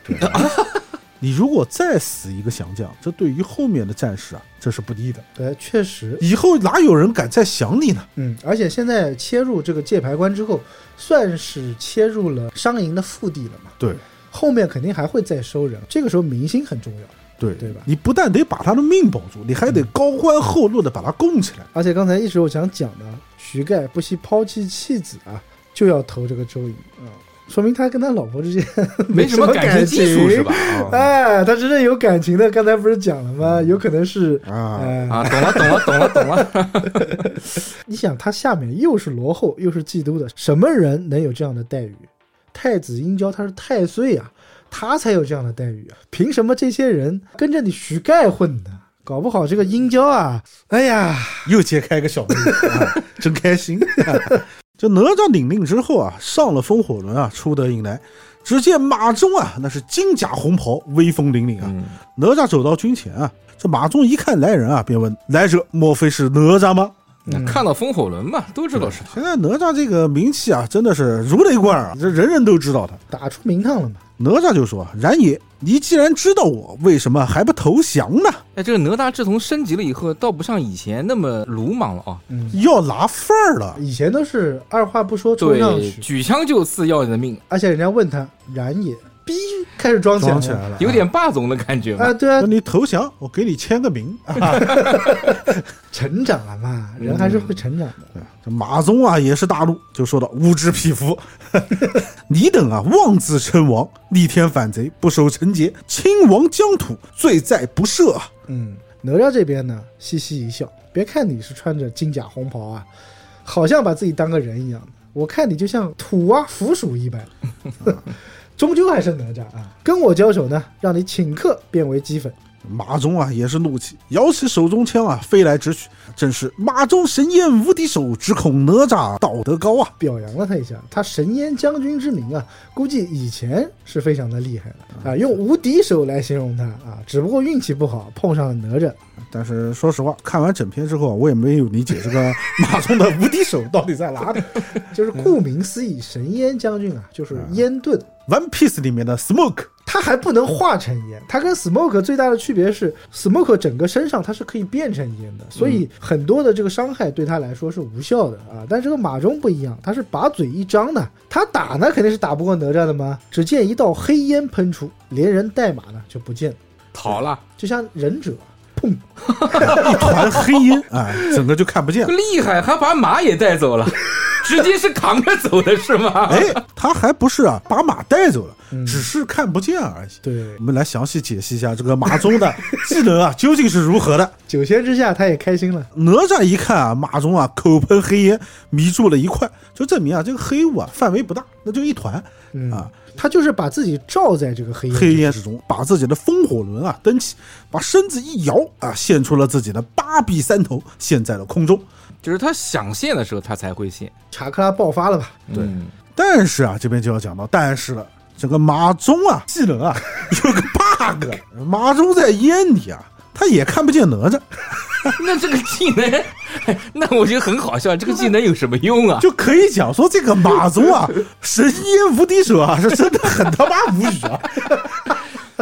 你如果再死一个降将，这对于后面的战士啊，这是不利的。
对，哎确实，
以后哪有人敢再降你呢？
嗯，而且现在切入这个界牌关之后，算是切入了商营的腹地了嘛，
对
后面肯定还会再收人，这个时候民心很重要。
对
对吧
你不但得把他的命保住，你还得高欢厚禄的把他供起来。
而且刚才一直我想讲的，徐盖不惜抛弃妻子啊，就要投这个周莹啊、说明他跟他老婆之间
没什
什么
感
情
基础是 吧？？啊
哎，他真正有感情的，刚才不是讲了吗？有可能是
啊
哎
啊，懂了，懂了，懂了，懂了。
你想，他下面又是罗后，又是季都的，什么人能有这样的待遇？太子殷郊他是太岁啊，他才有这样的待遇啊！凭什么这些人跟着你徐盖混的？搞不好这个殷郊啊，哎呀，
又揭开个小秘 密、啊，真开 心。这哪吒领令之后啊，上了风火轮啊，出得引来。只见马忠啊，那是金甲红袍，威风凛凛啊。哪吒走到军前啊，这马忠一看来人啊，便问：“来者莫非是哪吒吗
嗯
看到风火轮嘛，都知道是？”
现在哪吒这个名气啊，真的是如雷贯耳，这人人都知道他。
打出名堂了嘛？
哪吒就说：“然也，你既然知道我，为什么还不投降呢？
哎，这个哪吒自从升级了以后，倒不像以前那么鲁莽了啊。
要拿范儿了。”
以前都是二话不说冲上
对，
去，
举枪就刺要你的命，
而且人家问他然也，逼开始装起来
装
了
起来了，
有点霸总的感觉嘛。
啊，对啊
那，你投降，我给你签个名。啊
成长了嘛，
嗯
人还是会成长的。
这马宗啊也是大怒，就说到无知匹夫， 你等啊妄自称王，逆天反贼，不守臣节，侵王疆土，罪在不赦啊！
嗯，哪吒这边呢，嘻嘻一笑。别看你是穿着金甲红袍啊，好像把自己当个人一样的，我看你就像土蛙腐鼠一 般， 啊终究还是哪吒啊！跟我交手呢，让你顷刻变为齑粉。
马忠啊也是怒气，摇起手中枪啊飞来直取，正是马忠神烟无敌手，只恐哪吒道德高啊！
表扬了他一下，他神烟将军之名啊，估计以前是非常的厉害的
嗯
啊，用无敌手来形容他啊，只不过运气不好碰上了哪 吒。
但是说实话，看完整片之后啊，我也没有理解这个马忠的无敌手到底在哪里。
就是顾名思义，神烟将军啊，就是
嗯
烟盾，
One Piece 里面的 Smoke
它还不能化成烟。它跟 smoke 最大的区别是，smoke 整个身上它是可以变成烟的，所以很多的这个伤害对它来说是无效的啊。但这个马忠不一样，他是把嘴一张的，他打呢肯定是打不过哪吒的嘛。只见一道黑烟喷出，连人带马呢就不见了，
逃了，
就像忍者，砰！
一团黑烟啊、整个就看不见了。
厉害，还把马也带 走了，直接是扛着走的是吗？
哎，他还不是啊，把马带走了，只是看不见而已。
嗯对
我，们来详细解析一下这个马忠的技能啊，究竟是如何的。
九仙之下他也开心了。
哪吒一看啊，马忠啊口喷黑烟，迷住了一块，就证明啊这个黑雾啊范围不大，那就一团
嗯
啊，
他就是把自己罩在这个黑烟之
黑
中
烟之中，把自己的风火轮啊蹬起，把身子一摇啊，现出了自己的八臂三头，现在了空中。
就是他想现的时候，他才会现。
查克拉爆发了吧？
对，
但是啊，这边就要讲到但是了，这个马忠 啊，技能啊有个 bug，马忠在烟里啊，他也看不见哪吒，
那这个技能，哎那我觉得很好笑。这个技能有什么用啊？
就可以讲说这个马 忠啊，神烟无敌手啊，是真的很他妈无语啊。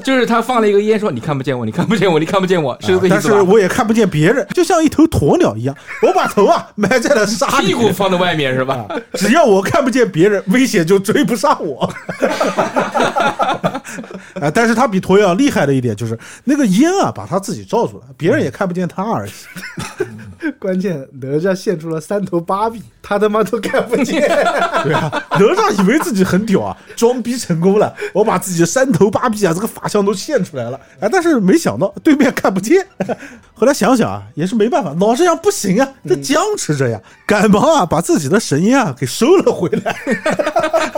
就是他放了一个烟，说你看不见我，你看不见我，你看不见我，是这个意
啊但
思
是
吧？
我也看不见别人，就像一头鸵鸟一样，我把头啊埋在了沙
屁
里。
股放在外面是吧？
只要我看不见别人，危险就追不上我。 啊，但是他比鸵鸟厉害的一点就是，那个烟啊把他自己罩住了，别人也看不见他而已。
关键哪吒献出了三头八臂，他他妈都看不见。
对啊，哪吒以为自己很屌啊，装逼成功了，我把自己的三头八臂啊这个法相都现出来了，啊，但是没想到对面看不见。 后来想想啊，也是没办法，老这样不行啊，这僵持着呀，赶忙啊把自己的神烟啊给收了回来。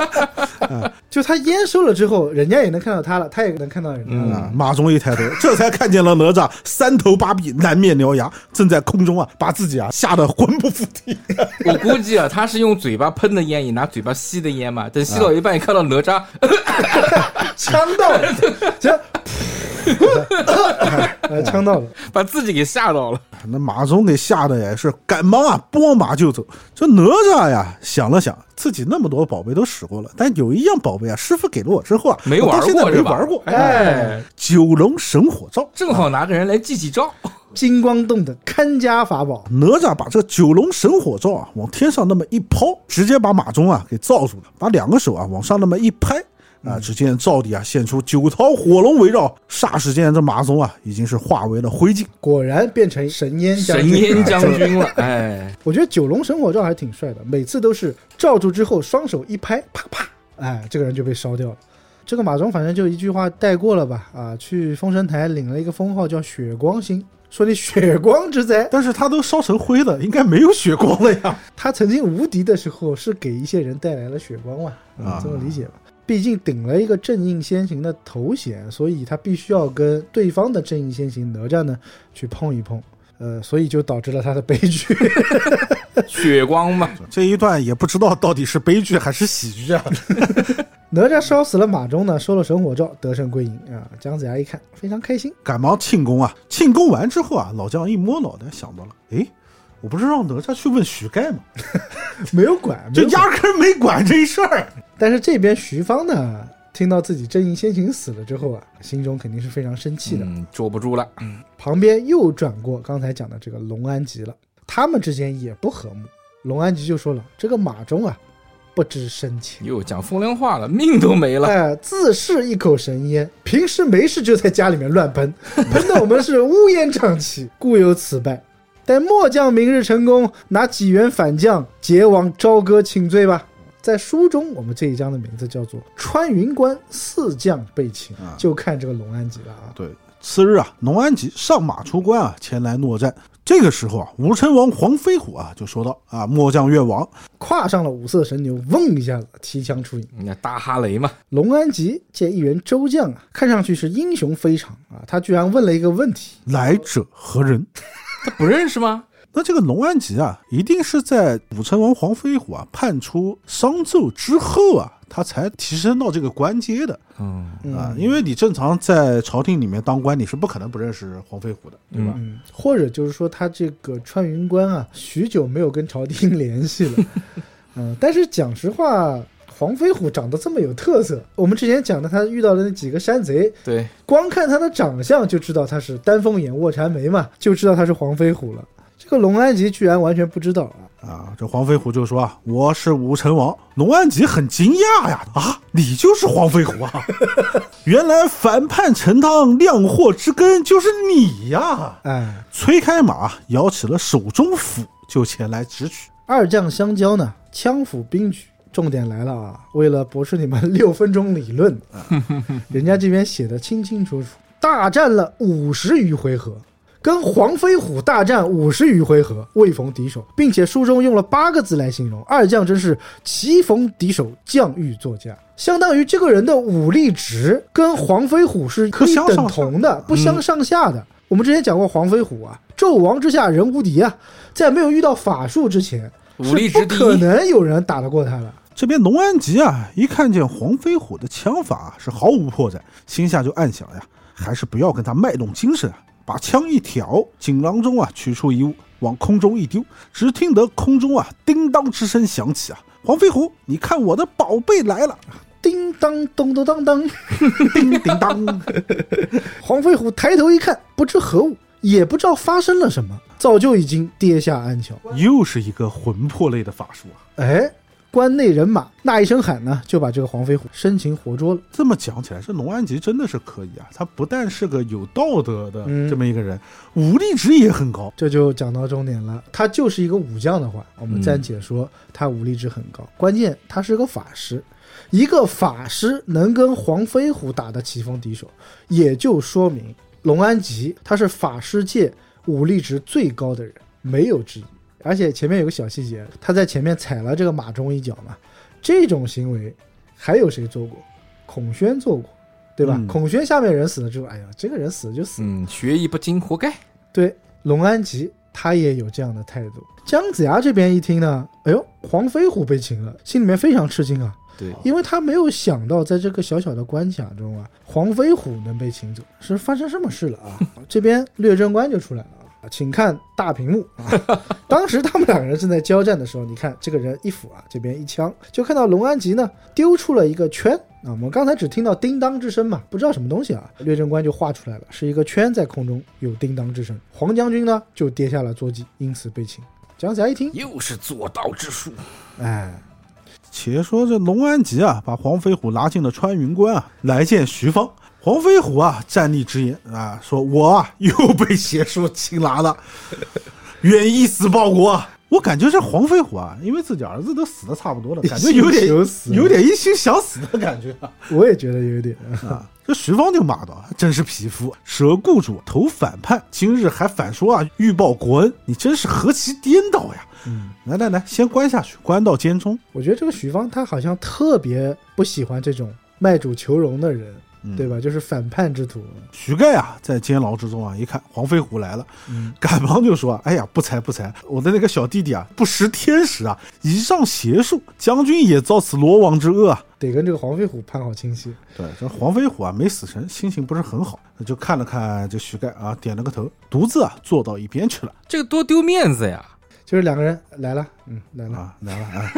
就他烟收了之后，人家也能看到他了，他也能看到人家了。
嗯
啊，马忠一抬头，这才看见了哪吒三头八臂、南面獠牙，正在空中啊把自己啊吓得魂不附体。
我估计啊，他是用嘴巴喷的烟，也拿嘴巴吸的烟嘛。等吸到一半，看到哪吒，
哎呛到了，这
呃，呛到了。
把自己给吓到了。
那马总给吓得也是赶忙啊，拨马就走。这哪吒呀，想了想，自己那么多宝贝都使过了，但有一样宝贝啊，师傅给了我之后啊，
没
我
玩
到现在
过
没
是吧？
玩过。
哎，
九龙神火罩，
正好拿个人来记记账。
啊
金光洞的看家法宝，
哪吒把这九龙神火罩啊往天上那么一抛，直接把马忠啊给罩住了，把两个手啊往上那么一拍。啊！只见罩底啊现出九条火龙围绕，霎时间这马忠啊已经是化为了灰烬。
果然变成神烟将
神
军。
烟将军了，哎，
我觉得九龙神火罩还挺帅的，每次都是罩住之后双手一拍，啪啪，哎，这个人就被烧掉了。这个马忠反正就一句话带过了吧，啊，去封神台领了一个封号叫血光星，说你血光之灾。
但是他都烧成灰了，应该没有血光了呀。
他曾经无敌的时候是给一些人带来了血光嘛，啊、
啊
这么理解吧？毕竟顶了一个正印先行的头衔，所以他必须要跟对方的正印先行哪吒呢去碰一碰，呃，所以就导致了他的悲剧。
血光嘛，
这一段也不知道到底是悲剧还是喜剧啊。
哪吒烧死了马忠呢，收了神火罩，得胜归营啊！姜子牙一看非常开心，
赶忙庆功啊！庆功完之后啊，老姜一摸脑袋想到了，诶，我不是让哪吒去问许盖吗？
没有管，没
这
有管。
压根儿没管这事儿。
但是这边徐芳呢，听到自己正义先行死了之后啊，心中肯定是非常生气的。
嗯，坐不住了，
旁边又转过刚才讲的这个龙安吉了，他们之间也不和睦。龙安吉就说了，这个马忠啊，不知深浅。
又讲风凉话了，命都没 了。
哎，自是一口神烟，平时没事就在家里面乱喷， 喷的我们是乌烟瘴气，故有此败。待末将明日成功，拿几员反将，结网朝歌请罪吧。在书中，我们这一章的名字叫做《穿云关四将被擒》，就看这个龙安吉了啊。
对，次日啊，农安吉上马出关啊，前来诺战。这个时候啊，武成王黄飞虎啊就说道：“啊，末将越王，
跨上了五色神牛，嗡一下子提枪出营。
嗯
那大哈雷嘛，
龙安吉见一员周将啊，看上去是英雄非常啊，他居然问了一个问题，
来者何人
他不认识吗？？”
那这个农安吉啊，一定是在武成王黄飞虎啊判出商纣之后啊，他才提升到这个官阶的。
嗯，
啊，因为你正常在朝廷里面当官，你是不可能不认识黄飞虎的，对吧？
嗯，或者就是说他这个穿云关啊，许久没有跟朝廷联系了， 嗯，但是讲实话，黄飞虎长得这么有特色，我们之前讲的他遇到的那几个山贼，
对，
光看他的长相就知道他是丹凤眼卧蚕眉嘛，就知道他是黄飞虎了。这个龙安吉居然完全不知道啊，
啊，这黄飞虎就说啊，我是武成王。龙安吉很惊讶呀，啊，你就是黄飞虎啊！ 原来反叛陈汤亮祸之根就是你呀！
哎，
催开马，摇起了手中斧，就前来直取。
二将相交呢，枪府兵局。重点来了啊！为了博士你们六分钟理论，人家这边写的清清楚楚，大战了五十余回合，跟黄飞虎大战五十余回合，未逢敌手，并且书中用了八个字来形容二将，真是棋逢敌手，将欲作家，相当于这个人的武力值跟黄飞虎是
不
一
相
等
上下
同
嗯
的，不相上下的。我们之前讲过黄飞虎啊，纣王之下人无敌啊，在没有遇到法术之前，
武力
是
值
不
第
可
一，
能有人打得过他的。
这边龙安吉啊，一看见黄飞虎的枪法、啊、是毫无破绽，心下就暗想呀，还是不要跟他卖弄精神啊。把枪一挑，锦囊中啊取出一物，往空中一丢，只听得空中啊叮当之声响起啊！黄飞虎，你看我的宝贝来了！
叮当咚咚当当，
叮叮当，
黄飞虎抬头一看，不知何物，也不知道发生了什么，早就已经跌下鞍桥。
又是一个魂魄类的法术啊！
哎，关内人马那一声喊呢，就把这个黄飞虎生擒活捉了。
这么讲起来，这龙安吉真的是可以啊！他不但是个有道德的
嗯
这么一个人，武力值也很高。
这就讲到重点了，他就是一个武将的话，我们暂且说他武力值很高，关键他是个法师，一个法师能跟黄飞虎打得棋逢敌手，也就说明龙安吉他是法师界武力值最高的人，没有之一。而且前面有个小细节，他在前面踩了这个马忠一脚嘛，这种行为还有谁做过？孔宣做过，对吧？
嗯
孔宣下面人死了之后，哎呀，这个人死了就死了。
嗯，学艺不精，活该。
对，龙安吉他也有这样的态度。姜子牙这边一听呢，哎呦，黄飞虎被擒了，心里面非常吃惊啊，
对
因为他没有想到在这个小小的关卡中啊，黄飞虎能被擒走，是发生什么事了啊？这边略正官就出来了。啊，请看大屏幕啊！当时他们两个人正在交战的时候，你看这个人一斧啊，这边一枪，就看到龙安吉呢丢出了一个圈啊。我们刚才只听到叮当之声嘛，不知道什么东西啊。略正官就画出来了，是一个圈在空中有叮当之声。黄将军呢就跌下了坐骑，因此被擒。姜子牙一听，
又是做道之术。
哎，
且说这龙安吉啊，把黄飞虎拉进了穿云关啊，来见徐芳。黄飞虎啊，站立直言啊，说我啊又被邪术擒拿了，愿以死报国啊。我感觉这黄飞虎啊，因为 自己儿子都死的差不多了，感觉 有
一
点
心求死
有点一心想死的感觉啊。
我也觉得有点。
啊这徐芳就骂道：“真是匹夫，舍雇主投反叛，今日还反说啊欲报国恩，你真是何其颠倒呀！”嗯，来来来，先关下去，关到监中。
我觉得这个许芳他好像特别不喜欢这种卖主求荣的人，
嗯
对吧？就是反叛之徒。
徐盖啊，在监牢之中啊，一看黄飞虎来了，赶忙就说：“哎呀，不才不才，我的那个小弟弟啊，不识天时啊，一上邪术，将军也遭此罗网之恶啊。”
得跟这个黄飞虎判好亲戚，
对，这黄飞虎啊没死成，心情不是很好，那就看了看这徐盖啊，点了个头，独自啊坐到一边去了
这个多丢面子呀！
就是两个人来了，嗯，来了。
啊，来了啊，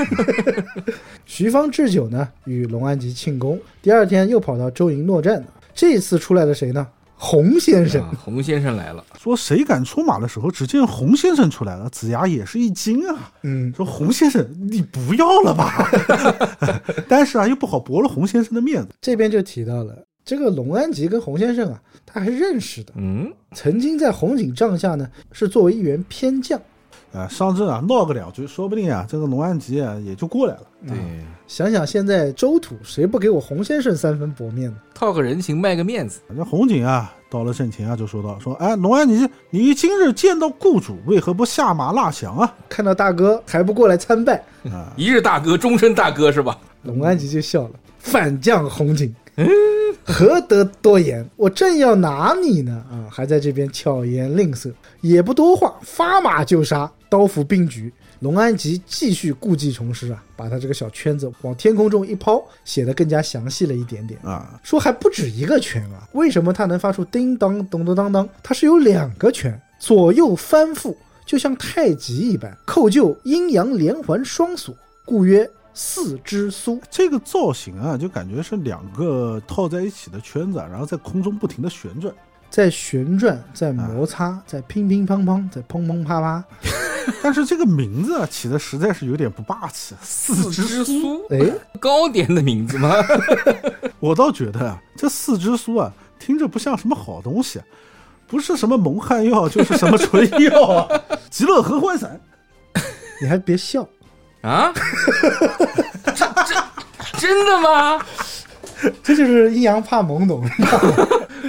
徐芳置酒呢，与龙安吉庆功。第二天又跑到周营诺战了，这次出来的谁呢？洪先生。
啊洪先生来了，
说谁敢出马的时候，只见洪先生出来了，子牙也是一惊啊，
嗯，
说洪先生你不要了吧， 但是啊又不好驳了洪先生的面子。
这边就提到了这个龙安吉跟洪先生啊，他还认识的，
嗯，
曾经在红警帐下呢，是作为一员偏将。
啊，上阵啊闹个两句，说不定啊这个龙安吉啊也就过来了。
对，
想想现在州土，谁不给我洪先生三分薄面呢？
套个人情，卖个面子，
那红警啊到了阵前啊就说道说，哎，龙安吉，你今日见到雇主，为何不下马纳降啊？
看到大哥还不过来参拜，
一日大哥，终身大哥是吧？
龙安吉就笑了，反将红警，何得多言？我正要拿你呢，啊，还在这边巧言令色，也不多话，发马就杀，刀斧并举。龙安吉继续故技重施啊，把他这个小圈子往天空中一抛，写得更加详细了一点点。
啊，
说还不止一个拳啊！为什么它能发出叮当咚咚当当？它是有两个拳，左右翻覆，就像太极一般，扣就阴阳连环双锁，故曰四肢苏。
这个造型啊就感觉是两个套在一起的圈子啊，然后在空中不停的旋转。
在旋转，在摩擦，在乒乒乓乓，在砰砰啪啪。
但是这个名字啊起的实在是有点不霸气，四
四
肢
肢
酥。
酥，
哎，
糕点的名 字吗？
我倒觉得啊，这四肢酥啊听着不像什么好东西、啊，不是什么蒙汗药就是什么纯药啊， 极乐合欢散。
你还别笑，
啊？这这真的吗？
这就是阴阳怕懵懂。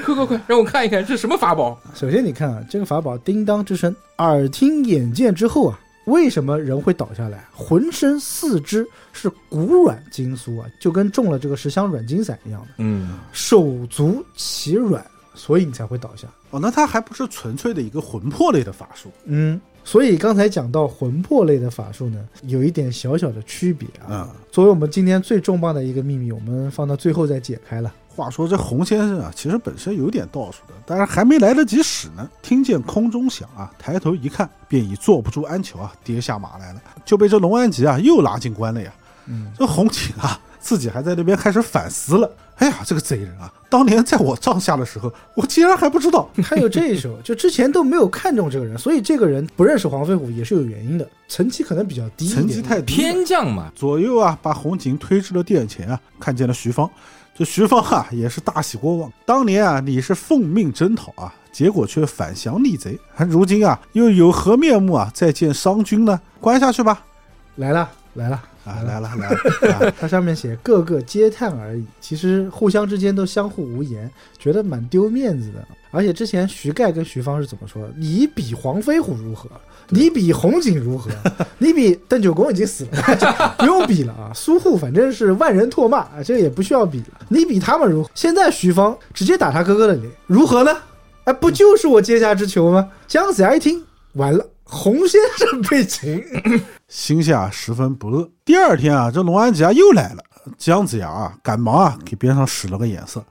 快快快，让我看一看是什么法宝！
首先，你看啊，这个法宝“叮当之声”，耳听眼见之后啊，为什么人会倒下来？浑身四肢是骨软筋酥啊，就跟中了这个十香软筋散一样的，
嗯，
手足齐软，所以你才会倒下。
哦，那它还不是纯粹的一个魂魄类的法术
嗯，所以刚才讲到魂魄类的法术呢，有一点小小的区别啊。
啊、
作为我们今天最重磅的一个秘密，我们放到最后再解开了。
话说这洪先生啊，其实本身有点道术的，但是还没来得及使呢，听见空中响啊，抬头一看，便已坐不住安球啊，跌下马来了，就被这龙安吉啊又拉进关了呀。
嗯，
这洪景啊，自己还在那边开始反思了。哎呀，这个贼人啊，当年在我帐下的时候，我竟然还不知道。
他有这一手，就之前都没有看中这个人，所以这个人不认识黄飞虎也是有原因的，层级可能比较低一点
成绩太低了，
偏将嘛，
左右啊，把红警推至了殿前啊，看见了徐芳。这徐芳啊，也是大喜过望。当年啊，你是奉命征讨啊，结果却反降逆贼，如今啊，又有何面目啊再见商君呢？关下去吧！
来了来了
啊，来了来了、啊
它上面写个个嗟叹而已，其实互相之间都相互无言，觉得蛮丢面子的。而且之前徐盖跟徐芳是怎么说的？你比黄飞虎如何？你比红警如何？你比邓九公已经死了， 就不用比了啊！苏护反正是万人唾骂啊，这个也不需要比了。你比他们如何？现在徐芳直接打他哥哥的脸，如何呢？哎，不就是我阶下之囚吗？姜子牙一听，完了，洪先生被擒，
心下十分不乐。第二天啊，这龙安吉啊又来了。姜子牙啊，赶忙啊给边上使了个眼色。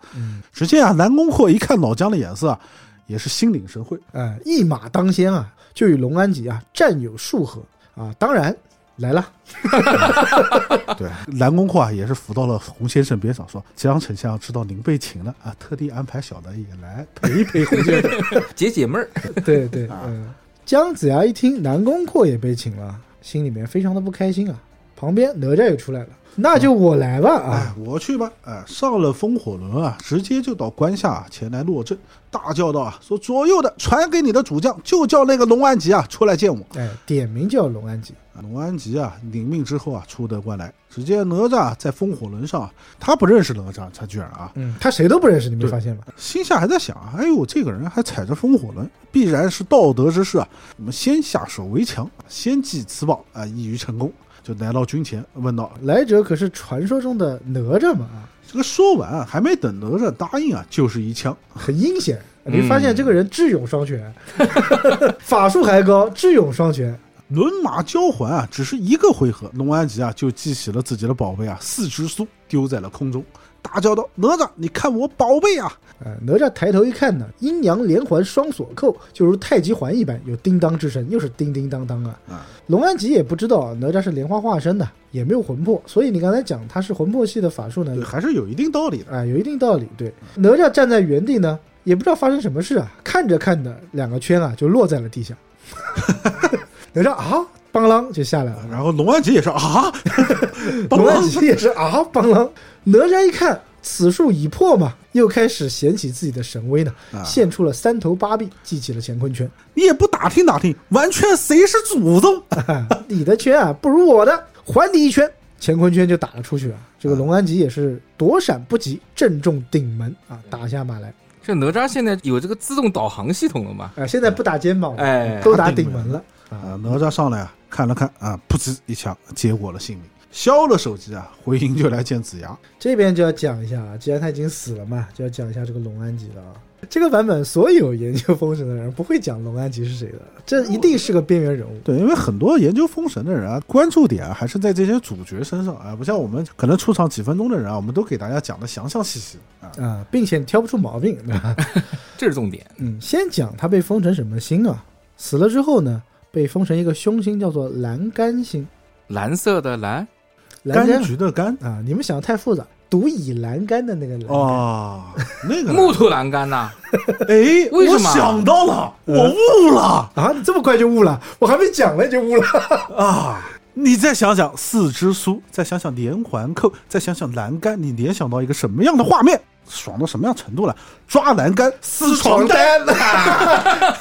只见啊，南宫阔一看老姜的眼色啊，也是心领神会。
呃，一马当先啊，就与龙安吉啊战有数合啊。当然来了，
对，南宫阔啊也是扶到了洪先生边上，说：“姜丞相知道您被擒了啊，特地安排小的也来 陪一陪洪先生。
解解闷儿。
对对，嗯、姜子牙一听南宫阔也被擒了，心里面非常的不开心啊。旁边哪吒也出来了，那就我来吧啊。
哎，我去吧！哎，上了风火轮啊，直接就到关下、前来落阵，大叫道啊，说左右的传给你的主将，就叫那个龙安吉啊出来见我。
哎，点名叫龙安吉，
龙安吉啊，领命之后啊，出得关来。只见哪吒在风火轮上啊，他不认识哪吒，他居然啊，
嗯，他谁都不认识，你没发现吗？
心下还在想啊，哎呦，这个人还踩着风火轮，必然是道德之士啊。我们先下手为强，先祭此宝啊，易于成功。就来到军前，问道：
来者可是传说中的哪吒嘛啊，
这个说完啊，还没等哪吒答应啊，就是一枪。
很阴险。你发现这个人智勇双全， 法术还高，智勇双全。
轮马交环啊，只是一个回合，龙安吉啊就记起了自己的宝贝啊，四只苏丢在了空中，大叫道：“哪吒，你看我宝贝啊
呃，哪吒抬头一看呢，阴阳连环双锁扣，就如太极环一般，有叮当之声，又是叮叮当当啊！
啊
龙安吉也不知道哪吒是莲花化身的，也没有魂魄，所以你刚才讲他是魂魄系的法术！”呢
对，，还是有一定道理的。
啊、有一定道理。对，哪吒站在原地呢，也不知道发生什么事啊，看着看着，两个圈啊就落在了地下。 哪吒啊，邦啷就下来了。
然后龙安吉也是啊，
龙安吉也是啊，邦啷。哪吒一看此术已破嘛，又开始显起自己的神威呢，现出了三头八臂，记起了乾坤圈。
你也不打听打听，完全谁是祖宗？
啊你的圈啊不如我的，还你一圈。乾坤圈就打了出去啊，这个龙安吉也是躲闪不及，正中顶门啊，打下马来。
这哪吒现在有这个自动导航系统了吗？
啊，现在不打肩膀了，
哎，
都打顶门了。
啊，哪吒上来啊，看了看啊，噗嗤一枪，结果了性命，削了首级啊，回营就来见子牙。
这边就要讲一下啊，既然他已经死了嘛，就要讲一下这个龙安吉了啊。这个版本所有研究封神的人不会讲龙安吉是谁的，这一定是个边缘人物。
对，因为很多研究封神的人啊，关注点啊还是在这些主角身上啊，不像我们可能出场几分钟的人啊，我们都给大家讲的详详细细啊。
啊，并且挑不出毛病，对 吧？
这是重点。
嗯，先讲他被封成什么星啊？死了之后呢，被封成一个凶星，叫做蓝干星。
蓝色的蓝，
蓝
柑
干
橘的柑
啊，你们想的太复杂，独倚栏杆的那个栏杆。
哦，那个呢
木头栏杆呐、
哎，
为
我
什么嗯
想到了，我悟了
啊，你这么快就悟了？我还没讲呢就悟了。
啊！你再想想四只苏，再想想连环扣，再想想栏杆，你联想到一个什么样的画面？爽到什么样程度了？抓栏杆撕床
单
单。
呐、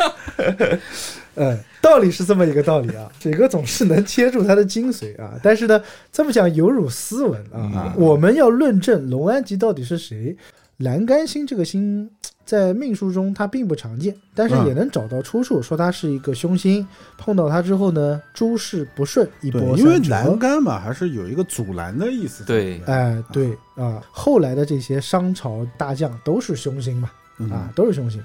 嗯，道理是这么一个道理啊， 水哥总是能切住它的精髓啊，但是呢，这么讲有辱斯文
嗯
啊。我们要论证龙安吉到底是谁。栏杆星这个星在命数中它并不常见，但
啊
是也能找到出处，说它是一个凶星。碰到它之后呢，诸事不顺，一
对，
波
因为
三折
栏杆嘛，还是有一个阻拦的意思。
对
哎，对啊、后来的这些商朝大将都是凶星嘛，啊，都是凶星，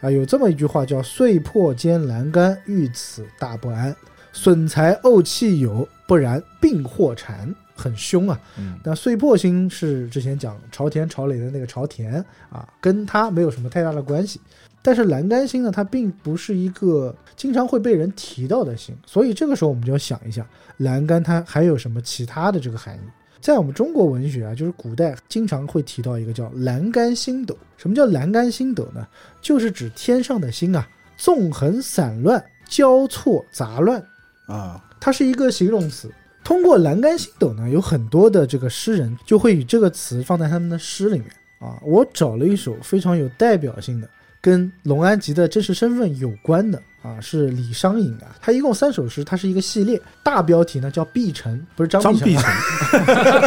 啊，有这么一句话叫“碎破间栏杆，遇此大不安，损财怄气有，不然病祸缠”，很凶啊。
嗯
那碎破星是之前讲朝田朝磊的那个朝田啊，跟他没有什么太大的关系。但是栏杆星呢，它并不是一个经常会被人提到的星，所以这个时候我们就要想一下，栏杆它还有什么其他的这个含义？在我们中国文学啊，就是古代经常会提到一个叫“栏杆星斗”。什么叫“栏杆星斗”呢？就是指天上的星啊，纵横散乱、交错杂乱，
啊，
它是一个形容词。通过“栏杆星斗”呢，有很多的这个诗人就会以这个词放在他们的诗里面啊。我找了一首非常有代表性的，跟龙安吉的真实身份有关的啊，是李商隐啊。他一共三首诗，它是一个系列，大标题呢叫《碧城》，不是张
张
碧
碧
晨啊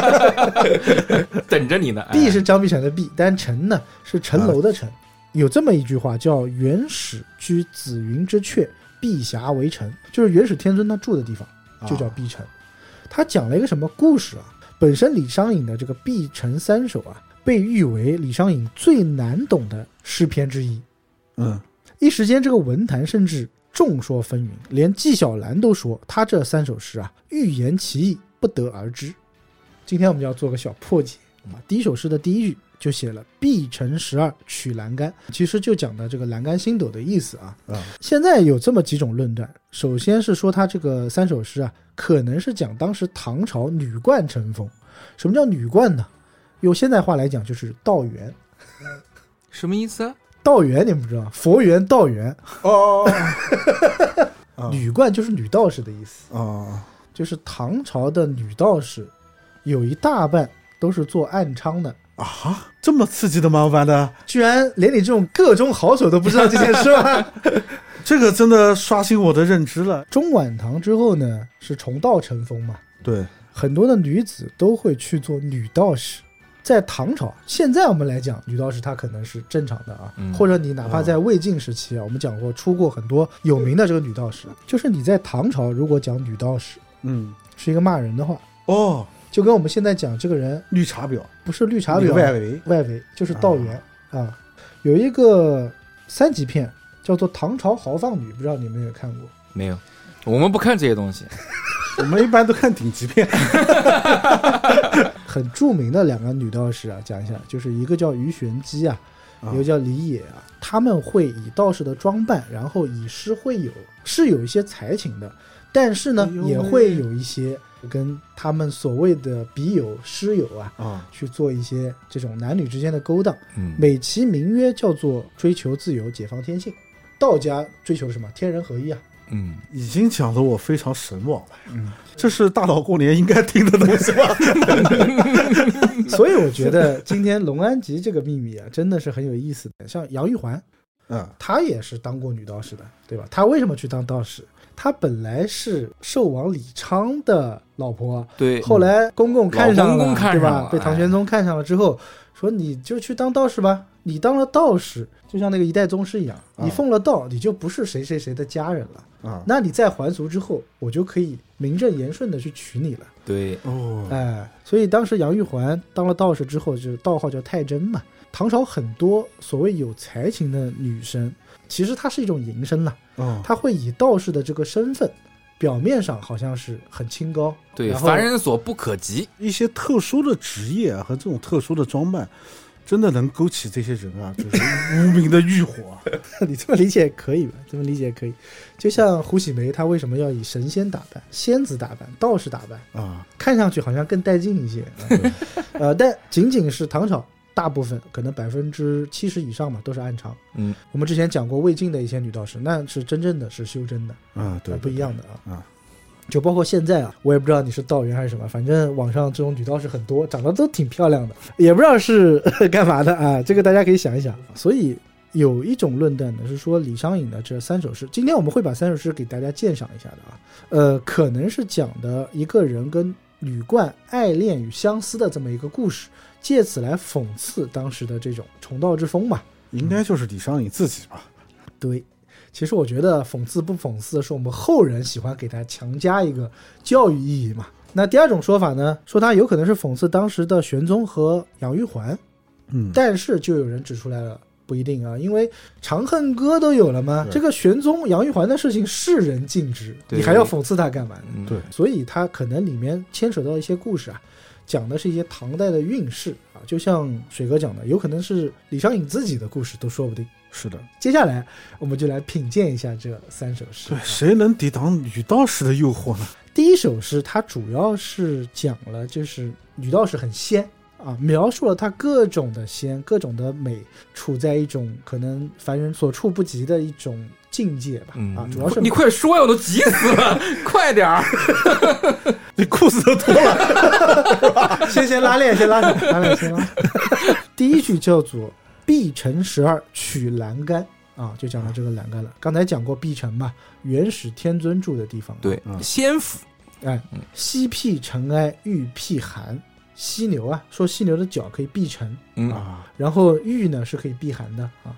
晨，
等着你呢。哎
碧是张碧晨的碧，但城呢是城楼的城。有这么一句话叫“元始居紫云之阙，碧霞为城”，就是元始天尊他住的地方，就叫碧城。他讲了一个什么故事啊？本身李商隐的这个《碧城三首》啊，被誉为李商隐最难懂的诗篇之一。
嗯，
一时间，这个文坛甚至众说纷纭，连纪晓岚都说他这三首诗啊，欲言其意，不得而知。今天我们就要做个小破解啊。第一首诗的第一句就写了“碧城十二取栏杆”，其实就讲的这个栏杆星斗的意思啊。
嗯
现在有这么几种论断，首先是说他这个三首诗啊，可能是讲当时唐朝女冠成风。什么叫女冠呢？用现代话来讲就是道元。
什么意思啊？
道元你们知道吗，佛缘道元，
哦
女冠就是女道士的意思。
啊
哦，
就是唐朝的女道士，有一大半都是做暗娼的，
啊，这么刺激的吗？玩的，
居然连你这种各中好手都不知道这件事吗？
这个真的刷新我的认知了。
中晚唐之后呢，是重道成风嘛，
对，
很多的女子都会去做女道士。在唐朝，现在我们来讲，女道士她可能是正常的啊，或者你哪怕在魏晋时期啊，我们讲过出过很多有名的这个女道士，就是你在唐朝如果讲女道士
嗯，
是一个骂人的话，
哦，
就跟我们现在讲这个人
绿茶婊，
不是绿茶婊
外围，
外围就是道员啊有一个三级片叫做《唐朝豪放女》，不知道你们有没有看过？
没有，我们不看这些东西。
我们一般都看顶级片。
很著名的两个女道士啊，讲一下，就是一个叫于玄机啊，一个叫李野啊，他们会以道士的装扮，然后以师会友，是有一些才情的，但是呢
哎，呦
也
喂
会有一些跟他们所谓的笔友、师友啊，
啊，
去做一些这种男女之间的勾当，
嗯
美其名曰叫做追求自由、解放天性。道家追求什么？天人合一啊！
嗯，
已经讲的我非常神往了。嗯，这是大佬过年应该听的东西吧？
所以我觉得今天龙安吉这个秘密啊，真的是很有意思的。像杨玉环，
嗯，
她也是当过女道士的，对吧？她为什么去当道士？她本来是寿王李昌的老婆，
对，
后来公公看上了，
老公公看上
对吧
了？哎
被唐玄宗看上了之后，说你就去当道士吧。你当了道士，就像那个一代宗师一样，你奉了道，你就不是谁谁谁的家人了。
啊，
那你再还俗之后，我就可以名正言顺的去娶你了。
嗯对，
哦，
哎，所以当时杨玉环当了道士之后，就是道号叫太真嘛。唐朝很多所谓有才情的女生，其实她是一种营身啦，
哦，
她会以道士的这个身份，表面上好像是很清高，
对，
然后
凡人所不可及。
一些特殊的职业啊和这种特殊的装扮，真的能勾起这些人啊，就是无名的欲火 啊。
你这么理解也可以吧？这么理解也可以。就像胡喜梅，她为什么要以神仙打扮、仙子打扮、道士打扮，
啊，
看上去好像更带劲一些？呃，但仅仅是唐朝，大部分可能百分之七十以上嘛，都是暗娼。
嗯，
我们之前讲过魏晋的一些女道士，那是真正的是修真的，
嗯
啊，对，
不一样的啊。
啊
就包括现在啊，我也不知道你是道员还是什么，反正网上这种女道士很多，长得都挺漂亮的， 也不知道是 干嘛的啊。这个大家可以想一想。所以有一种论断呢，是说李商隐的这三首诗，今天我们会把三首诗给大家鉴赏一下的啊。呃，可能是讲的一个人跟女冠爱恋与相思的这么一个故事，借此来讽刺当时的这种崇道之风吧。
应该就是李商隐自己吧？
对，其实我觉得讽刺不讽刺是我们后人喜欢给它强加一个教育意义嘛。那第二种说法呢，说它有可能是讽刺当时的玄宗和杨玉环，
嗯，
但是就有人指出来了。不一定啊，因为《长恨歌》都有了吗？这个玄宗杨玉环的事情世人尽知，
对
你还要讽刺他干嘛呢？
嗯
对
所以它可能里面牵扯到一些故事啊，讲的是一些唐代的运势啊，就像水哥讲的，有可能是李商隐自己的故事都说不定。
是的，
接下来我们就来品鉴一下这三首诗
对。，谁能抵挡女道士的诱惑呢？
第一首诗它主要是讲了，就是女道士很仙啊，描述了她各种的仙，各种的美，处在一种可能凡人所触不及的一种境界吧。
嗯
啊，主要是
你快说呀，我都急死 了，快点儿！
你裤子都脱了，
先先拉链，先拉链，拉链先拉。第一句叫做“碧城十二取栏杆”啊，就讲到这个栏杆了。刚才讲过碧城嘛，元始天尊住的地方啊。
对，
嗯
仙府
哎，西辟尘埃玉辟寒，犀牛啊，说犀牛的角可以避尘，
嗯，
啊！
然后玉呢是可以避寒的啊。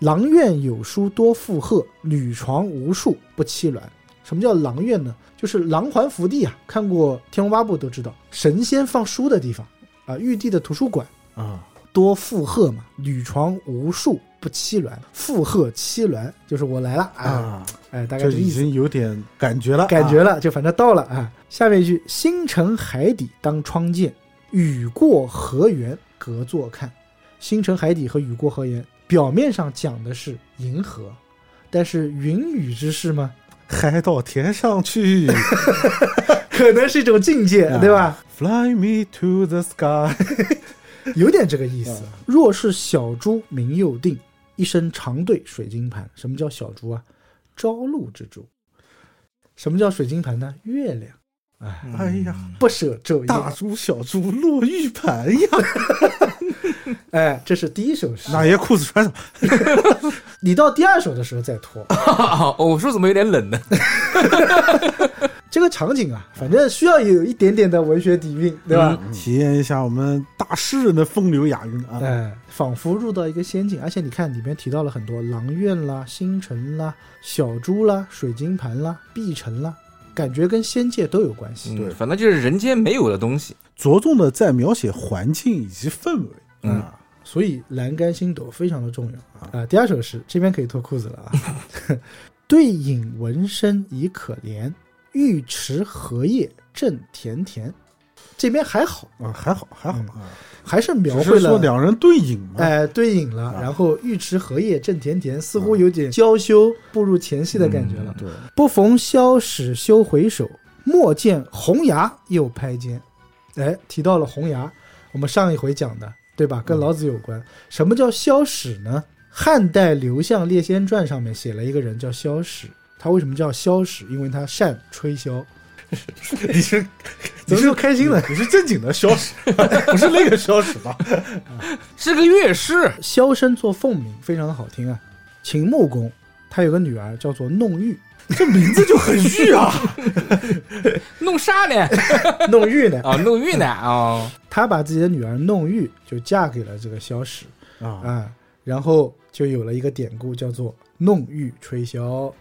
郎苑有书多附鹤，女床无数不欺鸾。什么叫郎苑呢？就是郎环福地啊，看过《天龙八部》都知道，神仙放书的地方啊，玉帝的图书馆。
啊，
多附和嘛，女床无数不不欺鸾，附和欺鸾，就是我来了啊，
啊，
哎，大概
就
这个
已
意思。
经有点感觉了，
感觉
啊
了，就反正到了啊。下面一句：星辰海底当窗见，雨过河源隔座看。星辰海底和雨过河源，表面上讲的是银河，但是云雨之事嘛，
嗨到天上去
可能是一种境界，
啊
对吧？
，Fly me to the sky，
有点这个意
啊
思。若是小珠明又定，一身长对水晶盘。什么叫小珠啊？朝露之珠。什么叫水晶盘呢？月亮嗯
哎呀，
不舍昼夜。
大珠小珠落玉盘 呀，
哎，这是第一首诗。
哪爷裤子穿上，
你到第二首的时候再脱。
哦，我说怎么有点冷呢？
这个场景
嗯
啊，反正需要有一点点的文学底蕴，对吧？
体验一下我们大诗人的风流雅韵啊，
哎、仿佛入到一个仙境，而且你看里面提到了很多郎苑啦、星辰啦、小珠啦、水晶盘啦、碧城啦，感觉跟仙界都有关系。
嗯，反正就是人间没有的东西。
着重的在描写环境以及氛围。
嗯
啊，
所以栏杆星斗非常的重要啊、第二首诗这边可以脱裤子了 啊，对影闻声已可怜，玉池荷叶正甜甜。这边还好，
啊，还好还好
嗯
啊，
还是描
只
绘
是说
了
两人对饮嘛，
哎，对饮了，
啊
然后尉迟荷叶正甜甜，似乎有点娇羞步入前戏的感觉了。
嗯对，
不逢萧史休回首，莫见红牙又拍肩。哎，提到了红牙，我们上一回讲的，对吧？
嗯
跟老子有关。什么叫萧史呢？汉代《刘向列仙传》上面写了一个人叫萧史，他为什么叫萧史？因为他善吹箫。
你是
怎么又开心了？
你是正经的消 失，不是那个消失吧？
是个乐师，
箫声作凤鸣，非常的好听啊。秦穆公他有个女儿叫做弄玉，
这名字就很欲啊！
弄啥呢？
弄玉呢，
啊，弄玉呢？ 啊，
他把自己的女儿弄玉就嫁给了这个萧史
啊
啊，然后就有了一个典故叫做“弄玉吹箫”。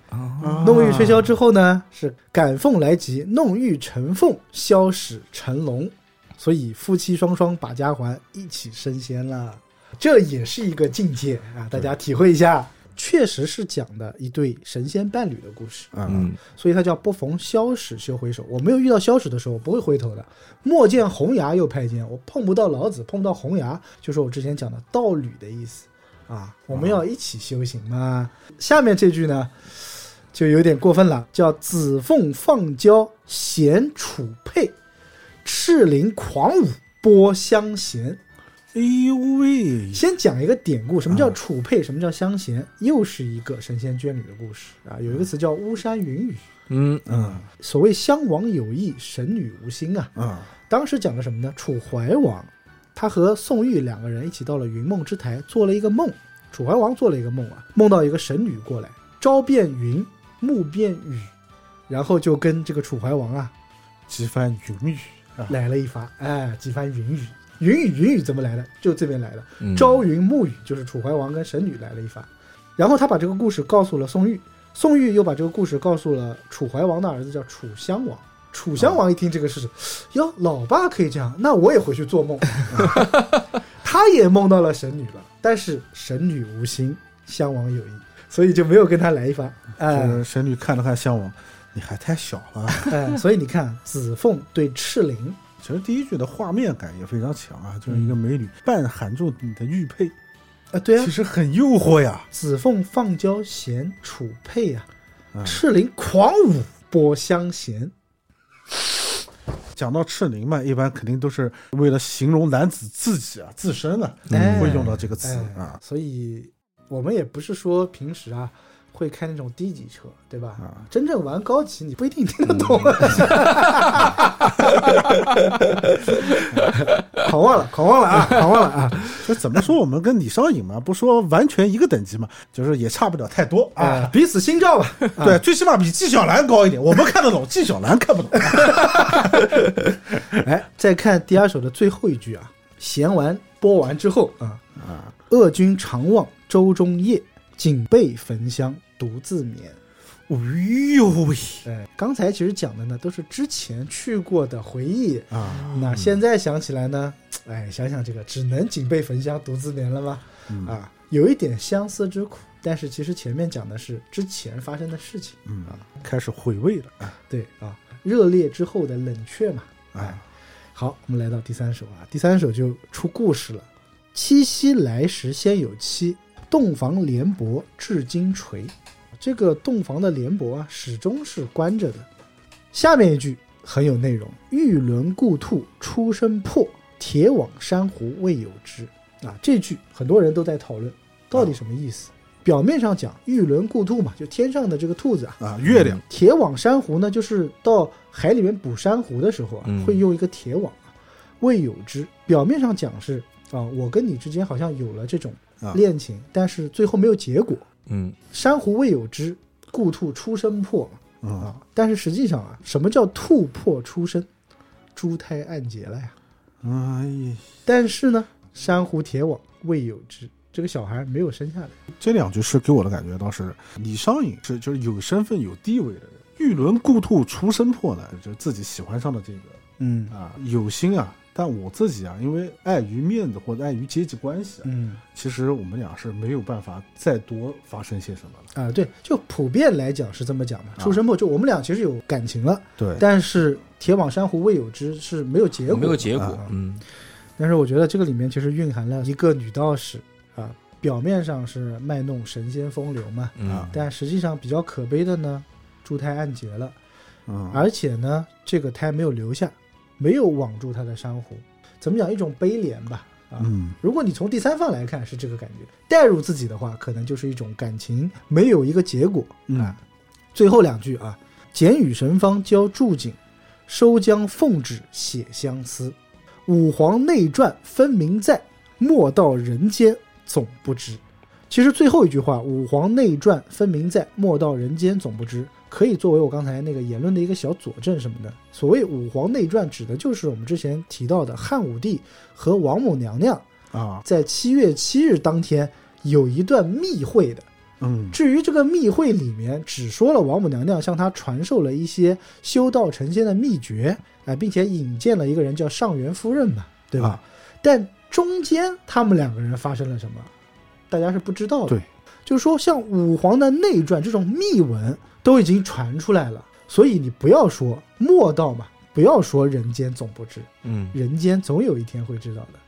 弄玉吹箫之后呢，是赶凤来集，弄玉成凤，萧史成龙，所以夫妻双双把家还，一起升仙了。这也是一个境界啊，大家体会一下。确实是讲的一对神仙伴侣的故事。
嗯，
嗯，
所以它叫不逢萧史休回首。我没有遇到萧史的时候，我不会回头的。莫见红牙又拍肩，我碰不到老子，碰不到红牙，就是我之前讲的道侣的意思啊。我们要一起修行嘛。下面这句呢，就有点过分了，叫紫凤放娇衔楚佩，赤麟狂舞拨香弦。
哎呦喂，
先讲一个典故，什么叫楚佩，什么叫香弦，又是一个神仙眷侣的故事啊。有一个词叫巫山云雨。
嗯，
嗯
所谓襄王有意，神女无心啊。
嗯
当时讲的什么呢？楚怀王，他和宋玉两个人一起到了云梦之台，做了一个梦。楚怀王做了一个梦啊，梦到一个神女过来，朝变云，暮变雨，然后就跟这个楚怀王啊
几番云雨啊，
来了一发，哎，几番云雨。云雨云雨怎么来的？就这边来的。
嗯
朝云暮雨，就是楚怀王跟神女来了一发。然后他把这个故事告诉了宋玉，宋玉又把这个故事告诉了楚怀王的儿子，叫楚襄王。楚襄王一听这个事情，哟，老爸可以这样，那我也回去做梦。 他也梦到了神女了，但是神女无心，襄王有意，所以就没有跟他来一发。哎、
这神女看了看项王，你还太小了。
哎、所以你看，紫凤对赤麟，
其实第一句的画面感也非常强啊，就是一个美女半含住你的玉佩，
啊、对啊
其，实很诱惑呀。
紫凤放娇衔楚佩啊，
嗯
赤麟狂舞拨香弦。
讲到赤麟嘛，一般肯定都是为了形容男子自己啊自身啊，
哎
会用到这个词
哎
啊
所以我们也不是说平时啊会开那种低级车，对吧？
啊嗯
真正玩高级，你不一定听得懂。狂妄了，狂妄了啊，狂妄了啊！
这怎么说？我们跟李商隐嘛，不说完全一个等级嘛，就是也差不了太多 啊。
啊，彼此心照吧。
对，最起码比纪晓岚高一点，我们看得懂，纪晓岚看不懂。
哎，再看第二首的最后一句啊，弦完拨完之后啊
啊，
恶君常望舟中夜，锦被焚香独自眠。
哎呦喂
哎，刚才其实讲的呢都是之前去过的回忆，
啊！
那
嗯嗯
现在想起来呢，哎，想想这个只能锦被焚香独自眠了吗？啊，有一点相思之苦，但是其实前面讲的是之前发生的事情，啊
嗯，开始回味了，
对啊，热烈之后的冷却嘛。
哎，
好，我们来到第三首啊，第三首就出故事了。七夕来时先有期，洞房连泊至今垂。这个洞房的连泊啊，始终是关着的。下面一句很有内容：玉轮故兔出身破，铁网珊瑚未有知。啊，这句很多人都在讨论，到底什么意思？表面上讲玉轮故兔嘛，就天上的这个兔子啊，
啊，月亮，
铁网珊瑚呢，就是到海里面捕珊瑚的时候啊，
嗯
会用一个铁网啊，未有之。表面上讲是啊，我跟你之间好像有了这种
啊
恋情，但是最后没有结果。
嗯，
珊瑚未有之，故兔出身破
嗯，
啊。但是实际上啊，什么叫兔破出身？珠胎暗结了呀。
哎，
但是呢，珊瑚铁网未有之，这个小孩没有生下来。
这两句诗给我的感觉倒是，李商隐是就是有身份有地位的人，玉轮故兔出身破呢，就是自己喜欢上的这个
嗯
啊，有心啊，但我自己啊，因为碍于面子或者碍于阶级关系啊，
嗯。
其实我们俩是没有办法再多发生些什么了。
啊，对，就普遍来讲是这么讲嘛。
啊
出生破就我们俩其实有感情了，
对
但是铁网珊瑚未有之是没有结果，
没有结果
啊，
嗯，
但是我觉得这个里面其实蕴含了一个女道士啊，表面上是卖弄神仙风流嘛，
嗯
啊
但实际上比较可悲的呢，珠胎暗结了，
嗯，
而且呢，这个胎没有留下，没有网住她的珊瑚，怎么讲一种悲怜吧？啊，
嗯，
如果你从第三方来看是这个感觉，代入自己的话，可能就是一种感情没有一个结果。啊
嗯，
最后两句啊，简与神方交注景，收将奉旨写相思。五皇内传分明在，莫道人间总不知。其实最后一句话“五皇内传分明在，莫道人间总不知”，可以作为我刚才那个言论的一个小佐证什么的。所谓“五皇内传”，指的就是我们之前提到的汉武帝和王母娘娘
啊，
在七月七日当天有一段密会的。
嗯，
至于这个密会里面，只说了王母娘娘向他传授了一些修道成仙的秘诀，哎、并且引荐了一个人叫上元夫人嘛，对吧？
啊
但中间他们两个人发生了什么，大家是不知道的。
对，
就是说像武皇的内传这种秘闻都已经传出来了，所以你不要说莫道嘛，不要说人间总不知，
嗯
人间总有一天会知道的。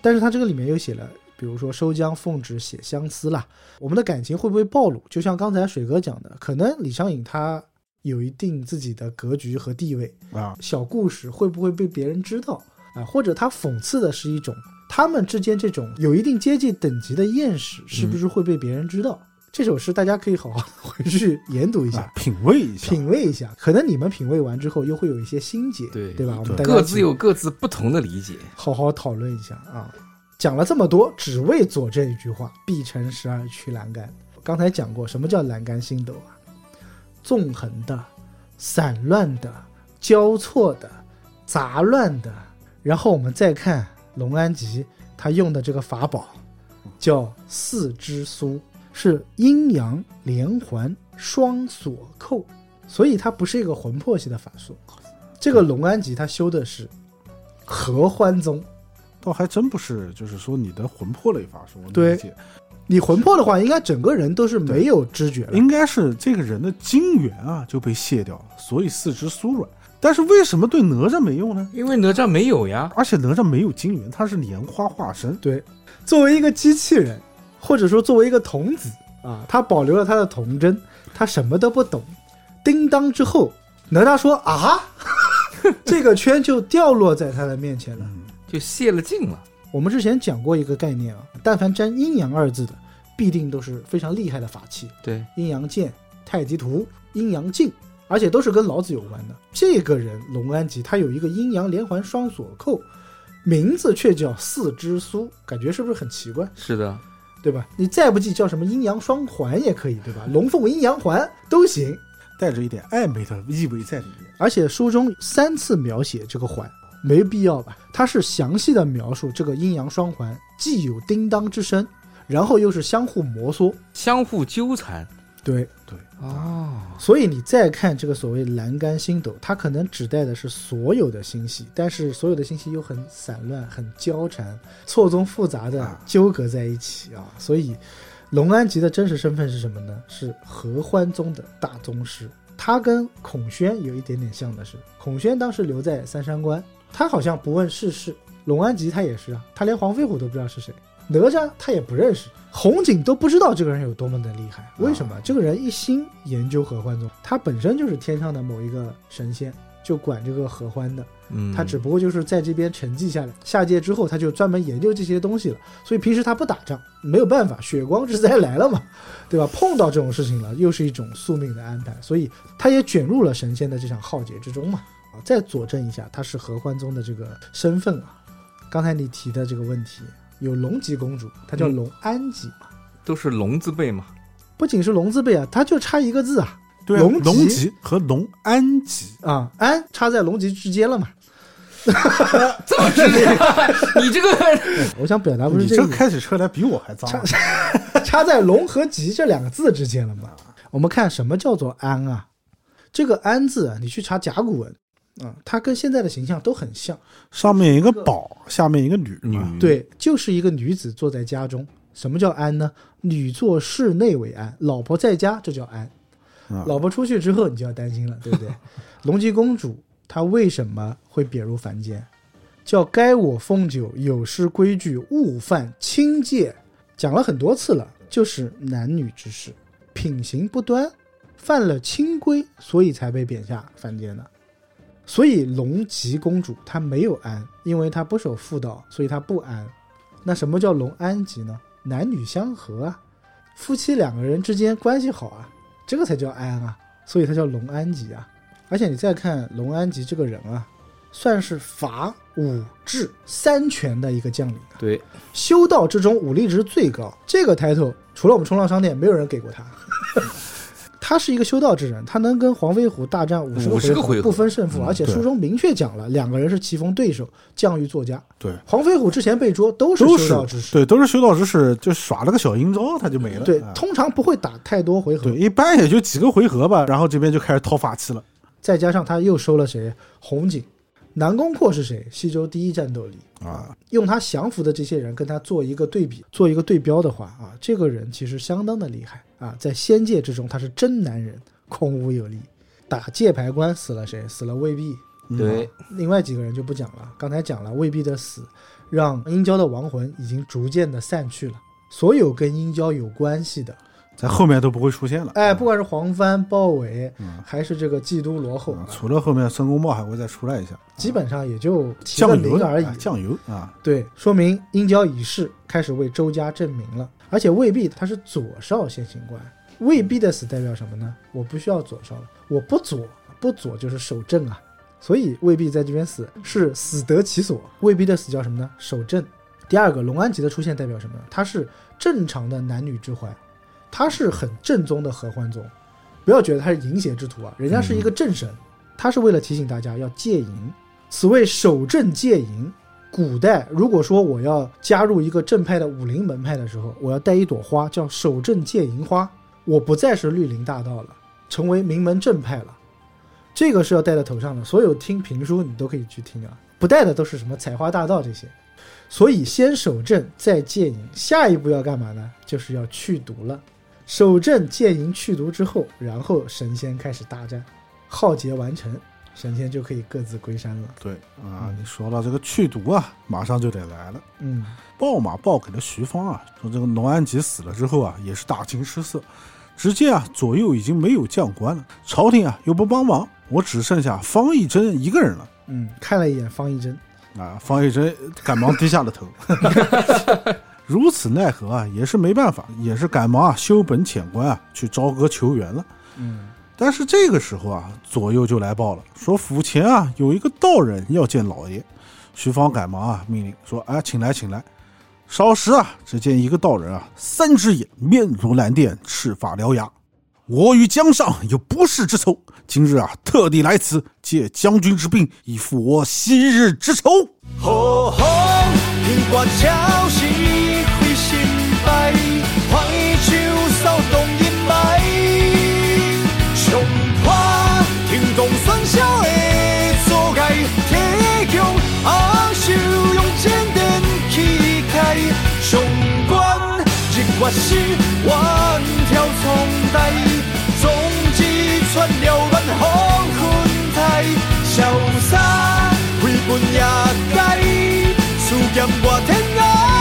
但是他这个里面又写了，比如说收将奉旨写相思啦，我们的感情会不会暴露？就像刚才水哥讲的，可能李商隐他有一定自己的格局和地位，
啊，
小故事会不会被别人知道啊？或者他讽刺的是一种他们之间这种有一定阶级等级的厌世，是不是会被别人知道？这首诗大家可以好好地回去研读一下。
啊品味一下，
品味一下，可能你们品味完之后又会有一些心结，
对
对吧？我们大家
嗯各
一起
自有各自不同的理解，
好好讨论一下啊。讲了这么多，只为佐证一句话：“必成十二曲栏杆。”刚才讲过，什么叫栏杆星斗啊？纵横的、散乱的、交错的、杂乱的。然后我们再看龙安吉他用的这个法宝，叫四支苏，是阴阳连环双锁扣，所以它不是一个魂魄系的法术。这个龙安吉他修的是合欢宗。
倒还真不是，就是说你的魂魄类法术，我
对
理解，
你魂魄的话，应该整个人都是没有知觉了。
应该是这个人的精元啊就被卸掉了，所以四肢酥软。但是为什么对哪吒没用呢？
因为哪吒没有呀，
而且哪吒没有精元，他是莲花化身，
对，作为一个机器人，或者说作为一个童子啊，他保留了他的童真，他什么都不懂。叮当之后，哪吒说啊， 这个圈就掉落在他的面前了。
就泄了劲了，
我们之前讲过一个概念啊，但凡沾阴阳二字的，必定都是非常厉害的法器。
对，
阴阳剑、太极图、阴阳镜，而且都是跟老子有关的。这个人龙安吉，他有一个阴阳连环双锁扣，名字却叫四支苏，感觉是不是很奇怪？
是的，
对吧？你再不济叫什么阴阳双环也可以，对吧？龙凤阴阳环都行。
带着一点暧昧的意味在里面。
而且书中三次描写这个环，没必要吧？它是详细的描述这个阴阳双环既有叮当之声，然后又是相互摩挲。
相互纠缠
对，
哦，
所以你再看这个所谓栏杆星斗，它可能指代的是所有的星系，但是所有的星系又很散乱、很交缠、错综复杂的纠葛在一起啊。所以，龙安吉的真实身份是什么呢？是合欢宗的大宗师。他跟孔宣有一点点像的是，孔宣当时留在三山关，他好像不问世事。龙安吉他也是啊，他连黄飞虎都不知道是谁。哪吒他也不认识，红警都不知道这个人有多么的厉害。为什么？这个人一心研究合欢宗，他本身就是天上的某一个神仙，就管这个合欢的。
嗯，
他只不过就是在这边沉寂下来，下界之后他就专门研究这些东西了。所以平时他不打仗，没有办法，血光之灾来了嘛， 对吧？碰到这种事情了，又是一种宿命的安排，所以他也卷入了神仙的这场浩劫之中嘛。啊，再佐证一下他是合欢宗的这个身份啊。刚才你提的这个问题，有龙吉公主，她叫龙安吉，
都是龙字辈嘛，
不仅是龙字辈啊，它就差一个字啊
对啊，
龙吉
龙吉和龙安吉，
啊，安插在龙吉之间了嘛。
这么直接， 你这个
我想表达不是
你
这
这
个意
个
思，
开起车来比我还脏啊，
插在“龙”和“吉”这两个字之间了嘛？我们看什么叫做“安”啊？这个“安”字啊，你去查甲骨文，啊，它跟现在的形象都很像。
上面一个宝，下面一个女
女
嘛，
对，就是一个女子坐在家中。什么叫安呢？女坐室内为安，老婆在家这叫安。
啊
老婆出去之后，你就要担心了，对不对？龙吉公主她为什么会贬入凡间？叫该我奉酒，有失规矩，勿犯轻戒。讲了很多次了，就是男女之事，品行不端，犯了清规，所以才被贬下凡间的。所以龙吉公主她没有安，因为她不守妇道，所以她不安。那什么叫龙安吉呢？男女相合啊，夫妻两个人之间关系好啊，这个才叫安啊，所以它叫龙安吉啊。而且你再看龙安吉这个人啊，算是法武智三权的一个将领啊，
对，
修道之中武力值最高。这个 title 除了我们冲浪商店，没有人给过他。 他是一个修道之人，他能跟黄飞虎大战五十
50个回合
不分胜负，而且
对
书中明确讲了，两个人是棋逢对手，将遇作家。
对，
黄飞虎之前被捉都是
都
修道之
是
士，
对，都是修道之士，就耍了个小阴招，他就没了。
对
啊，
通常不会打太多回合
对，，一般也就几个回合吧，然后这边就开始掏法器了。
再加上他又收了谁？红警，南宫阔是谁？西周第一战斗力
啊，
用他降服的这些人跟他做一个对比，做一个对标的话啊，这个人其实相当的厉害啊，在仙界之中他是真男人，孔武有力。打界牌官死了谁？死了魏碧，
嗯
对，
另外几个人就不讲了。刚才讲了魏碧的死，让殷郊的亡魂已经逐渐的散去了。所有跟殷郊有关系的，
在后面都不会出现了。
哎，不管是黄帆、豹尾
嗯，
还是这个季都罗后，
啊，除了后面申公豹还会再出来一下，
基本上也就提个
酱油
零而已
啊。酱油啊，
对，说明殷郊已逝，开始为周家证明了。而且未必他是左少先行官，未必的死代表什么呢？我不需要左少了，我不左，不左就是守正啊。所以未必在这边死是死得其所。未必的死叫什么呢？守正。第二个，龙安吉的出现代表什么呢？他是正常的男女之欢，他是很正宗的合欢宗。不要觉得他是淫邪之徒啊，人家是一个正神，他是为了提醒大家要戒淫。此谓守正戒淫。古代如果说我要加入一个正派的武林门派的时候，我要带一朵花，叫守正戒淫花。我不再是绿林大盗了，成为名门正派了，这个是要戴在头上的。所有听评书你都可以去听啊，不戴的都是什么采花大盗这些。所以先守正，再戒淫，下一步要干嘛呢？就是要去毒了。守正戒淫去毒之后，然后神仙开始大战，浩劫完成，神仙就可以各自归山了。
对啊，你说到这个去毒啊，马上就得来了。
嗯，
报嘛报给了徐芳啊，说这个龙安吉死了之后啊，也是大惊失色，只见啊左右已经没有将官了，朝廷啊又不帮忙，我只剩下方义珍一个人了。
嗯，看了一眼方一珍，
啊，方义珍赶忙低下了头。如此奈何啊，也是没办法，也是赶忙啊修本遣官啊去朝歌求援了。
嗯，
但是这个时候啊，左右就来报了，说府前啊有一个道人要见老爷。徐芳赶忙啊命令说：“啊，请来，请来。”少时啊，只见一个道人啊，三只眼，面如蓝靛，赤发獠牙。我与江上有不世之仇，今日啊特地来此，借将军之病，以复我昔日之仇。
好风凭我鸟翅飞心bay，看伊手扫动阴霾，冲是橫條從地，總之出遊不可寬替，仇殺陪伴日雞，笑任和聽我。